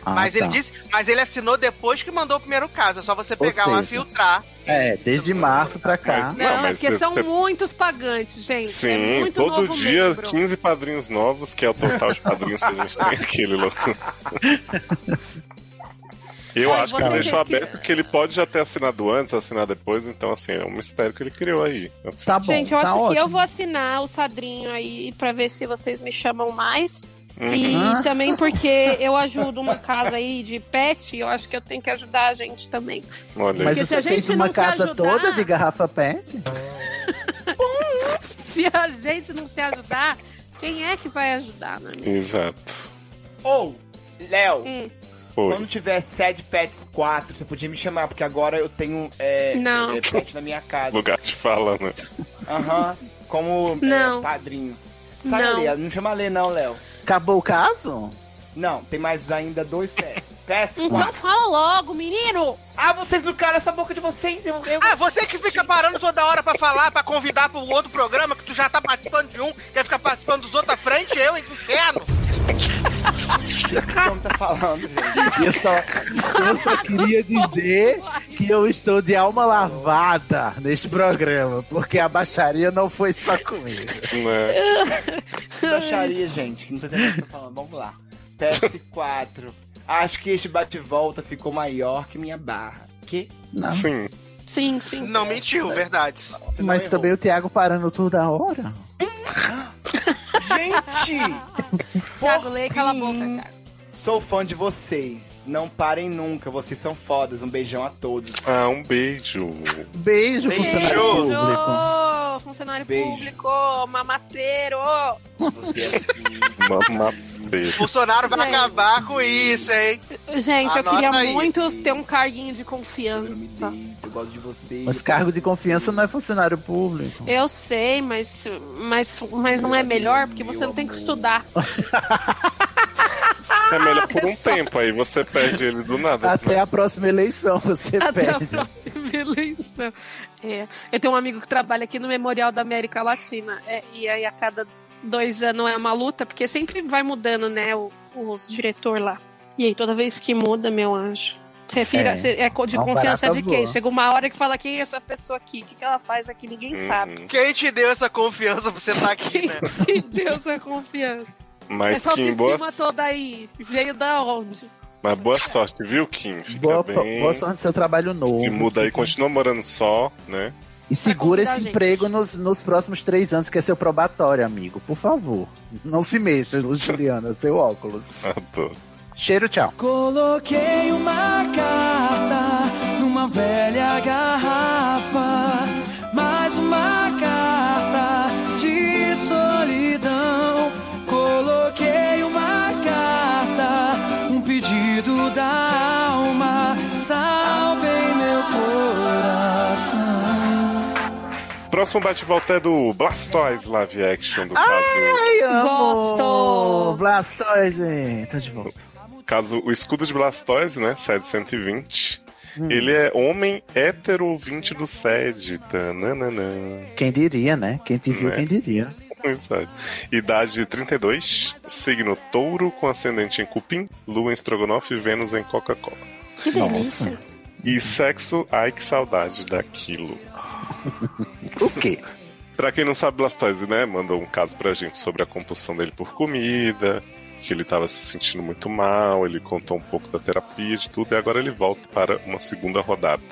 Speaker 1: Ah,
Speaker 3: mas
Speaker 1: tá.
Speaker 3: ele disse, mas ele assinou depois que mandou o primeiro caso. É só você pegar lá e
Speaker 1: seja,
Speaker 3: filtrar.
Speaker 1: É, desde março pra cá.
Speaker 5: Mas-
Speaker 2: Não,
Speaker 5: Não,
Speaker 2: é porque
Speaker 5: você-
Speaker 2: são
Speaker 5: você-
Speaker 2: muitos pagantes, gente. é
Speaker 5: Sim,
Speaker 2: muito
Speaker 5: todo
Speaker 2: novo
Speaker 5: dia
Speaker 2: membro.
Speaker 5: 15 padrinhos novos, que é o total de padrinhos que a gente tem aqui, Lilo.
Speaker 2: [LAUGHS]
Speaker 5: Eu
Speaker 2: Ai,
Speaker 5: acho que
Speaker 2: você
Speaker 5: ele deixou
Speaker 2: fez que-
Speaker 5: aberto porque ele pode já ter assinado antes, assinar depois, então assim, é um mistério que ele criou aí.
Speaker 1: Tá bom.
Speaker 2: gente, eu
Speaker 1: tá
Speaker 2: acho que eu
Speaker 1: ótimo.
Speaker 2: vou assinar o sadrinho aí pra ver se vocês me chamam mais. E
Speaker 1: Uhum.
Speaker 2: também porque eu ajudo uma casa aí de pet, eu acho que eu tenho que ajudar a gente também. [LAUGHS]
Speaker 5: Olha aí.
Speaker 1: Mas
Speaker 2: Porque se
Speaker 1: você
Speaker 2: a
Speaker 1: fez
Speaker 2: gente
Speaker 1: uma
Speaker 2: não se
Speaker 1: casa
Speaker 2: ajudar-
Speaker 1: toda de garrafa pet?
Speaker 2: Se a gente não se ajudar, quem é que vai ajudar, meu amigo?
Speaker 5: Exato.
Speaker 4: Ou, Léo,
Speaker 2: Hum,
Speaker 5: Oi.
Speaker 4: quando tiver Sad Pets 4, você podia me chamar, porque agora eu tenho é,
Speaker 2: Não.
Speaker 4: é, pet na minha casa.
Speaker 5: Lugar de fala, né?
Speaker 4: Aham. Como é,
Speaker 2: Não.
Speaker 4: padrinho. Sai
Speaker 2: Não.
Speaker 4: Lê, não chama Lê não, Léo.
Speaker 1: Acabou o caso?
Speaker 4: Não, tem mais ainda dois PS. PS4.
Speaker 2: Então fala logo, menino!
Speaker 4: Ah, vocês não caram essa boca de vocês. Eu, eu...
Speaker 3: Ah, você que fica parando toda hora pra falar, pra convidar pro outro programa, que tu já tá participando de um, quer ficar participando dos outros à frente, eu, hein, que inferno!
Speaker 4: O que esse homem tá falando, gente?
Speaker 1: Eu só, eu só queria dizer que eu estou de alma lavada neste programa, porque a baixaria não foi só comigo.
Speaker 5: Né?
Speaker 4: Que baixaria, gente. Que não tô entendendo o que você tá falando. Vamos lá. PS4. Acho que este bate-volta ficou maior que minha barra. Que?
Speaker 1: Não,
Speaker 5: Sim.
Speaker 2: Sim, sim.
Speaker 3: Não mentiu, verdade.
Speaker 4: Você não
Speaker 1: mas
Speaker 4: errou.
Speaker 1: também o Thiago parando toda hora.
Speaker 4: Gente!
Speaker 2: Thiago,
Speaker 4: por
Speaker 2: leia e cala a
Speaker 4: fim,
Speaker 2: boca, Thiago.
Speaker 4: Sou fã de vocês. Não parem nunca. Vocês são fodas. Um beijão a todos.
Speaker 5: Ah, um beijo.
Speaker 1: Beijo, funcionário público.
Speaker 2: Beijo! Funcionário
Speaker 4: Beijo.
Speaker 2: público, mamateiro!
Speaker 4: Você é assim.
Speaker 5: Uma beijo.
Speaker 3: Bolsonaro vai
Speaker 2: Gente.
Speaker 3: acabar com isso, hein?
Speaker 2: Gente, eu
Speaker 3: Anota
Speaker 2: queria
Speaker 3: aí.
Speaker 2: muito ter um carguinho de
Speaker 4: Eu não me
Speaker 2: confiança.
Speaker 4: deito, gosto de você.
Speaker 1: Mas cargo de confiança não é funcionário público.
Speaker 2: Eu sei, mas, mas, mas não é melhor porque você não tem que estudar.
Speaker 5: É melhor por um
Speaker 2: Só- Ah,
Speaker 5: tempo, aí você perde ele do nada.
Speaker 1: Até
Speaker 5: né?
Speaker 1: a próxima eleição você
Speaker 2: Até a
Speaker 1: perde.
Speaker 2: próxima eleição. É. Eu tenho um amigo que trabalha aqui no Memorial da América Latina. é, e aí a cada dois anos é uma luta, porque sempre vai mudando, né, o, os diretor lá. E aí toda vez que muda, meu anjo. Você vira,
Speaker 1: É.
Speaker 2: cê é co- de
Speaker 1: É um
Speaker 2: confiança
Speaker 1: barata
Speaker 2: de quem?
Speaker 1: voa.
Speaker 2: Chega uma hora que fala quem é essa pessoa aqui, o que, que ela faz aqui, ninguém sabe.
Speaker 5: Uhum.
Speaker 3: Quem te deu essa confiança pra você estar aqui,
Speaker 2: Quem [LAUGHS] é
Speaker 3: né?
Speaker 2: te deu essa confiança?
Speaker 5: Mas,
Speaker 2: essa
Speaker 5: Kim, boa,
Speaker 2: autoestima toda aí veio da onde?
Speaker 5: mas boa sorte, viu, Kim? Fica
Speaker 1: Boa,
Speaker 5: bem.
Speaker 1: boa sorte do seu trabalho novo.
Speaker 5: Se muda aí, continua morando só, né?
Speaker 1: E segura
Speaker 2: Vai convidar
Speaker 1: esse
Speaker 2: a gente.
Speaker 1: emprego nos, nos próximos três anos, que é seu probatório, amigo. Por favor. Não se mexa, Juliana, seu óculos.
Speaker 5: Ah, Adoro.
Speaker 1: Cheiro, tchau.
Speaker 6: Coloquei uma carta numa velha garrafa, mais uma carta de solidão. Coloquei uma carta, um pedido da alma, salvem meu coração.
Speaker 5: Próximo bate-volta é do Blastoise Live Action, do caso,
Speaker 1: Ai,
Speaker 2: Gosto.
Speaker 1: Blastoise! Tá de volta.
Speaker 5: caso o escudo de Blastoise, né? SED 120. Ele é homem hétero ouvinte do SED. Tananana.
Speaker 1: Quem diria, né? Quem te viu,
Speaker 5: Né?
Speaker 1: quem diria.
Speaker 5: Exato. Idade 32, signo touro com ascendente em cupim, lua em estrogonofe e Vênus em Coca-Cola.
Speaker 2: Que delícia. [LAUGHS]
Speaker 5: E sexo, ai que saudade daquilo.
Speaker 1: O quê?
Speaker 5: Pra quem não sabe, Blastoise, né, mandou um caso pra gente sobre a compulsão dele por comida, que ele tava se sentindo muito mal, ele contou um pouco da terapia, de tudo, e agora ele volta para uma segunda rodada.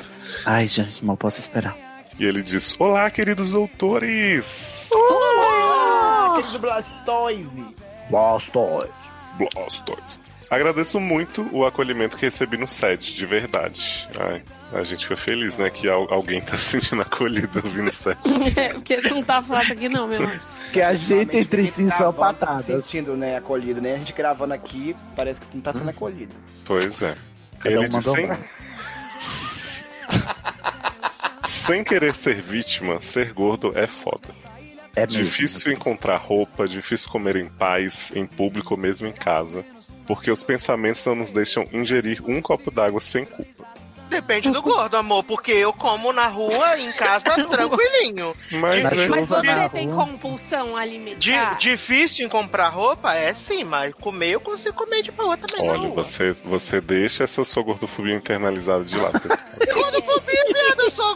Speaker 1: Ai, gente, mal posso esperar.
Speaker 5: E ele diz, olá, queridos doutores!
Speaker 4: Ah, aquele do Blastoise.
Speaker 1: Blastoise.
Speaker 5: Blastoise. Agradeço muito o acolhimento que recebi no set, de verdade. Ai, a gente fica feliz, né? Que al- alguém tá se sentindo acolhido ouvindo o set.
Speaker 2: É, porque não tá fácil aqui não, meu anjo.
Speaker 1: Que a gente entre
Speaker 4: Ultimamente,
Speaker 1: si só
Speaker 4: ninguém gravando, tá se
Speaker 1: patadas.
Speaker 4: sentindo, né, acolhido, né? A gente gravando aqui, parece que não tá sendo acolhido.
Speaker 5: Pois é.
Speaker 1: Cada
Speaker 5: Ele
Speaker 1: um
Speaker 5: diz
Speaker 1: mandou
Speaker 5: sem...
Speaker 1: um.
Speaker 5: sem querer ser vítima, ser gordo é foda.
Speaker 1: É
Speaker 5: Difícil encontrar roupa, difícil comer em paz, em público ou mesmo em casa. Porque os pensamentos não nos deixam ingerir um copo d'água sem culpa.
Speaker 3: Depende do gordo, amor, porque eu como na rua, em casa, tranquilinho.
Speaker 5: Mas,
Speaker 1: Na
Speaker 5: né,
Speaker 2: Mas
Speaker 1: Chuva na
Speaker 2: você tem
Speaker 1: rua.
Speaker 2: compulsão
Speaker 3: Di-
Speaker 2: alimentar?
Speaker 3: Difícil em comprar roupa? É sim, mas comer eu consigo comer de boa também.
Speaker 5: olha,
Speaker 3: não.
Speaker 5: você, você deixa essa sua gordofobia internalizada de
Speaker 2: [LAUGHS]
Speaker 5: lado.
Speaker 3: Viado, eu sou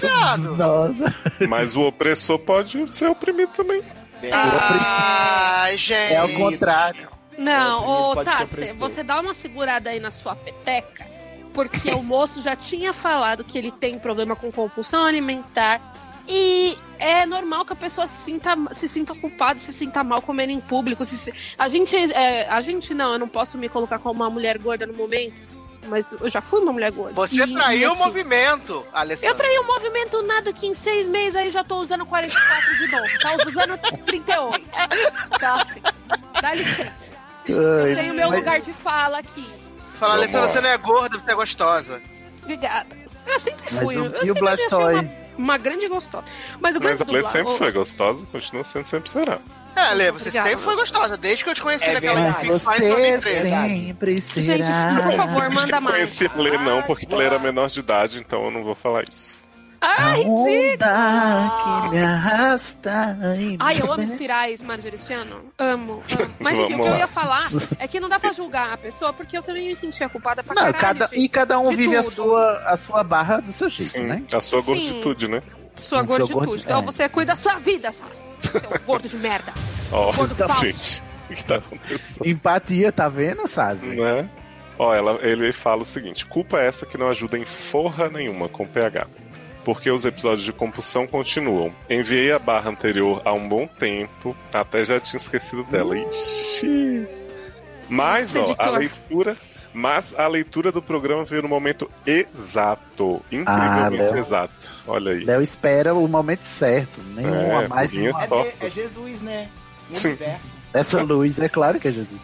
Speaker 1: [LAUGHS]
Speaker 3: viado.
Speaker 1: Nossa.
Speaker 5: Mas o opressor pode ser oprimido também.
Speaker 4: Bem,
Speaker 3: Ah, gente.
Speaker 1: É ao contrário.
Speaker 2: Não, ô
Speaker 4: Pode ser
Speaker 2: Sassi,
Speaker 4: opressor.
Speaker 2: você dá uma segurada aí na sua pepeca, porque o moço já tinha falado que ele tem problema com compulsão alimentar. E é normal que a pessoa se sinta, se sinta culpada, se sinta mal comendo em público. se se- A gente. é, a gente não, eu não posso me colocar como uma mulher gorda no momento. Mas eu já fui uma mulher gorda.
Speaker 3: Você
Speaker 2: E-
Speaker 3: traiu
Speaker 2: e
Speaker 3: o
Speaker 2: assim,
Speaker 3: movimento,
Speaker 2: Eu
Speaker 3: Alessandro.
Speaker 2: traí o movimento nada que em seis meses aí já tô usando 44 de novo. Tá usando 38. Tá assim. Dá licença. Eu tenho um meu lugar de fala aqui.
Speaker 3: Fala,
Speaker 5: Vamos
Speaker 3: Alessandra,
Speaker 5: lá.
Speaker 3: você não é gorda, você é gostosa.
Speaker 2: Obrigada. Eu sempre
Speaker 1: Mas
Speaker 2: fui.
Speaker 1: o-
Speaker 2: eu
Speaker 1: e o
Speaker 2: sempre me achei
Speaker 1: Blastoise?
Speaker 2: uma, uma grande gostosa. Mas o grande
Speaker 5: Mas a Blade
Speaker 2: dubla-
Speaker 5: sempre
Speaker 2: o-
Speaker 5: foi gostosa, continua sendo, sempre será.
Speaker 3: É, Ale, você
Speaker 2: Obrigada,
Speaker 3: sempre foi
Speaker 2: Matheus.
Speaker 3: gostosa, desde que eu te conheci
Speaker 4: É
Speaker 3: naquela
Speaker 4: verdade.
Speaker 1: Mas
Speaker 3: Pink Fly em
Speaker 1: você
Speaker 3: 2013.
Speaker 1: sempre será.
Speaker 2: Gente, por favor,
Speaker 5: Acho que
Speaker 2: manda
Speaker 5: eu
Speaker 2: mais.
Speaker 5: conheci a Lê não, porque ela era menor de idade, então eu não vou falar isso.
Speaker 1: A Ah,
Speaker 2: Ai,
Speaker 1: onda
Speaker 2: ridículo.
Speaker 1: que me arrasta.
Speaker 2: Ai, eu amo espirais, Marjorie esse ano. Amo,
Speaker 5: [LAUGHS]
Speaker 2: amo. Mas enfim, o
Speaker 5: Vamos
Speaker 2: que eu
Speaker 5: lá.
Speaker 2: ia
Speaker 5: [LAUGHS]
Speaker 2: falar é que não dá pra julgar a pessoa, porque eu também me sentia culpada pra
Speaker 1: Não,
Speaker 2: caralho,
Speaker 1: cada,
Speaker 2: gente.
Speaker 1: e cada um
Speaker 2: de
Speaker 1: vive a
Speaker 2: tudo.
Speaker 1: sua, a sua barra do seu jeito,
Speaker 5: Sim,
Speaker 1: né?
Speaker 5: a sua
Speaker 2: Sim.
Speaker 5: gorditude, né?
Speaker 2: Sua
Speaker 1: Não sou
Speaker 2: gorditude.
Speaker 1: gordo,
Speaker 2: então
Speaker 1: é.
Speaker 2: você cuida da sua vida, Sassi. Seu gordo de merda.
Speaker 5: Ó,
Speaker 2: Gordo falso.
Speaker 5: [LAUGHS] gente, o que tá acontecendo?
Speaker 1: Empatia, tá vendo, Sazi?
Speaker 5: Né? Ó, ela, ele fala o seguinte: culpa é essa que não ajuda em forra nenhuma com PH. Porque os episódios de compulsão continuam. Enviei a barra anterior há um bom tempo, até já tinha esquecido dela. Ixi. Mas,
Speaker 2: Nossa,
Speaker 5: ó, a
Speaker 2: editor.
Speaker 5: leitura. Mas a leitura do programa veio no momento exato.
Speaker 1: Ah,
Speaker 5: Incrivelmente
Speaker 1: Léo.
Speaker 5: exato. Olha aí.
Speaker 1: Léo espera o momento certo. Nenhum
Speaker 5: É,
Speaker 1: a mais,
Speaker 5: minha
Speaker 1: nenhum a
Speaker 4: É,
Speaker 5: top.
Speaker 4: de- é Jesus, né? No
Speaker 5: Sim.
Speaker 4: universo.
Speaker 1: Essa luz, é claro que é Jesus.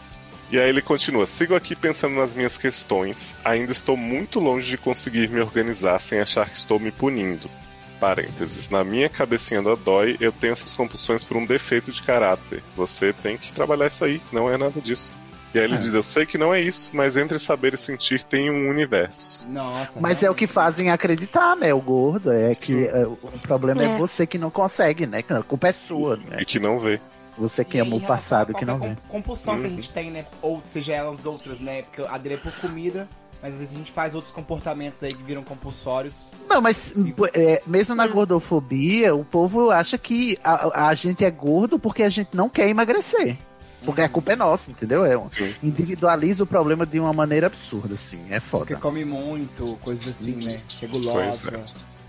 Speaker 5: E aí ele continua: sigo aqui pensando nas minhas questões. Ainda estou muito longe de conseguir me organizar sem achar que estou me punindo. Parênteses. Na minha cabecinha da dói, eu tenho essas compulsões por um defeito de caráter. Você tem que trabalhar isso aí, não é nada disso. E aí ele diz: Eu sei que não é isso, mas entre saber e sentir tem um universo.
Speaker 4: Nossa.
Speaker 1: Mas é o que fazem acreditar, né? O gordo. É que é, o problema é.
Speaker 2: É.
Speaker 1: você que não consegue, né? que A culpa é sua, né?
Speaker 5: E que não vê.
Speaker 1: Você que
Speaker 2: é
Speaker 1: ama o passado que não vê.
Speaker 4: compulsão que a
Speaker 5: Uhum.
Speaker 4: gente tem, né? Ou seja, elas outras, né? Porque a dele é por comida, mas às vezes a gente faz outros comportamentos aí que viram compulsórios.
Speaker 1: Não, mas
Speaker 4: Sim.
Speaker 1: pô, é, mesmo na gordofobia, o povo acha que a, a gente é gordo porque a gente não quer emagrecer. Porque a culpa é nossa, entendeu? É, um-
Speaker 5: Sim.
Speaker 1: individualiza o problema de uma maneira absurda, assim. É
Speaker 4: Porque
Speaker 1: foda.
Speaker 4: come muito, coisas assim, né? Que é gulosa.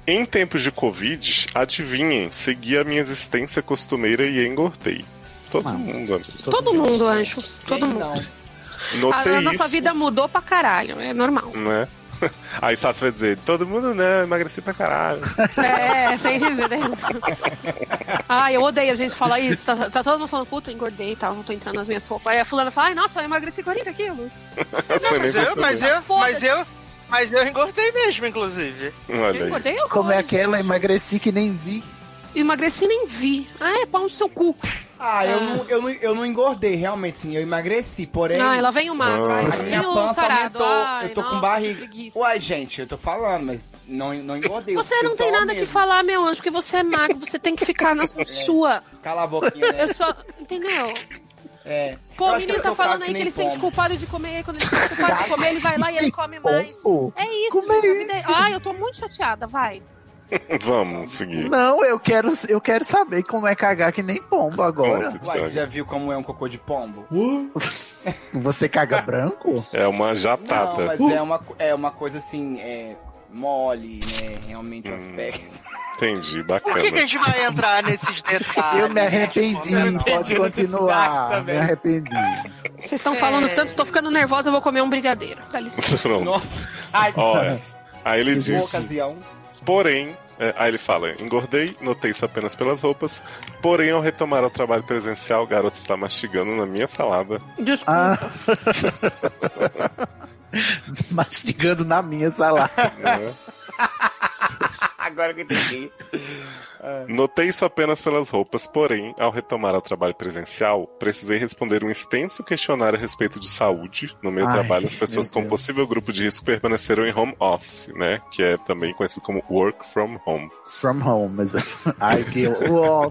Speaker 5: Em tempos de Covid, adivinhem, segui a minha existência costumeira e engordei. Todo
Speaker 1: Ah.
Speaker 5: mundo, amigo.
Speaker 2: Todo mundo, anjo. Todo
Speaker 4: Quem
Speaker 2: mundo.
Speaker 4: Não.
Speaker 5: Notei
Speaker 2: A, a nossa
Speaker 5: isso,
Speaker 2: vida mudou pra caralho, é
Speaker 5: [LAUGHS]
Speaker 2: normal.
Speaker 5: né? Aí Sassi vai dizer, todo mundo, né? Emagreci pra caralho.
Speaker 2: É, sem rever. Ai, eu odeio a gente falar isso. Tá, tá todo mundo falando, puta, eu engordei e tal, não tô entrando nas minhas roupas. Aí a fulana fala, ai, nossa, eu emagreci 40 quilos.
Speaker 5: Você nem
Speaker 3: Mas eu,
Speaker 5: percebeu.
Speaker 3: mas eu, mas
Speaker 2: Foda-se.
Speaker 3: eu, mas eu engordei mesmo, inclusive.
Speaker 2: Eu
Speaker 5: Olha aí.
Speaker 2: engordei horrores,
Speaker 1: Como é aquela,
Speaker 2: gente.
Speaker 1: emagreci que nem vi.
Speaker 2: Emagreci e nem vi. Ah, é pau no seu cu.
Speaker 4: Ah, eu
Speaker 2: Ah.
Speaker 4: não, eu, não, eu não engordei, realmente, sim. Eu emagreci, porém.
Speaker 2: Ah, ela vem o magro. Ai,
Speaker 5: Ah.
Speaker 4: A
Speaker 2: vem
Speaker 4: minha
Speaker 2: o
Speaker 4: pança
Speaker 2: sarado.
Speaker 4: aumentou,
Speaker 2: Ai,
Speaker 4: eu tô
Speaker 2: nossa,
Speaker 4: com
Speaker 2: que
Speaker 4: barriga.
Speaker 2: preguiça.
Speaker 4: Ué, gente, eu tô falando, mas não, não engordei. eu
Speaker 2: Você
Speaker 4: fiquei
Speaker 2: não tem
Speaker 4: dó
Speaker 2: nada que
Speaker 4: mesmo. É.
Speaker 2: falar, meu anjo, porque você é magro, você tem que ficar
Speaker 4: [LAUGHS]
Speaker 2: na sua.
Speaker 4: Cala a boquinha, né?
Speaker 2: Eu só. Entendeu?
Speaker 4: É.
Speaker 2: Pô,
Speaker 4: Eu
Speaker 2: o
Speaker 4: acho que
Speaker 2: menino
Speaker 4: eu
Speaker 2: tá falando
Speaker 4: tô fraco
Speaker 2: aí
Speaker 4: que
Speaker 2: que
Speaker 4: nem
Speaker 2: ele se sente
Speaker 4: pombo.
Speaker 2: culpado de comer, aí quando ele se sente culpado de comer, ele vai lá e ele come mais.
Speaker 1: Pô,
Speaker 2: É isso,
Speaker 1: Como é
Speaker 2: gente, a vida
Speaker 1: isso?
Speaker 2: Ai, eu tô muito chateada, vai.
Speaker 5: Vamos seguir.
Speaker 1: Não, eu quero, eu quero saber como é cagar que nem pombo agora.
Speaker 5: Pronto,
Speaker 4: Uai, você
Speaker 5: Thiago.
Speaker 4: já viu como é um cocô de pombo?
Speaker 1: Você caga branco?
Speaker 5: É uma
Speaker 4: Não,
Speaker 5: jatada.
Speaker 4: mas é, uma, co- é uma coisa assim, é mole, né? Realmente
Speaker 5: Hum,
Speaker 4: um aspecto.
Speaker 5: Entendi,
Speaker 3: Por que, que a
Speaker 5: bacana.
Speaker 3: gente vai entrar nesses detalhes?
Speaker 1: Eu me arrependi,
Speaker 4: eu entendi
Speaker 1: pode
Speaker 4: a necessidade
Speaker 1: continuar.
Speaker 4: também.
Speaker 1: Me arrependi.
Speaker 2: Vocês
Speaker 4: É.
Speaker 2: estão falando tanto, tô ficando nervosa, eu vou comer um brigadeiro. Dá licença.
Speaker 5: [LAUGHS] Pronto.
Speaker 4: Nossa. Ai,
Speaker 5: Olha, aí ele
Speaker 4: que boa
Speaker 5: diz,
Speaker 4: ocasião.
Speaker 5: porém, é, aí ele fala, engordei, notei isso apenas pelas roupas, porém ao retomar o trabalho presencial, o garoto está mastigando na minha salada.
Speaker 2: Desculpa.
Speaker 1: Ah. [LAUGHS] Mastigando na minha salada.
Speaker 5: né?
Speaker 4: Agora que eu entendi.
Speaker 5: Notei isso apenas pelas roupas, porém, ao retomar o trabalho presencial, precisei responder um extenso questionário a respeito de saúde. No meu
Speaker 1: Ai,
Speaker 5: trabalho, as pessoas
Speaker 1: meu
Speaker 5: com
Speaker 1: Deus.
Speaker 5: possível grupo de risco permaneceram em home office, né? Que é também conhecido como work from home.
Speaker 1: From home. Mas... [LAUGHS] Ai, que.
Speaker 5: [LAUGHS]
Speaker 1: Uó.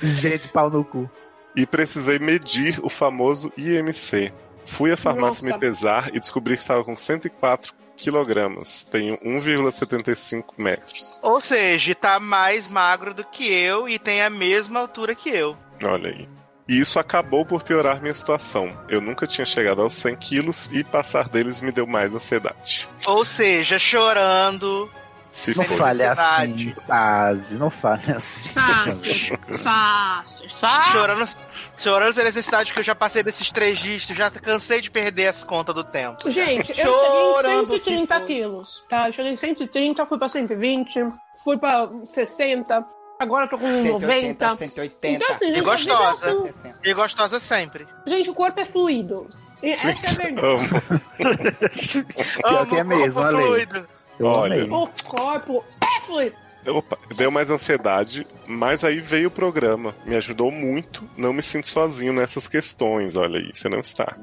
Speaker 1: Gente, pau no cu.
Speaker 5: E precisei medir o famoso IMC. Fui à farmácia
Speaker 2: Nossa.
Speaker 5: me pesar e descobri que estava com 104 quilogramas. Tenho 1,75 metros.
Speaker 3: Ou seja, tá mais magro do que eu e tem a mesma altura que eu.
Speaker 5: Olha aí. E isso acabou por piorar minha situação. Eu nunca tinha chegado aos 100 quilos e passar deles me deu mais ansiedade.
Speaker 3: Ou seja, chorando.
Speaker 5: Se
Speaker 1: Não
Speaker 5: for. [LAUGHS]
Speaker 1: fale assim,
Speaker 3: Felicidade.
Speaker 1: Tase. Não fale assim.
Speaker 2: Fácil, fácil, fácil.
Speaker 3: Chorando, chorando sem necessidade que eu já passei desses três dígitos, já cansei de perder as contas do tempo.
Speaker 10: Gente,
Speaker 4: Chorando
Speaker 10: eu
Speaker 4: se
Speaker 10: cheguei em 130
Speaker 4: for.
Speaker 10: quilos, tá? Eu cheguei em 130, fui pra 120, fui pra 60, agora eu tô com
Speaker 4: 180,
Speaker 10: 90.
Speaker 4: 180.
Speaker 10: Então, assim, gente,
Speaker 3: E gostosa.
Speaker 10: a vida é assim.
Speaker 4: 60.
Speaker 3: E gostosa sempre.
Speaker 10: Gente, o corpo é fluido. E Essa é a verdade.
Speaker 5: Amo.
Speaker 1: Pior
Speaker 3: Amo
Speaker 1: que é
Speaker 3: o
Speaker 1: mesmo,
Speaker 3: corpo
Speaker 1: olha aí.
Speaker 3: fluido.
Speaker 1: Eu
Speaker 5: Olha.
Speaker 1: amei.
Speaker 10: O corpo é fluido.
Speaker 5: Opa, deu mais ansiedade, mas aí veio o programa. Me ajudou muito, não me sinto sozinho nessas questões. Olha aí, você não está.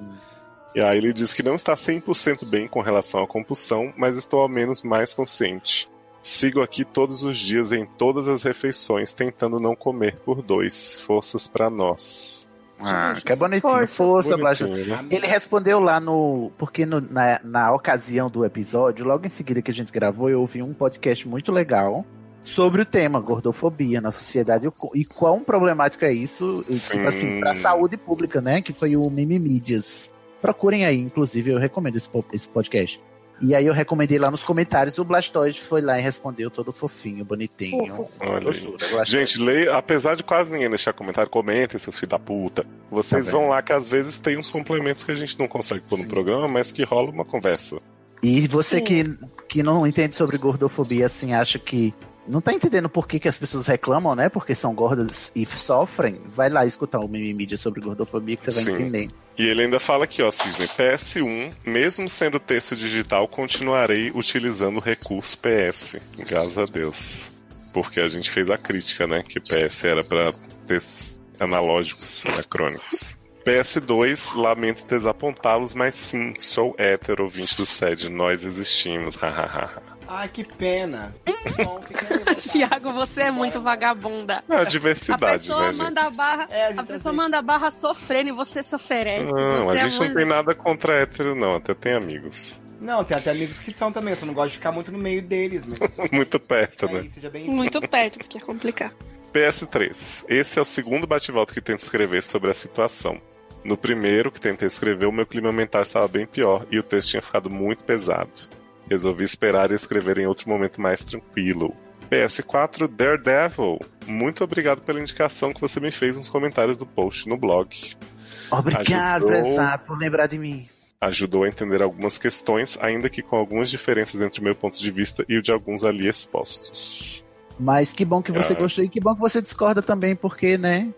Speaker 5: E aí ele diz que não está 100% bem com relação à compulsão, mas estou ao menos mais consciente. Sigo aqui todos os dias em todas as refeições, tentando não comer por dois. Forças pra nós.
Speaker 1: Ah, que é bonitinho. Força, Força Blasto.
Speaker 5: Bonitinho, né?
Speaker 1: Ele respondeu lá no. Porque no- na, na ocasião do episódio, logo em seguida que a gente gravou, eu ouvi um podcast muito legal sobre o tema gordofobia na sociedade e o co- e quão problemático é isso, e,
Speaker 5: Sim.
Speaker 1: tipo assim, pra saúde pública, né? Que foi o Mimimídias. Procurem aí, inclusive, eu recomendo esse, po- esse podcast. E aí eu recomendei lá nos comentários, o Blastoise foi lá e respondeu todo fofinho, bonitinho.
Speaker 5: Olha aí.
Speaker 1: Doçura, Blastoise.
Speaker 5: Gente, leia, apesar de quase ninguém deixar comentário, comentem, seus filhos da puta. Vocês
Speaker 1: Tá bem.
Speaker 5: vão lá que às vezes tem uns complementos que a gente não consegue pôr no programa, mas que rola uma conversa.
Speaker 1: E você
Speaker 10: Sim.
Speaker 1: que, que não entende sobre gordofobia, assim, acha que não tá entendendo por que, que as pessoas reclamam, né? Porque são gordas e sofrem. Vai lá escutar o Mimimídia sobre gordofobia que você vai
Speaker 5: Sim.
Speaker 1: entender.
Speaker 5: E ele ainda fala aqui, ó, Cisne, PS1, mesmo sendo texto digital, continuarei utilizando o recurso PS. Graças a Deus. Porque a gente fez a crítica, né? Que PS era pra textos analógicos anacrônicos. PS2, lamento desapontá-los, mas sim, sou hétero, ouvinte do SED, nós existimos, hahaha.
Speaker 4: Ai, que pena.
Speaker 2: Hum. [LAUGHS]
Speaker 4: Tá
Speaker 2: Tiago, você é muito vagabunda.
Speaker 5: É a diversidade,
Speaker 2: A pessoa
Speaker 5: né, gente?
Speaker 2: manda a barra, a pessoa manda a barra sofrendo e você se oferece.
Speaker 5: Não, a
Speaker 2: você é
Speaker 5: gente não
Speaker 2: muito-
Speaker 5: tem nada contra hétero, não, até tem amigos. [LAUGHS]
Speaker 4: Não, tem até amigos que são também, eu só não gosto de ficar muito no meio deles, mas
Speaker 5: [LAUGHS] Muito perto, né?
Speaker 4: seja bem
Speaker 2: Muito perto, porque é complicado.
Speaker 5: PS3. Esse é o segundo bate-volta que tento escrever sobre a situação. No primeiro que tentei escrever, o meu clima mental estava bem pior e o texto tinha ficado muito pesado. Resolvi esperar e escrever em outro momento mais tranquilo. PS4 Daredevil. Muito obrigado pela indicação que você me fez nos comentários do post no blog.
Speaker 1: Obrigado,
Speaker 5: Ajudou.
Speaker 1: exato, por lembrar de mim.
Speaker 5: Ajudou a entender algumas questões, ainda que com algumas diferenças entre o meu ponto de vista e o de alguns ali expostos.
Speaker 1: Mas que bom que você
Speaker 5: Ah.
Speaker 1: gostou e que bom que você discorda também, porque, né?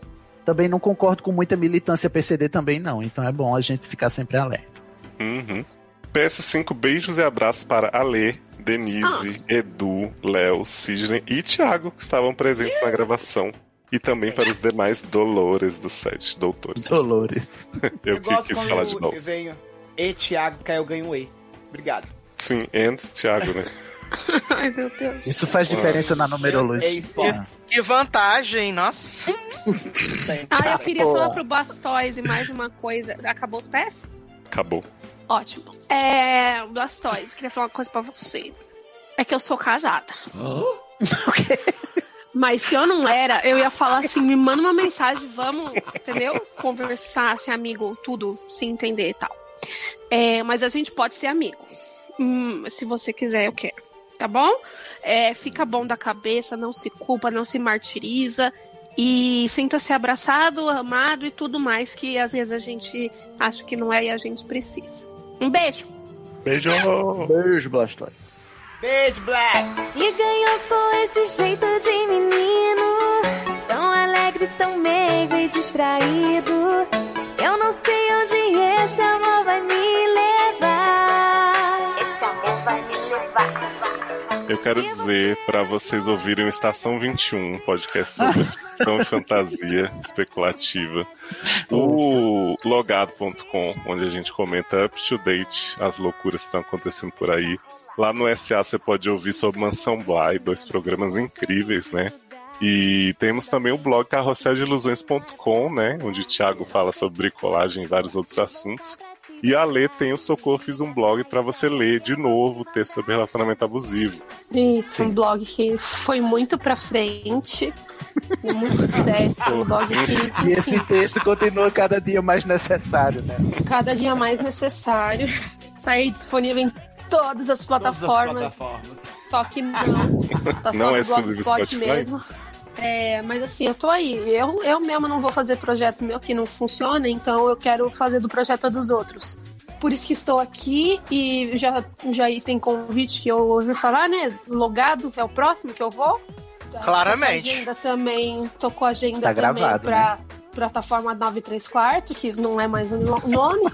Speaker 1: Também não concordo com muita militância PCD também, não. Então é bom a gente ficar sempre alerta.
Speaker 5: Uhum. PS5, beijos e abraços para Ale, Denise, Edu, Léo, Sidney e Thiago, que estavam presentes na gravação. E também para os demais Dolores do set, doutores.
Speaker 1: [LAUGHS] Então, Dolores.
Speaker 5: Eu, que quis falar de
Speaker 4: eu
Speaker 5: nós.
Speaker 4: venho e Thiago, porque aí eu ganho o E. Obrigado.
Speaker 5: Sim, and Thiago, né?
Speaker 2: [LAUGHS] Ai, meu Deus.
Speaker 1: Isso faz diferença na numerologia.
Speaker 3: Que vantagem, nossa.
Speaker 2: Ah, eu queria
Speaker 3: Boa.
Speaker 2: falar pro Blastoise mais uma coisa. Já acabou os pés?
Speaker 5: Acabou.
Speaker 2: Ótimo. É, Blastoise, queria falar uma coisa pra você. É que eu sou casada. Mas se eu não era, eu ia falar assim, me manda uma mensagem, vamos, entendeu? Conversar, ser amigo, tudo, se entender e tal. É, mas a gente pode ser amigo. Hum, se você quiser, eu quero. Tá bom? É, fica bom da cabeça, não se culpa, não se martiriza. E sinta-se abraçado, amado e tudo mais que às vezes a gente acha que não é e a gente precisa. Um beijo!
Speaker 5: Beijo!
Speaker 1: Beijo, Blastoise.
Speaker 4: Beijo, Blast!
Speaker 11: E ganhou com esse jeito de menino Tão alegre, tão meigo e distraído Eu não sei onde esse amor vai me levar Esse amor vai me levar
Speaker 5: Eu quero dizer para vocês ouvirem o Estação 21, podcast sobre ficção e fantasia especulativa. O logado.com, onde a gente comenta up to date as loucuras que estão acontecendo por aí. Lá no SA você pode ouvir sobre Mansão Bly, dois programas incríveis, né? E temos também o blog carrosseldeilusões.com, né? Onde o Thiago fala sobre bricolagem e vários outros assuntos. E a Lê tem o Socorro, fiz um blog para você ler de novo o texto sobre relacionamento abusivo.
Speaker 10: Isso, um blog que foi muito pra frente. e Muito sucesso. Um blog que
Speaker 1: E esse texto continua cada dia mais necessário, né?
Speaker 10: cada dia mais necessário. Tá aí disponível em todas as plataformas. Só que não. Tá só
Speaker 5: Não
Speaker 10: no
Speaker 5: é exclusivo
Speaker 10: Blogspot
Speaker 5: Spotify?
Speaker 10: mesmo. É, mas assim, eu tô aí. Eu, eu mesmo não vou fazer projeto meu que não funciona, então eu quero fazer do projeto dos outros. Por isso que estou aqui e já, já aí tem convite que eu ouvi falar, né? Logado, que é o próximo que eu vou.
Speaker 3: Claramente.
Speaker 10: Tô com a agenda também, tô com a agenda
Speaker 3: Tá
Speaker 10: também
Speaker 3: gravado,
Speaker 10: pra plataforma 93 quarto, que não é mais o no- nome.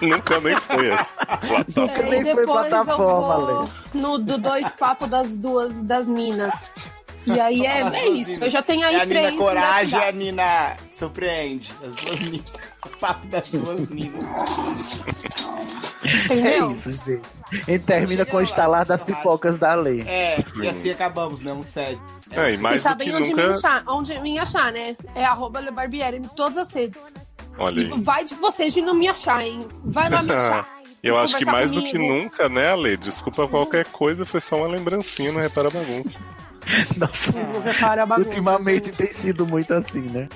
Speaker 5: Nunca nem foi essa. Plataforma.
Speaker 10: É, e depois eu vou no do dois papo das duas das minas. E aí é, é isso. Eu já tenho aí
Speaker 4: É a
Speaker 10: três.
Speaker 4: Nina Coragem e a
Speaker 10: engatilhados.
Speaker 4: Nina Surpreende. As duas Ninas. O papo das duas Ninas.
Speaker 1: É isso, gente. E termina com o instalar das pipocas da lei.
Speaker 4: É, e assim acabamos, né? Um sede.
Speaker 5: É, e mais
Speaker 10: Vocês sabem
Speaker 5: do que
Speaker 10: onde,
Speaker 5: nunca...
Speaker 10: me achar, onde me achar, né? É arroba Le Barbieri em todas as redes.
Speaker 5: Olha aí.
Speaker 10: Vai de vocês de não me achar, hein? Vai
Speaker 5: [LAUGHS]
Speaker 10: lá me achar.
Speaker 5: Eu
Speaker 10: Vem
Speaker 5: acho que
Speaker 10: conversar
Speaker 5: mais do que
Speaker 10: comigo.
Speaker 5: nunca, né, Ale? Desculpa qualquer coisa, foi só uma lembrancinha, não repara a bagunça.
Speaker 1: Nossa,
Speaker 10: Não repara a bagunça.
Speaker 1: ultimamente tem sido muito assim, né?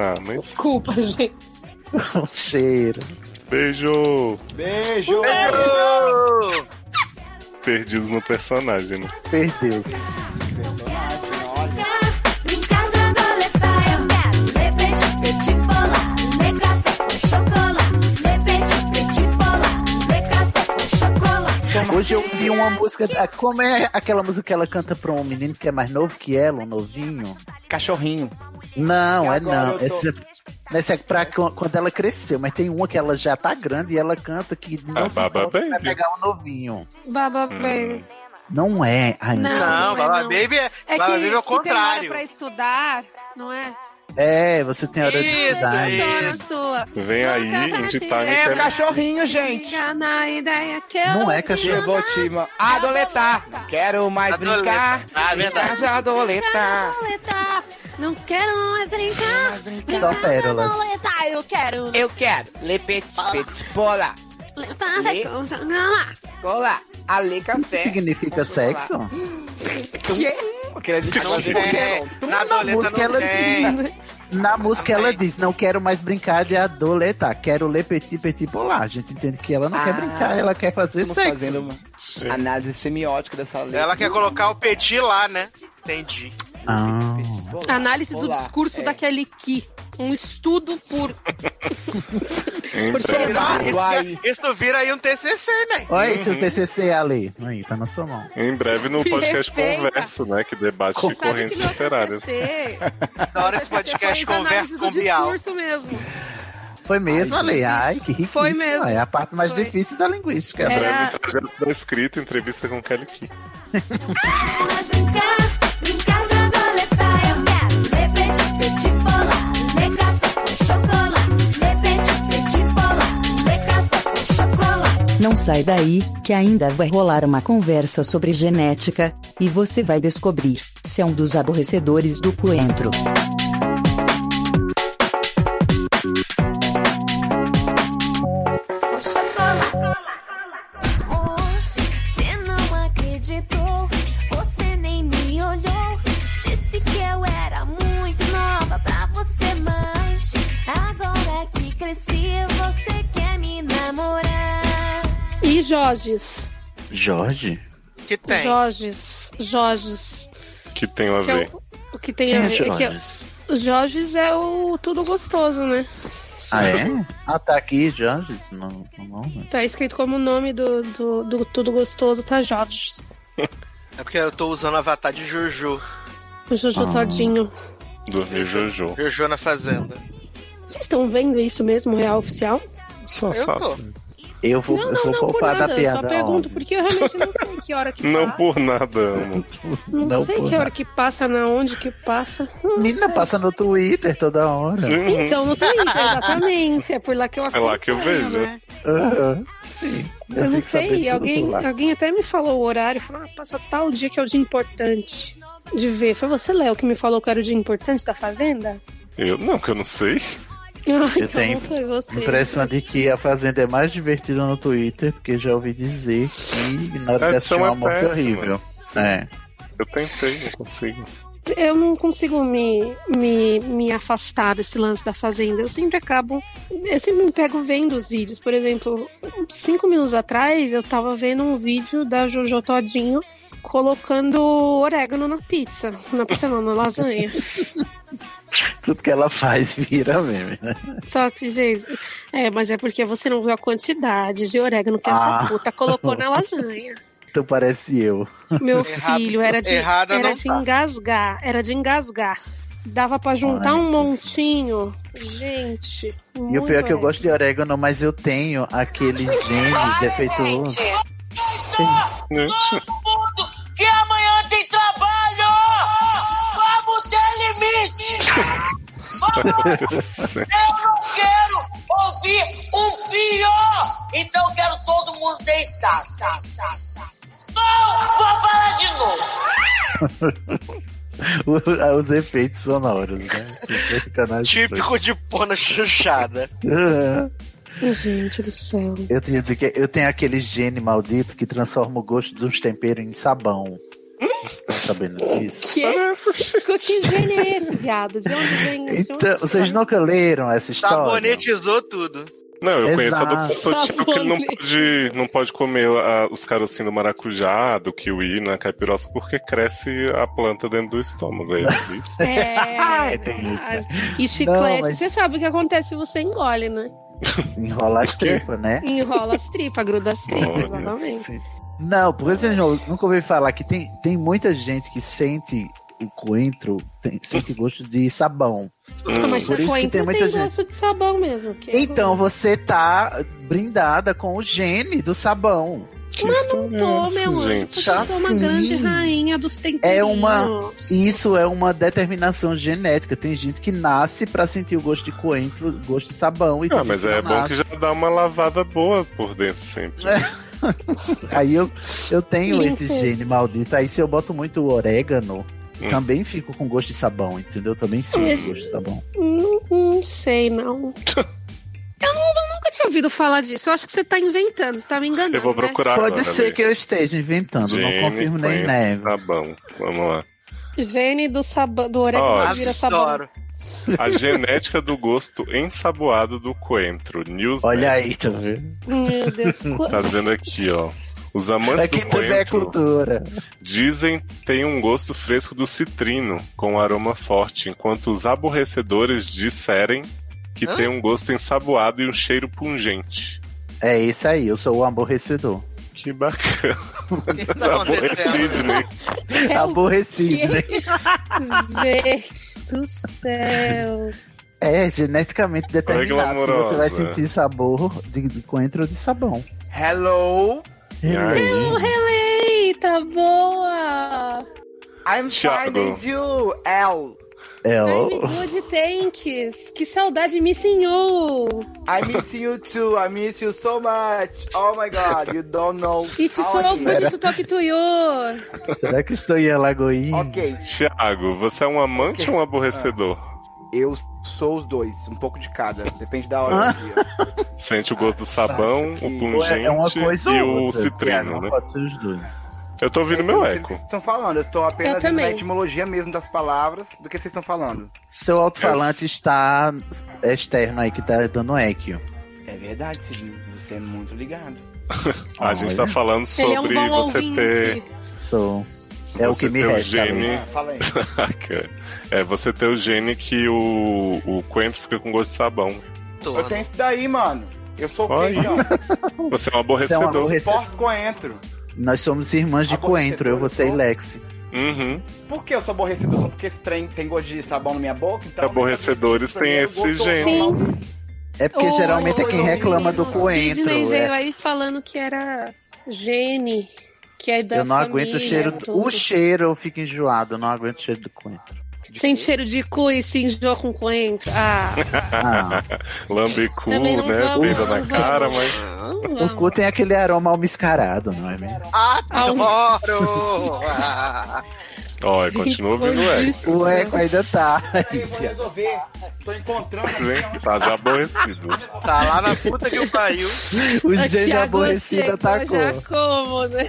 Speaker 5: Ah, mas
Speaker 10: Desculpa, gente.
Speaker 1: Um cheiro.
Speaker 5: beijo!
Speaker 4: Beijo!
Speaker 3: Beijo!
Speaker 5: Perdidos no personagem, né?
Speaker 1: Perdeu.
Speaker 11: Brincar de adoletar eu quero Lê petit, petit polar Lê café com chocolate Lê petit, petit polar Lê café com chocolate
Speaker 1: Hoje eu vi E uma música. ah, Como é aquela música que ela canta pra um menino que é mais novo que ela, um novinho?
Speaker 4: Cachorrinho.
Speaker 1: Não, é
Speaker 4: agora
Speaker 1: não.
Speaker 4: eu tô-
Speaker 1: Essa, essa é pra qu- quando ela cresceu, mas tem uma que ela já tá grande e ela canta que não
Speaker 5: A
Speaker 1: se
Speaker 5: Ah, Baba
Speaker 1: importa pra
Speaker 5: Baby.
Speaker 1: pegar um novinho.
Speaker 2: Baba
Speaker 5: Hum.
Speaker 2: Baby.
Speaker 1: Não é. Ai,
Speaker 2: Não,
Speaker 1: meu
Speaker 3: Não,
Speaker 1: Deus.
Speaker 3: Baba Baby é,
Speaker 2: É
Speaker 3: Baba
Speaker 2: que,
Speaker 3: Baby é o
Speaker 2: que tem hora
Speaker 3: contrário.
Speaker 2: pra estudar, não é?
Speaker 1: É, você tem hora de
Speaker 2: Isso,
Speaker 1: estudar. né?
Speaker 2: dona sua.
Speaker 5: Vem aí, Indie Time
Speaker 4: É o
Speaker 5: Internet.
Speaker 4: cachorrinho, gente.
Speaker 2: Fica na ideia que eu
Speaker 4: Não é
Speaker 2: te
Speaker 4: cachorro. Eu
Speaker 2: mando.
Speaker 4: vou te ma- adoletar. Não quero mais
Speaker 3: Adoleta.
Speaker 4: brincar.
Speaker 3: Ah,
Speaker 4: brincar
Speaker 3: verdade.
Speaker 4: de adoletar.
Speaker 2: Boletar, Não quero mais brincar.
Speaker 4: Só pérolas.
Speaker 2: Boletar, eu quero.
Speaker 4: Eu quero. Lepetis, petis, bola.
Speaker 2: Levantar,
Speaker 4: Le-
Speaker 2: com janela.
Speaker 4: Cola. Ale
Speaker 1: O que
Speaker 4: café.
Speaker 1: significa sexo?
Speaker 4: Aquele de fazer
Speaker 3: É, na
Speaker 1: Na
Speaker 3: adoleta
Speaker 1: música, ela é
Speaker 3: não tem.
Speaker 1: diz, né? na música ela diz, não quero mais brincar de adoletar, quero ler petit petit polar. A gente entende que ela não quer brincar, ela quer fazer
Speaker 4: Estamos
Speaker 1: sexo.
Speaker 4: fazendo uma análise semiótica dessa letra.
Speaker 3: Ela quer colocar o Petit lá, né? Entendi.
Speaker 1: Ah.
Speaker 4: Bola.
Speaker 2: Análise do
Speaker 4: Olá.
Speaker 2: discurso
Speaker 4: É.
Speaker 2: da Kelly Ki. Um estudo por.
Speaker 3: um
Speaker 5: Entra.
Speaker 3: Isso, isso vira aí um TCC, né?
Speaker 1: Olha aí
Speaker 5: Uhum.
Speaker 1: seu TCC, Ale. Aí, tá na sua mão.
Speaker 5: Em breve no
Speaker 2: Me
Speaker 5: podcast
Speaker 2: respeita.
Speaker 5: Converso, né? Que debate
Speaker 1: Sabe
Speaker 5: de
Speaker 2: Sabe que é
Speaker 5: correntes
Speaker 2: meu
Speaker 5: literárias.
Speaker 2: TCC.
Speaker 3: Na hora esse
Speaker 2: Faz
Speaker 3: podcast
Speaker 2: análise
Speaker 3: conversa
Speaker 2: do
Speaker 3: com Bial.
Speaker 2: discurso mesmo.
Speaker 1: Foi mesmo, Ale? Ai, que riquíssimo.
Speaker 2: Foi mesmo.
Speaker 1: É a parte mais
Speaker 2: Foi.
Speaker 1: difícil da linguística.
Speaker 5: Em breve
Speaker 2: Era-
Speaker 5: o projeto da escrita, entrevista com Kelly Key.
Speaker 11: Mas É brincar, brincar de adoletar eu quero. Le petit petit polar, le café com chocolate. Le petit petit polar, le café com chocolate.
Speaker 12: Não sai daí, que ainda vai rolar uma conversa sobre genética, e você vai descobrir se é um dos aborrecedores do coentro.
Speaker 11: Com chocolate. Você não acreditou, você nem me olhou. Disse que eu era muito nova pra você, mas agora que cresci, você quer me namorar.
Speaker 2: E Jorges.
Speaker 1: Jorge?
Speaker 3: Que tem.
Speaker 2: Jorges. Jorges.
Speaker 5: Que tem a
Speaker 2: Que é
Speaker 5: ver.
Speaker 2: o, o que tem
Speaker 1: Quem
Speaker 2: a
Speaker 1: é
Speaker 2: ver. é que é-
Speaker 1: Jorges?
Speaker 2: o Jorges é o tudo gostoso, né?
Speaker 1: Ah, é? Ah, tá aqui, Jorge? Não, não, não.
Speaker 2: Tá escrito como o nome do, do, do tudo gostoso, tá Jorges.
Speaker 3: É porque eu tô usando o avatar de Juju.
Speaker 2: O Jojo
Speaker 1: Ah.
Speaker 2: Todinho.
Speaker 5: Dormir Jojo.
Speaker 3: Juju na
Speaker 2: [LAUGHS]
Speaker 3: Fazenda.
Speaker 2: Vocês estão vendo isso mesmo, real oficial?
Speaker 5: Só,
Speaker 3: Eu
Speaker 5: só.
Speaker 3: tô.
Speaker 5: assim.
Speaker 1: Eu vou,
Speaker 2: Não,
Speaker 1: eu
Speaker 2: não,
Speaker 1: vou
Speaker 2: não, por
Speaker 1: poupar
Speaker 2: nada.
Speaker 1: da
Speaker 2: Eu
Speaker 1: piada.
Speaker 2: só pergunto,
Speaker 1: óbvio.
Speaker 2: porque eu realmente não sei que hora que
Speaker 5: [LAUGHS] Não
Speaker 2: passa.
Speaker 5: por nada, amo.
Speaker 2: Não,
Speaker 1: Não
Speaker 2: sei
Speaker 1: por
Speaker 2: que hora que passa, na onde que passa. Não
Speaker 1: Menina,
Speaker 2: sei.
Speaker 1: passa no Twitter toda hora.
Speaker 5: Uhum.
Speaker 2: Então, no
Speaker 1: [LAUGHS]
Speaker 2: Twitter, exatamente. É por lá que eu
Speaker 5: É lá que eu
Speaker 2: acompanho,
Speaker 5: vejo.
Speaker 2: né?
Speaker 1: Aham. Sim.
Speaker 2: Eu, não
Speaker 1: fico sabendo
Speaker 2: sei,
Speaker 1: tudo
Speaker 2: alguém,
Speaker 1: por
Speaker 2: [LAUGHS]
Speaker 1: lá.
Speaker 2: alguém até me falou o horário, falou, ah, passa tal dia que é o dia importante de ver. Foi você, Léo, que me falou que era o dia importante da Fazenda? [LAUGHS]
Speaker 5: Eu não, que eu não sei.
Speaker 2: Ah, então
Speaker 1: tenho
Speaker 2: não foi você.
Speaker 1: Impressão de que a Fazenda é mais divertida no Twitter, porque já ouvi dizer que na hora
Speaker 5: A
Speaker 1: de
Speaker 5: edição
Speaker 1: assistir uma
Speaker 5: é
Speaker 1: morte
Speaker 5: péssima.
Speaker 1: horrível. É.
Speaker 5: Eu tentei, não consigo.
Speaker 2: Eu não consigo me, me, me afastar desse lance da Fazenda. Eu sempre acabo. Eu sempre me pego vendo os vídeos. Por exemplo, uns cinco minutos atrás eu tava vendo um vídeo da Jojo Todinho colocando orégano na pizza. Na pizza não, na lasanha.
Speaker 1: Tudo que ela [LAUGHS] faz vira meme, né?
Speaker 2: Só que, gente. É, mas é porque você não viu a quantidade de orégano que
Speaker 1: Ah.
Speaker 2: essa puta colocou na lasanha.
Speaker 1: Então parece eu.
Speaker 2: Meu
Speaker 3: Errado-
Speaker 2: filho, era de,
Speaker 3: errada
Speaker 2: era
Speaker 3: não
Speaker 2: de
Speaker 3: tá.
Speaker 2: engasgar. Era de engasgar. Dava pra juntar
Speaker 1: Ai,
Speaker 2: um montinho. Gente.
Speaker 1: E o pior é que eu
Speaker 2: muito
Speaker 1: gosto de orégano, mas eu tenho aquele gene defeituoso.
Speaker 5: né? Gente,
Speaker 9: Que amanhã tem trabalho! Vamos ter limite!
Speaker 5: Sim.
Speaker 9: Eu não quero ouvir um pior! Então eu quero todo mundo deitar, tá, tá, tá. Não! Vou falar de novo!
Speaker 1: O- Os efeitos sonoros, né? Super canais
Speaker 3: Típico de pona chuchada.
Speaker 1: Aham.
Speaker 2: Ai, né? Gente do céu.
Speaker 1: Eu tinha que dizer que eu tenho aquele gene maldito que transforma o gosto dos temperos em sabão. Vocês estão sabendo disso?
Speaker 2: Que, que gênio é esse, viado? De onde vem isso? é
Speaker 1: Então, vocês nunca leram
Speaker 5: Tá
Speaker 1: essa história?
Speaker 3: Sabonetizou Tá tudo.
Speaker 5: Não, eu conheço a do
Speaker 1: Exato.
Speaker 5: Constantino que ele não
Speaker 2: Sabonete.
Speaker 5: pode, não pode comer ah, os carocinhos do maracujá, do kiwi, na caipirosca, porque cresce a planta dentro do estômago. É
Speaker 1: [LAUGHS]
Speaker 5: isso. isso.
Speaker 2: É,
Speaker 1: É, tem isso, né?
Speaker 2: E chiclete,
Speaker 1: Não, mas-
Speaker 2: você sabe o que acontece se você engole, né?
Speaker 1: Enrolar as
Speaker 5: O quê?
Speaker 1: tripas, né?
Speaker 2: Enrola as tripas, gruda as tripas,
Speaker 5: Olha,
Speaker 2: exatamente.
Speaker 1: Sim. Não, porque você não, nunca ouviu falar que tem, tem muita gente que sente o coentro, tem- sente gosto de sabão.
Speaker 5: Hum.
Speaker 2: Ah,
Speaker 9: é
Speaker 2: mas
Speaker 1: Por isso que
Speaker 2: coentro
Speaker 1: tem muita gente.
Speaker 2: gosto de sabão mesmo. que é
Speaker 1: Então
Speaker 2: ruim.
Speaker 1: você tá brindada com o gene do sabão.
Speaker 2: Mas não tô, meu anjo,
Speaker 1: gente?
Speaker 2: porque eu sou uma
Speaker 1: Assim,
Speaker 2: grande rainha dos temperos.
Speaker 1: É uma. Isso é uma determinação genética. Tem gente que nasce pra sentir o gosto de coentro, gosto de sabão. E tem
Speaker 5: Ah, mas
Speaker 1: gente
Speaker 5: é
Speaker 1: não
Speaker 5: bom que já
Speaker 1: nasce.
Speaker 5: dá uma lavada boa por dentro sempre.
Speaker 1: Aí eu, eu tenho
Speaker 5: Isso.
Speaker 1: esse gene maldito. Aí se eu boto muito orégano,
Speaker 5: Hum.
Speaker 1: também fico com gosto de sabão, entendeu? Também sinto
Speaker 2: Mas-
Speaker 1: gosto de sabão.
Speaker 2: Hum, Não sei, não. [LAUGHS] Eu, não, eu nunca tinha ouvido falar disso. Eu acho que você tá inventando, você tá me enganando.
Speaker 5: Eu
Speaker 9: né?
Speaker 5: vou procurar
Speaker 1: Pode
Speaker 5: agora,
Speaker 1: ser
Speaker 5: Lê.
Speaker 1: que eu esteja inventando,
Speaker 5: tá, Gene,
Speaker 1: não confirmo nem né?
Speaker 5: coentro,
Speaker 1: nego.
Speaker 5: Sabão, vamos lá.
Speaker 2: Né? Gene do, sabão, do orégano
Speaker 5: Ó,
Speaker 2: vira sabão.
Speaker 5: A genética do gosto ensaboado do coentro. News
Speaker 1: Olha aí, tá vendo?
Speaker 2: Meu
Speaker 5: [LAUGHS]
Speaker 2: Deus. co-
Speaker 5: Tá dizendo aqui, ó. Os amantes
Speaker 1: Aqui
Speaker 5: do
Speaker 1: tu vê a
Speaker 5: coentro
Speaker 1: cultura.
Speaker 5: dizem tem um gosto fresco do citrino, com aroma forte, enquanto os aborrecedores disserem que
Speaker 1: Hã?
Speaker 5: tem um gosto ensaboado e um cheiro pungente.
Speaker 1: É isso aí, eu sou o aborrecedor.
Speaker 5: Que bacana.
Speaker 3: Tá
Speaker 2: Tá
Speaker 1: Aborrecido,
Speaker 5: né?
Speaker 2: É
Speaker 1: Aborrecido, né?
Speaker 2: Gente do céu.
Speaker 1: É geneticamente determinado se você vai
Speaker 5: Glamourosa.
Speaker 1: sentir sabor de, de coentro ou de sabão.
Speaker 4: Hello?
Speaker 2: Não, relei, tá boa.
Speaker 4: I'm
Speaker 1: Thiago.
Speaker 4: finding you, L.
Speaker 1: É, ó.
Speaker 2: I'm good, thanks. Que saudade, missing you.
Speaker 4: I miss you too. I miss you so much. Oh my god, you don't know.
Speaker 2: [LAUGHS] It's
Speaker 4: how I
Speaker 2: so good
Speaker 4: miss-
Speaker 2: to talk to you.
Speaker 1: Será que estou em Alagoinha?
Speaker 4: Ok.
Speaker 5: Thiago, você é um amante
Speaker 4: Ok.
Speaker 5: ou um aborrecedor?
Speaker 4: Eu sou os dois, um pouco de cada. Depende da hora do
Speaker 5: Tá
Speaker 4: dia.
Speaker 5: Sente o gosto do sabão, o pungente
Speaker 1: É uma coisa
Speaker 5: e
Speaker 1: ou
Speaker 5: o
Speaker 1: outra, Thiago, É,
Speaker 5: citrino,
Speaker 1: não
Speaker 5: né?
Speaker 1: Pode ser os dois.
Speaker 5: Eu tô ouvindo
Speaker 4: Eu
Speaker 5: meu
Speaker 4: não sei do que
Speaker 5: eco.
Speaker 4: Vocês estão falando, eu estou apenas
Speaker 2: Eu
Speaker 4: indo na
Speaker 2: também.
Speaker 4: etimologia mesmo das palavras do que vocês estão falando.
Speaker 1: Seu alto-falante está externo aí que tá dando eco.
Speaker 4: É verdade, Sidney. Você é muito ligado.
Speaker 5: A gente tá
Speaker 1: Olha.
Speaker 5: falando
Speaker 4: Ele
Speaker 5: sobre
Speaker 4: é um bom
Speaker 5: você
Speaker 4: ouvinte.
Speaker 5: ter.
Speaker 1: Sou. É o
Speaker 5: você
Speaker 1: que me
Speaker 5: ter o
Speaker 1: resta.
Speaker 5: gene...
Speaker 4: Ah,
Speaker 1: Lê.
Speaker 5: [LAUGHS] é você ter o gene que o, o coentro fica com gosto de sabão.
Speaker 4: Eu tenho isso daí, mano. Eu sou o quê,
Speaker 5: Olha.
Speaker 4: então?
Speaker 5: Você é um
Speaker 1: Você
Speaker 5: aborrecedor.
Speaker 1: é um aborrecedor.
Speaker 4: Porto coentro.
Speaker 1: Nós somos irmãs de coentro, eu, você e Lexi.
Speaker 5: Uhum.
Speaker 4: Por que eu sou aborrecido? Só porque esse trem tem gosto de sabão na minha boca? Então
Speaker 5: Aborrecedores têm esse gene.
Speaker 1: É porque
Speaker 2: Ô,
Speaker 1: geralmente é quem reclama do coentro.
Speaker 2: Sidney veio
Speaker 1: é.
Speaker 2: aí falando que era gene, que é da
Speaker 1: Eu não
Speaker 2: família,
Speaker 1: aguento o cheiro.
Speaker 2: tudo.
Speaker 1: O cheiro eu fico enjoado, eu não aguento o cheiro do coentro.
Speaker 5: [LAUGHS]
Speaker 2: Sente cheiro de cu e se enjoa com coentro. Ah,
Speaker 5: Lambicu,
Speaker 2: Também não
Speaker 5: né?
Speaker 2: vamos,
Speaker 5: Pega na
Speaker 2: não
Speaker 5: cara,
Speaker 2: vamos.
Speaker 5: mas.
Speaker 1: O cu tem aquele aroma almiscarado, não é mesmo?
Speaker 3: Adoro! Ah.
Speaker 5: Ó, e continua ouvindo o eco.
Speaker 1: O
Speaker 2: Uhum.
Speaker 1: eco ainda tá.
Speaker 4: Eu vou resolver. Tô encontrando aqui.
Speaker 5: Gente, tá já aborrecido.
Speaker 3: Tá lá na puta que o pariu.
Speaker 2: [LAUGHS]
Speaker 1: O
Speaker 2: a
Speaker 1: gênio
Speaker 2: Thiago
Speaker 1: aborrecido tá
Speaker 2: chegou já
Speaker 1: atacou.
Speaker 2: como, né?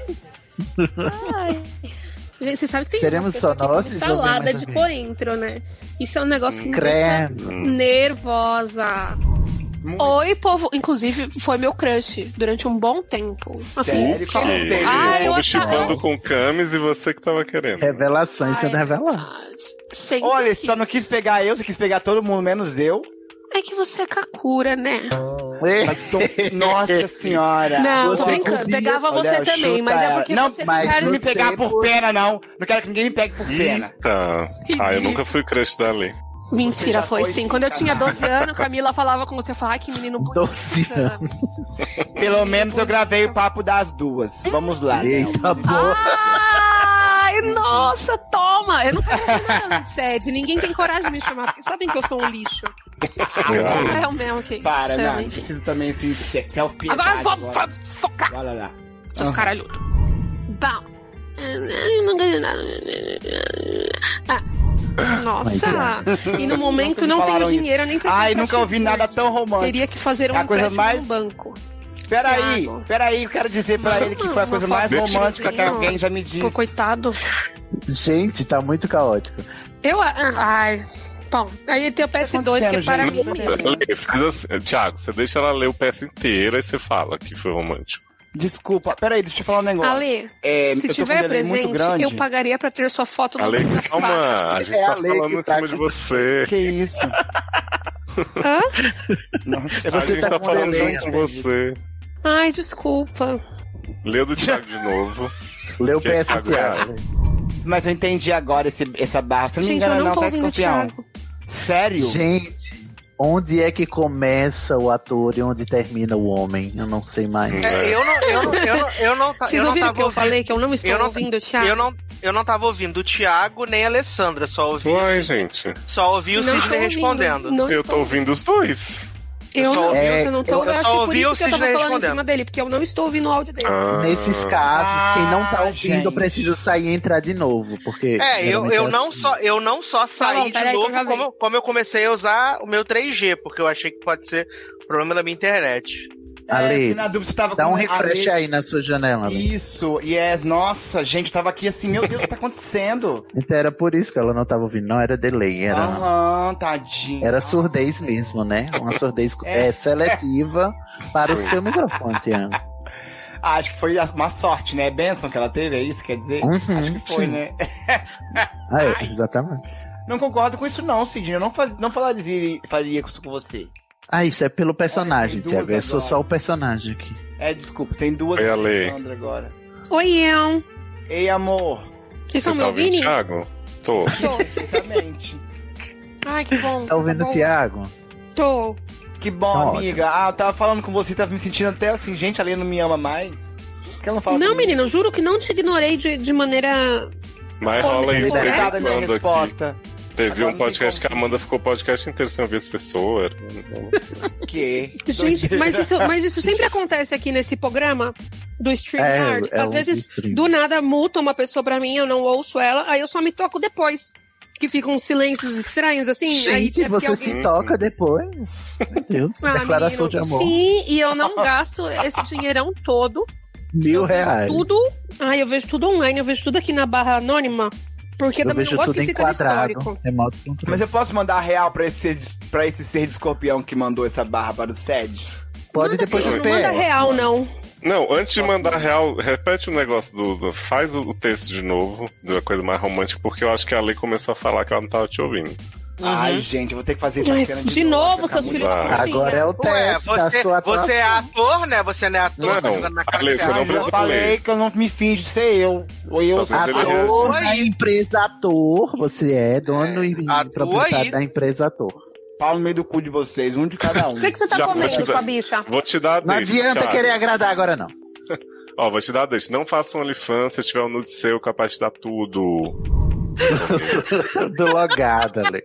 Speaker 2: Ai. Gente, você sabe que tem
Speaker 1: Seremos
Speaker 2: umas pessoas
Speaker 1: só
Speaker 2: que
Speaker 1: nós,
Speaker 2: comem
Speaker 1: ou vem
Speaker 2: salada
Speaker 1: mais
Speaker 2: de
Speaker 1: alguém?
Speaker 2: coentro, né? Isso é um negócio que me deixa
Speaker 1: Credo.
Speaker 2: nervosa. Oi, povo. Inclusive, foi meu crush durante um bom tempo. Assim,
Speaker 5: Que
Speaker 2: só-
Speaker 5: teve
Speaker 2: Ah, eu
Speaker 5: povo
Speaker 2: achava...
Speaker 5: chipando com camis e você que tava querendo.
Speaker 1: Revelações sendo reveladas.
Speaker 4: Olha, só não quis pegar eu, você quis pegar todo mundo, menos eu.
Speaker 2: É que você é kakura, né?
Speaker 4: Mas tô- Nossa senhora.
Speaker 2: Não, tô brincando. Pegava você
Speaker 4: Tá, Olha,
Speaker 2: também,
Speaker 4: chuta
Speaker 2: mas é
Speaker 4: ela.
Speaker 2: porque
Speaker 4: não,
Speaker 2: você
Speaker 4: mas
Speaker 2: ficaram-
Speaker 4: não me pegar por,
Speaker 2: Você-
Speaker 4: pena, não. Não quero que ninguém me pegue por pena.
Speaker 5: Eita. Ah, eu nunca fui crush
Speaker 2: [LAUGHS]
Speaker 5: da lei.
Speaker 2: Mentira,
Speaker 4: já
Speaker 2: foi
Speaker 4: foi
Speaker 2: sim.
Speaker 4: sim,
Speaker 2: Quando eu
Speaker 4: cara.
Speaker 2: tinha 12 anos, Camila falava com você, falava, ai, que menino bonito.
Speaker 1: 12 anos.
Speaker 4: Pelo menos eu gravei o papo das duas. Vamos lá.
Speaker 1: Eita, boa.
Speaker 2: Ai, nossa, toma! Eu nunca vou chamar sede. Ninguém tem coragem de me chamar, porque sabem que eu sou um lixo. É o mesmo que.
Speaker 4: Para,
Speaker 2: chama,
Speaker 4: não. Não
Speaker 2: enfim.
Speaker 4: precisa também se se- self-piedade.
Speaker 2: Agora vou-
Speaker 4: agora.
Speaker 2: vou focar.
Speaker 4: Vai lá,
Speaker 2: [LAUGHS]
Speaker 4: lá.
Speaker 2: Seus
Speaker 4: Ah.
Speaker 2: caralhudos. Bom. Eu não ganho nada. Ah, Nossa! E no momento
Speaker 4: Nunca me
Speaker 2: não tenho
Speaker 4: falaram isso.
Speaker 2: dinheiro nem pra.
Speaker 4: Ai,
Speaker 2: comprar
Speaker 4: nunca ouvi nada tão romântico.
Speaker 2: Teria que fazer um
Speaker 4: É a coisa
Speaker 2: empréstimo
Speaker 4: mais-
Speaker 2: no banco.
Speaker 4: Peraí,
Speaker 2: Thiago.
Speaker 4: peraí, eu quero dizer pra ele que foi a
Speaker 2: Uma
Speaker 4: coisa mais
Speaker 2: fotinho.
Speaker 4: romântica que alguém já me disse.
Speaker 2: Pô, coitado.
Speaker 1: Gente, tá muito caótico.
Speaker 2: Eu. ah, Ai. Bom, aí tem o
Speaker 4: Tá
Speaker 2: PS2 que é para mim mesmo.
Speaker 5: Lê, faz assim. Thiago, você deixa ela ler o peça inteira e você fala que foi romântico.
Speaker 4: Desculpa, peraí, deixa eu te falar um negócio.
Speaker 2: Ale,
Speaker 4: É, eu
Speaker 2: se
Speaker 4: tô com um
Speaker 2: tiver
Speaker 4: delay muito
Speaker 2: presente,
Speaker 4: grande.
Speaker 2: eu pagaria pra ter sua foto no
Speaker 5: Ale,
Speaker 2: meu
Speaker 5: calma, a
Speaker 2: saco.
Speaker 5: gente tá falando em cima de você.
Speaker 4: Que isso?
Speaker 2: [LAUGHS] Hã?
Speaker 4: Nossa, É um
Speaker 5: a gente tá, falando em
Speaker 4: desenho. né?
Speaker 5: cima de você.
Speaker 2: Ai, desculpa.
Speaker 5: Lê o do Thiago de novo.
Speaker 1: Lê o
Speaker 5: Que é
Speaker 1: PS
Speaker 5: Thiago
Speaker 1: Thiago.
Speaker 4: Mas eu entendi agora esse, essa barra. Se não me
Speaker 1: Gente, eu
Speaker 4: engano, não,
Speaker 1: não tô
Speaker 4: tá
Speaker 1: ouvindo o
Speaker 4: escorpião.
Speaker 1: Thiago.
Speaker 4: Sério?
Speaker 1: Gente, onde é que começa o ator e onde termina o homem? Eu não sei mais.
Speaker 3: É, eu não, eu não, eu não, eu não ta-
Speaker 2: Vocês
Speaker 3: eu não
Speaker 2: ouviram
Speaker 3: tava
Speaker 2: o que eu
Speaker 3: ouvindo-
Speaker 2: falei? Tá. Que eu não estou
Speaker 3: eu
Speaker 2: ouvindo o Thiago.
Speaker 3: Eu não, eu não tava ouvindo o Thiago nem a Alessandra, só ouvi.
Speaker 5: Uai, gente.
Speaker 3: Só ouvi o
Speaker 5: Não
Speaker 3: Sidney
Speaker 5: estou ouvindo,
Speaker 3: respondendo.
Speaker 2: não
Speaker 5: Eu tô ouvindo os dois.
Speaker 2: Eu
Speaker 5: só
Speaker 2: não,
Speaker 5: ouvi-
Speaker 4: É,
Speaker 2: eu não tô. Eu,
Speaker 5: eu
Speaker 2: acho
Speaker 5: só
Speaker 2: que é por
Speaker 5: ouvi
Speaker 2: isso
Speaker 5: o
Speaker 2: que eu tava
Speaker 5: Sidney
Speaker 2: falando em
Speaker 5: respondendo. Ah.
Speaker 2: cima dele, porque eu não estou ouvindo o áudio dele.
Speaker 1: Nesses casos, quem não
Speaker 4: Ah,
Speaker 1: tá ouvindo precisa sair e entrar de novo, porque...
Speaker 3: É, eu,
Speaker 1: geralmente
Speaker 3: eu,
Speaker 1: é
Speaker 3: não só, eu não só
Speaker 2: Tá bom,
Speaker 3: saí de
Speaker 2: peraí que eu
Speaker 3: novo
Speaker 2: já
Speaker 3: como, eu- como eu comecei a usar o meu 3G, porque eu achei que pode ser problema da minha internet.
Speaker 1: Ale,
Speaker 4: que É, na dúvida você tava
Speaker 1: dá um
Speaker 4: com-
Speaker 1: refresh
Speaker 4: Ale-
Speaker 1: aí na sua janela. né? Ale.
Speaker 4: Isso, yes, nossa, gente, eu tava aqui assim, meu Deus, o que tá acontecendo?
Speaker 1: Então era por isso que ela não tava ouvindo, não era delay, era...
Speaker 4: Ah. Aham, tadinho.
Speaker 1: Era surdez mesmo, né? Uma
Speaker 4: [LAUGHS]
Speaker 1: surdez é, seletiva para o
Speaker 4: Sim.
Speaker 1: seu microfone, Tiago.
Speaker 4: Ah, acho que foi uma sorte, né? Benção que ela teve, é isso que quer dizer?
Speaker 1: Uhum,
Speaker 4: acho que foi,
Speaker 1: sim.
Speaker 4: né? [LAUGHS]
Speaker 1: Ah, é, exatamente.
Speaker 4: Não concordo com isso não, Cidinho, eu não, faz, não falaria, faria isso com você.
Speaker 1: Ah, isso é pelo personagem,
Speaker 4: tem duas
Speaker 1: Tiago. Eu sou
Speaker 4: agora.
Speaker 1: só o personagem aqui.
Speaker 4: É, desculpa, tem duas
Speaker 1: Oi, Ale.
Speaker 4: Alessandra agora.
Speaker 2: Oi, eu.
Speaker 4: Ei, amor.
Speaker 2: Vocês estão me ouvindo?
Speaker 5: tá Thiago? Tô.
Speaker 4: Exatamente.
Speaker 2: Ai, que bom.
Speaker 4: Tá ouvindo
Speaker 2: bom.
Speaker 4: o Thiago?
Speaker 2: Tô.
Speaker 4: Que bom,
Speaker 2: Tá
Speaker 4: amiga. Ah, eu tava falando com você, tava me sentindo até assim, gente, a Lê não me ama mais. Por que ela não fala
Speaker 2: Não,
Speaker 4: comigo?
Speaker 2: menino, eu juro que não te ignorei de, de maneira.
Speaker 5: Mas é rola isso que
Speaker 4: Liberada
Speaker 5: eles
Speaker 4: tá a minha
Speaker 5: mandam
Speaker 4: resposta.
Speaker 5: aqui. Teve um podcast que a Amanda ficou o podcast inteiro sem ouvir as pessoas.
Speaker 4: Que?
Speaker 2: Gente, mas isso, mas isso sempre acontece aqui nesse programa do StreamYard.
Speaker 5: É, é
Speaker 2: Às
Speaker 5: um
Speaker 2: vezes,
Speaker 5: stream.
Speaker 2: do nada, multa uma pessoa pra mim, eu não ouço ela, aí eu só me toco depois. Que ficam uns silêncios estranhos, assim. aí é
Speaker 1: Gente,
Speaker 2: porque
Speaker 1: você
Speaker 2: alguém-
Speaker 1: se toca depois. Hum. Meu Deus,
Speaker 2: Ah,
Speaker 1: declaração
Speaker 2: menino,
Speaker 1: de amor.
Speaker 2: Sim, e eu não gasto
Speaker 1: [LAUGHS]
Speaker 2: esse dinheirão todo.
Speaker 1: Mil reais.
Speaker 2: Tudo. Ai, eu vejo tudo online, eu vejo tudo aqui na barra anônima. Porque
Speaker 4: Eu
Speaker 2: também não
Speaker 4: vejo
Speaker 2: gosto
Speaker 4: tudo
Speaker 2: que fica no
Speaker 4: enquadrado.
Speaker 2: histórico.
Speaker 1: Remoto
Speaker 4: Mas eu posso mandar a real pra esse, ser de- pra esse ser de escorpião que mandou essa barra para o SED?
Speaker 1: Pode
Speaker 5: depois
Speaker 2: Não
Speaker 5: do
Speaker 2: manda
Speaker 5: PS.
Speaker 2: real, não.
Speaker 5: Não, antes de mandar real, repete o negócio do, do- Faz o o texto de novo, da coisa mais romântica, porque eu acho que a Lei começou a falar que ela não tava te ouvindo.
Speaker 4: Ai, gente, eu vou ter que fazer isso
Speaker 2: Mas
Speaker 4: cena
Speaker 2: de assim, né? novo, seus
Speaker 4: acabou.
Speaker 2: filhos da
Speaker 5: Agora
Speaker 2: putinha.
Speaker 1: é o
Speaker 3: Ué, você, você é ator, né? Você não é ator,
Speaker 5: Não,
Speaker 3: tá jogando na cara
Speaker 5: Ale,
Speaker 3: de
Speaker 5: você não
Speaker 3: ator.
Speaker 4: Eu falei que eu não me finge de ser eu. Ou eu
Speaker 1: Ator da empresa ator, você é dono e proprietário
Speaker 4: aí.
Speaker 1: da empresa ator.
Speaker 4: Pau Tá no meio do cu de vocês, um de cada um.
Speaker 2: O que, que você tá
Speaker 5: Já vou te
Speaker 2: comendo,
Speaker 5: dar-
Speaker 2: sua bicha?
Speaker 5: Vou te dar a
Speaker 1: Não
Speaker 5: deixa,
Speaker 1: adianta
Speaker 5: Thiago.
Speaker 1: querer agradar agora, [LAUGHS] não.
Speaker 5: Ó, vou te dar a deixa. Não faça um OnlyFans, se tiver um nude seu, capaz de dar tudo.
Speaker 1: Do logado, Ale.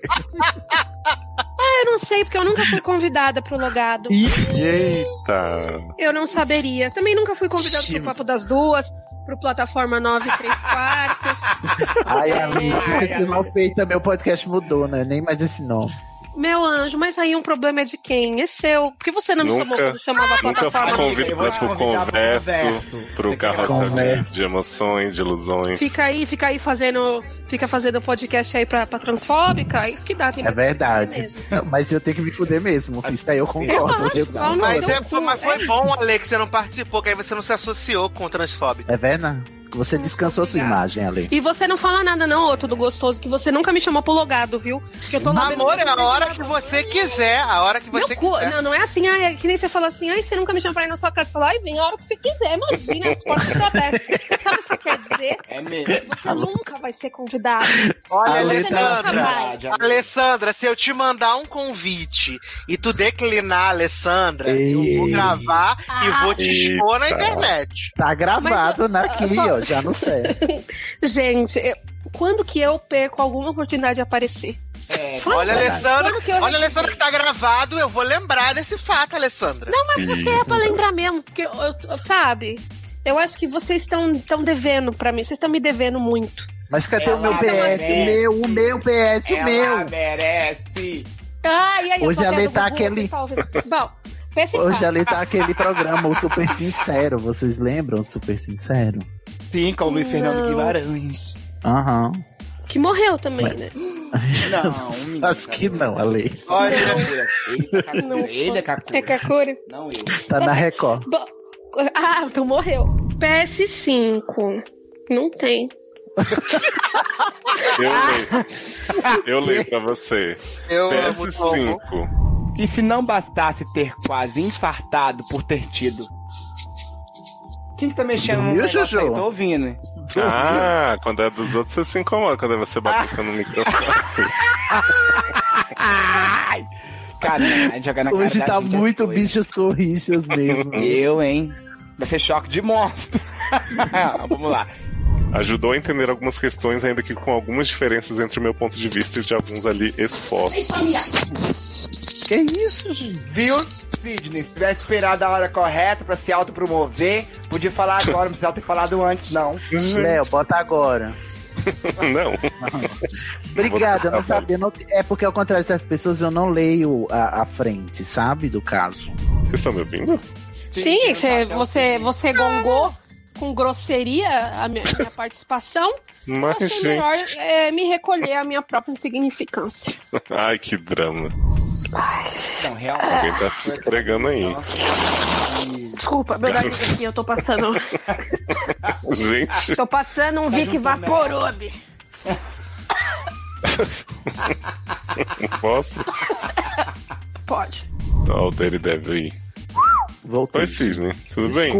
Speaker 2: Ah, eu não sei, porque eu nunca fui convidada pro logado.
Speaker 5: Eita.
Speaker 2: Eu não saberia. Também nunca fui convidada pro Papo das Duas, pro
Speaker 3: [LAUGHS]
Speaker 2: Plataforma 93 Quartos.
Speaker 1: Ai,
Speaker 2: É,
Speaker 1: amiga,
Speaker 2: ai,
Speaker 1: que mal feita. Meu podcast mudou, né? Nem mais esse nome.
Speaker 2: Meu anjo, mas aí um problema é de quem? É seu. Por que você não me chamou quando chamava a
Speaker 5: nunca fui
Speaker 1: Tá
Speaker 5: tipo,
Speaker 2: plataforma?
Speaker 5: convidado pro converso,
Speaker 4: converso.
Speaker 5: pro carrossel de, de emoções, de ilusões.
Speaker 2: Fica aí, fica aí fazendo. Fica fazendo podcast aí pra, pra transfóbica. É isso que dá, tem
Speaker 1: É
Speaker 2: mais-
Speaker 1: verdade. Não, mas eu tenho que me fuder mesmo. Isso daí eu concordo.
Speaker 2: acho, fala no
Speaker 3: Mas,
Speaker 2: teu
Speaker 3: é-
Speaker 2: cu,
Speaker 3: mas
Speaker 2: é
Speaker 3: foi
Speaker 2: isso.
Speaker 3: bom, Ale, que você não participou, que aí você não se associou com o transfóbico.
Speaker 1: É verdade. Você descansou sua imagem, Ale.
Speaker 2: E você não fala nada, não, ô tudo gostoso, que você nunca me chamou pro logado, viu? Que eu tô lá vendo
Speaker 3: Amor, é
Speaker 2: vocês
Speaker 3: a hora que você quiser, a hora que
Speaker 2: Meu
Speaker 3: você
Speaker 2: cu,
Speaker 3: quiser.
Speaker 2: não, não é assim, ah, é que nem você fala assim, ai, você nunca me chama pra ir na sua casa. Você fala, ai, vem a hora que você quiser, imagina, as portas estão abertas. [LAUGHS] Sabe o que você quer dizer?
Speaker 4: É mesmo.
Speaker 2: Você
Speaker 3: Tá
Speaker 2: nunca vai ser convidado.
Speaker 3: Olha,
Speaker 2: Você
Speaker 4: é
Speaker 2: nunca vai.
Speaker 3: Alessandra, Alessandra, se eu te mandar um convite e tu declinar, Alessandra, eu vou gravar e vou te expor na
Speaker 1: Eita.
Speaker 3: internet.
Speaker 1: Tá gravado
Speaker 2: Mas,
Speaker 1: naqui,
Speaker 2: só-
Speaker 1: ó. Já não sei.
Speaker 2: Gente, eu- quando que eu perco alguma oportunidade de aparecer? Fala.
Speaker 3: Olha, Alessandra,
Speaker 2: Quando que eu É
Speaker 3: olha,
Speaker 2: resolvi?
Speaker 3: Alessandra, que tá gravado, eu vou lembrar desse fato, Alessandra.
Speaker 2: Não, mas você é pra lembrar mesmo, porque, eu, eu- sabe, eu acho que vocês estão tão devendo pra mim, vocês estão me devendo muito.
Speaker 1: Mas cadê o meu
Speaker 2: Ela
Speaker 1: PS?
Speaker 2: merece.
Speaker 1: O meu, o meu PS, o
Speaker 4: tá Ela tá
Speaker 1: meu.
Speaker 4: merece.
Speaker 2: Ai, ai, eu
Speaker 1: Hoje
Speaker 2: tô
Speaker 1: Ale
Speaker 2: até do
Speaker 1: tá
Speaker 2: Gugu,
Speaker 1: aquele-
Speaker 2: vocês tá ouvindo? Bom, pense em
Speaker 1: Hoje
Speaker 2: paz.
Speaker 1: ali tá aquele programa o Super Sincero. Vocês lembram? o Super Sincero.
Speaker 4: Sim, com o Luiz Fernando
Speaker 2: Não.
Speaker 4: Guimarães.
Speaker 1: Aham.
Speaker 2: Que morreu também, né?
Speaker 1: [LAUGHS]
Speaker 4: Não, tá
Speaker 1: Acho que não, Ale.
Speaker 4: Olha, ele
Speaker 1: [LAUGHS]
Speaker 4: tá
Speaker 2: Não
Speaker 4: Kakura. Ele é Kakura.
Speaker 2: É Kakura?
Speaker 4: Não eu.
Speaker 1: Tá na Record.
Speaker 2: Bo- Ah, então morreu. PS5. Não tem.
Speaker 5: Eu leio. Eu leio pra você.
Speaker 3: Eu amo
Speaker 5: PS5.
Speaker 4: E se não bastasse ter quase infartado por ter tido Quem que tá mexendo no
Speaker 5: Dormiu,
Speaker 4: negócio
Speaker 5: Juju?
Speaker 4: aí? Tô ouvindo.
Speaker 5: Ah, quando é dos outros você se incomoda quando é você batucando no
Speaker 4: [LAUGHS]
Speaker 5: microfone.
Speaker 4: Cara, jogar na cara
Speaker 1: Hoje
Speaker 4: da
Speaker 1: tá
Speaker 4: gente as
Speaker 1: muito
Speaker 4: coisas.
Speaker 1: bichos corrichos
Speaker 4: [LAUGHS]
Speaker 1: mesmo.
Speaker 4: Eu, hein? Vai ser choque de monstro. [LAUGHS] Vamos lá.
Speaker 5: Ajudou a entender algumas questões, ainda que com algumas diferenças entre o meu ponto de vista e de alguns ali expostos.
Speaker 1: Que isso, gente?
Speaker 4: Viu, Sidney? Se tivesse esperado a hora correta pra se autopromover, podia falar agora, não precisava ter falado antes, não.
Speaker 1: Léo, bota agora. [LAUGHS]
Speaker 5: não.
Speaker 1: Obrigada, eu não sabia. não- é porque, ao contrário de certas pessoas, eu não leio a, a frente, sabe? Do caso.
Speaker 5: Vocês estão me ouvindo?
Speaker 10: Sim, um você, você, você gongou com grosseria a minha, minha participação.
Speaker 5: Mas,
Speaker 10: Achei melhor
Speaker 5: gente.
Speaker 10: é, me recolher à minha própria insignificância.
Speaker 5: Ai, que drama.
Speaker 4: Não,
Speaker 5: Alguém tá se esfregando aí.
Speaker 10: Desculpa, meu
Speaker 5: Garoto.
Speaker 10: nariz aqui, eu tô passando.
Speaker 5: Gente.
Speaker 10: tô passando um Vic Vaporub.
Speaker 5: Posso?
Speaker 10: Pode.
Speaker 5: Ó, o Daredevil aí.
Speaker 1: Voltou.
Speaker 5: Oi, Cisne. Tudo bem?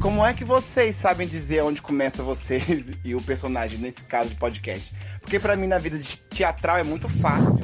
Speaker 4: Como é que vocês sabem dizer onde começa vocês e o personagem, nesse caso de podcast? Porque pra mim, na vida de teatral, é muito fácil.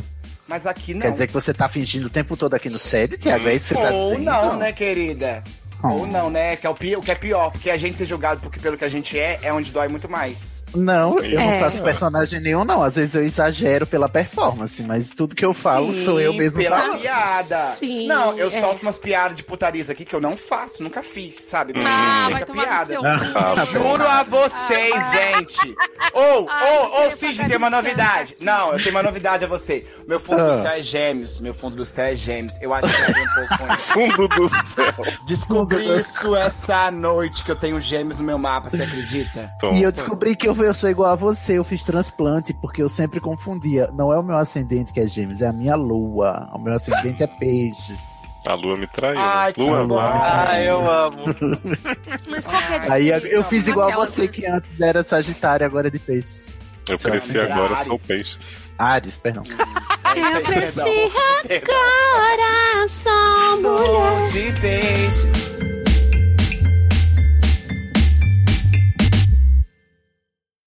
Speaker 4: Mas aqui não.
Speaker 1: Quer dizer que você tá fingindo o tempo todo aqui no set, Tiago? É isso que você tá
Speaker 4: Ou
Speaker 1: dizendo? Hum.
Speaker 4: não, né, querida? Ou não, né? Que é o, pi- o que é pior, porque a gente ser julgado porque pelo que a gente é, é onde dói muito mais.
Speaker 1: Não, eu não
Speaker 4: É.
Speaker 1: faço personagem nenhum, não. Às vezes eu exagero pela performance, mas tudo que eu falo sou eu mesmo
Speaker 4: pela
Speaker 1: falando.
Speaker 4: piada.
Speaker 10: Sim,
Speaker 4: não, eu
Speaker 10: é.
Speaker 4: solto umas piadas de putarias aqui que eu não faço, nunca fiz, sabe?
Speaker 10: Ah, vai
Speaker 4: Fica
Speaker 10: tomar no seu
Speaker 4: piada.
Speaker 10: cu. Ah, Ah, tá bom.
Speaker 4: Juro a vocês, gente. Ou, ou, ou, Cid, tem uma novidade. Não, eu tenho uma novidade a você. Meu fundo do
Speaker 5: Ah.
Speaker 4: céu é gêmeos. Meu fundo do céu é gêmeos. Eu acho que eu errei um pouco
Speaker 1: [LAUGHS]
Speaker 4: com isso.
Speaker 5: Fundo do céu.
Speaker 4: Descobri isso essa noite que eu tenho gêmeos no meu mapa, você acredita?
Speaker 1: E eu descobri que eu, eu sou igual a você, eu fiz transplante, porque eu sempre confundia. Não é o meu ascendente que é gêmeos, é a minha lua. O meu ascendente é peixes.
Speaker 5: A lua me traiu.
Speaker 1: Ai, que
Speaker 5: lua,
Speaker 1: bom.
Speaker 5: lá.
Speaker 3: Ah,
Speaker 1: Ai, eu amo.
Speaker 10: Mas qual que é a
Speaker 1: Aí eu, eu
Speaker 10: diferença?
Speaker 1: fiz igual a
Speaker 10: Aquela-
Speaker 1: você, que antes era sagitário, agora é de peixes.
Speaker 5: Eu
Speaker 1: Seu
Speaker 5: cresci
Speaker 1: ascendente.
Speaker 5: agora, sou peixes.
Speaker 1: Ares, perdão.
Speaker 11: Eu cresci agora, sou
Speaker 4: mulher. de peixes.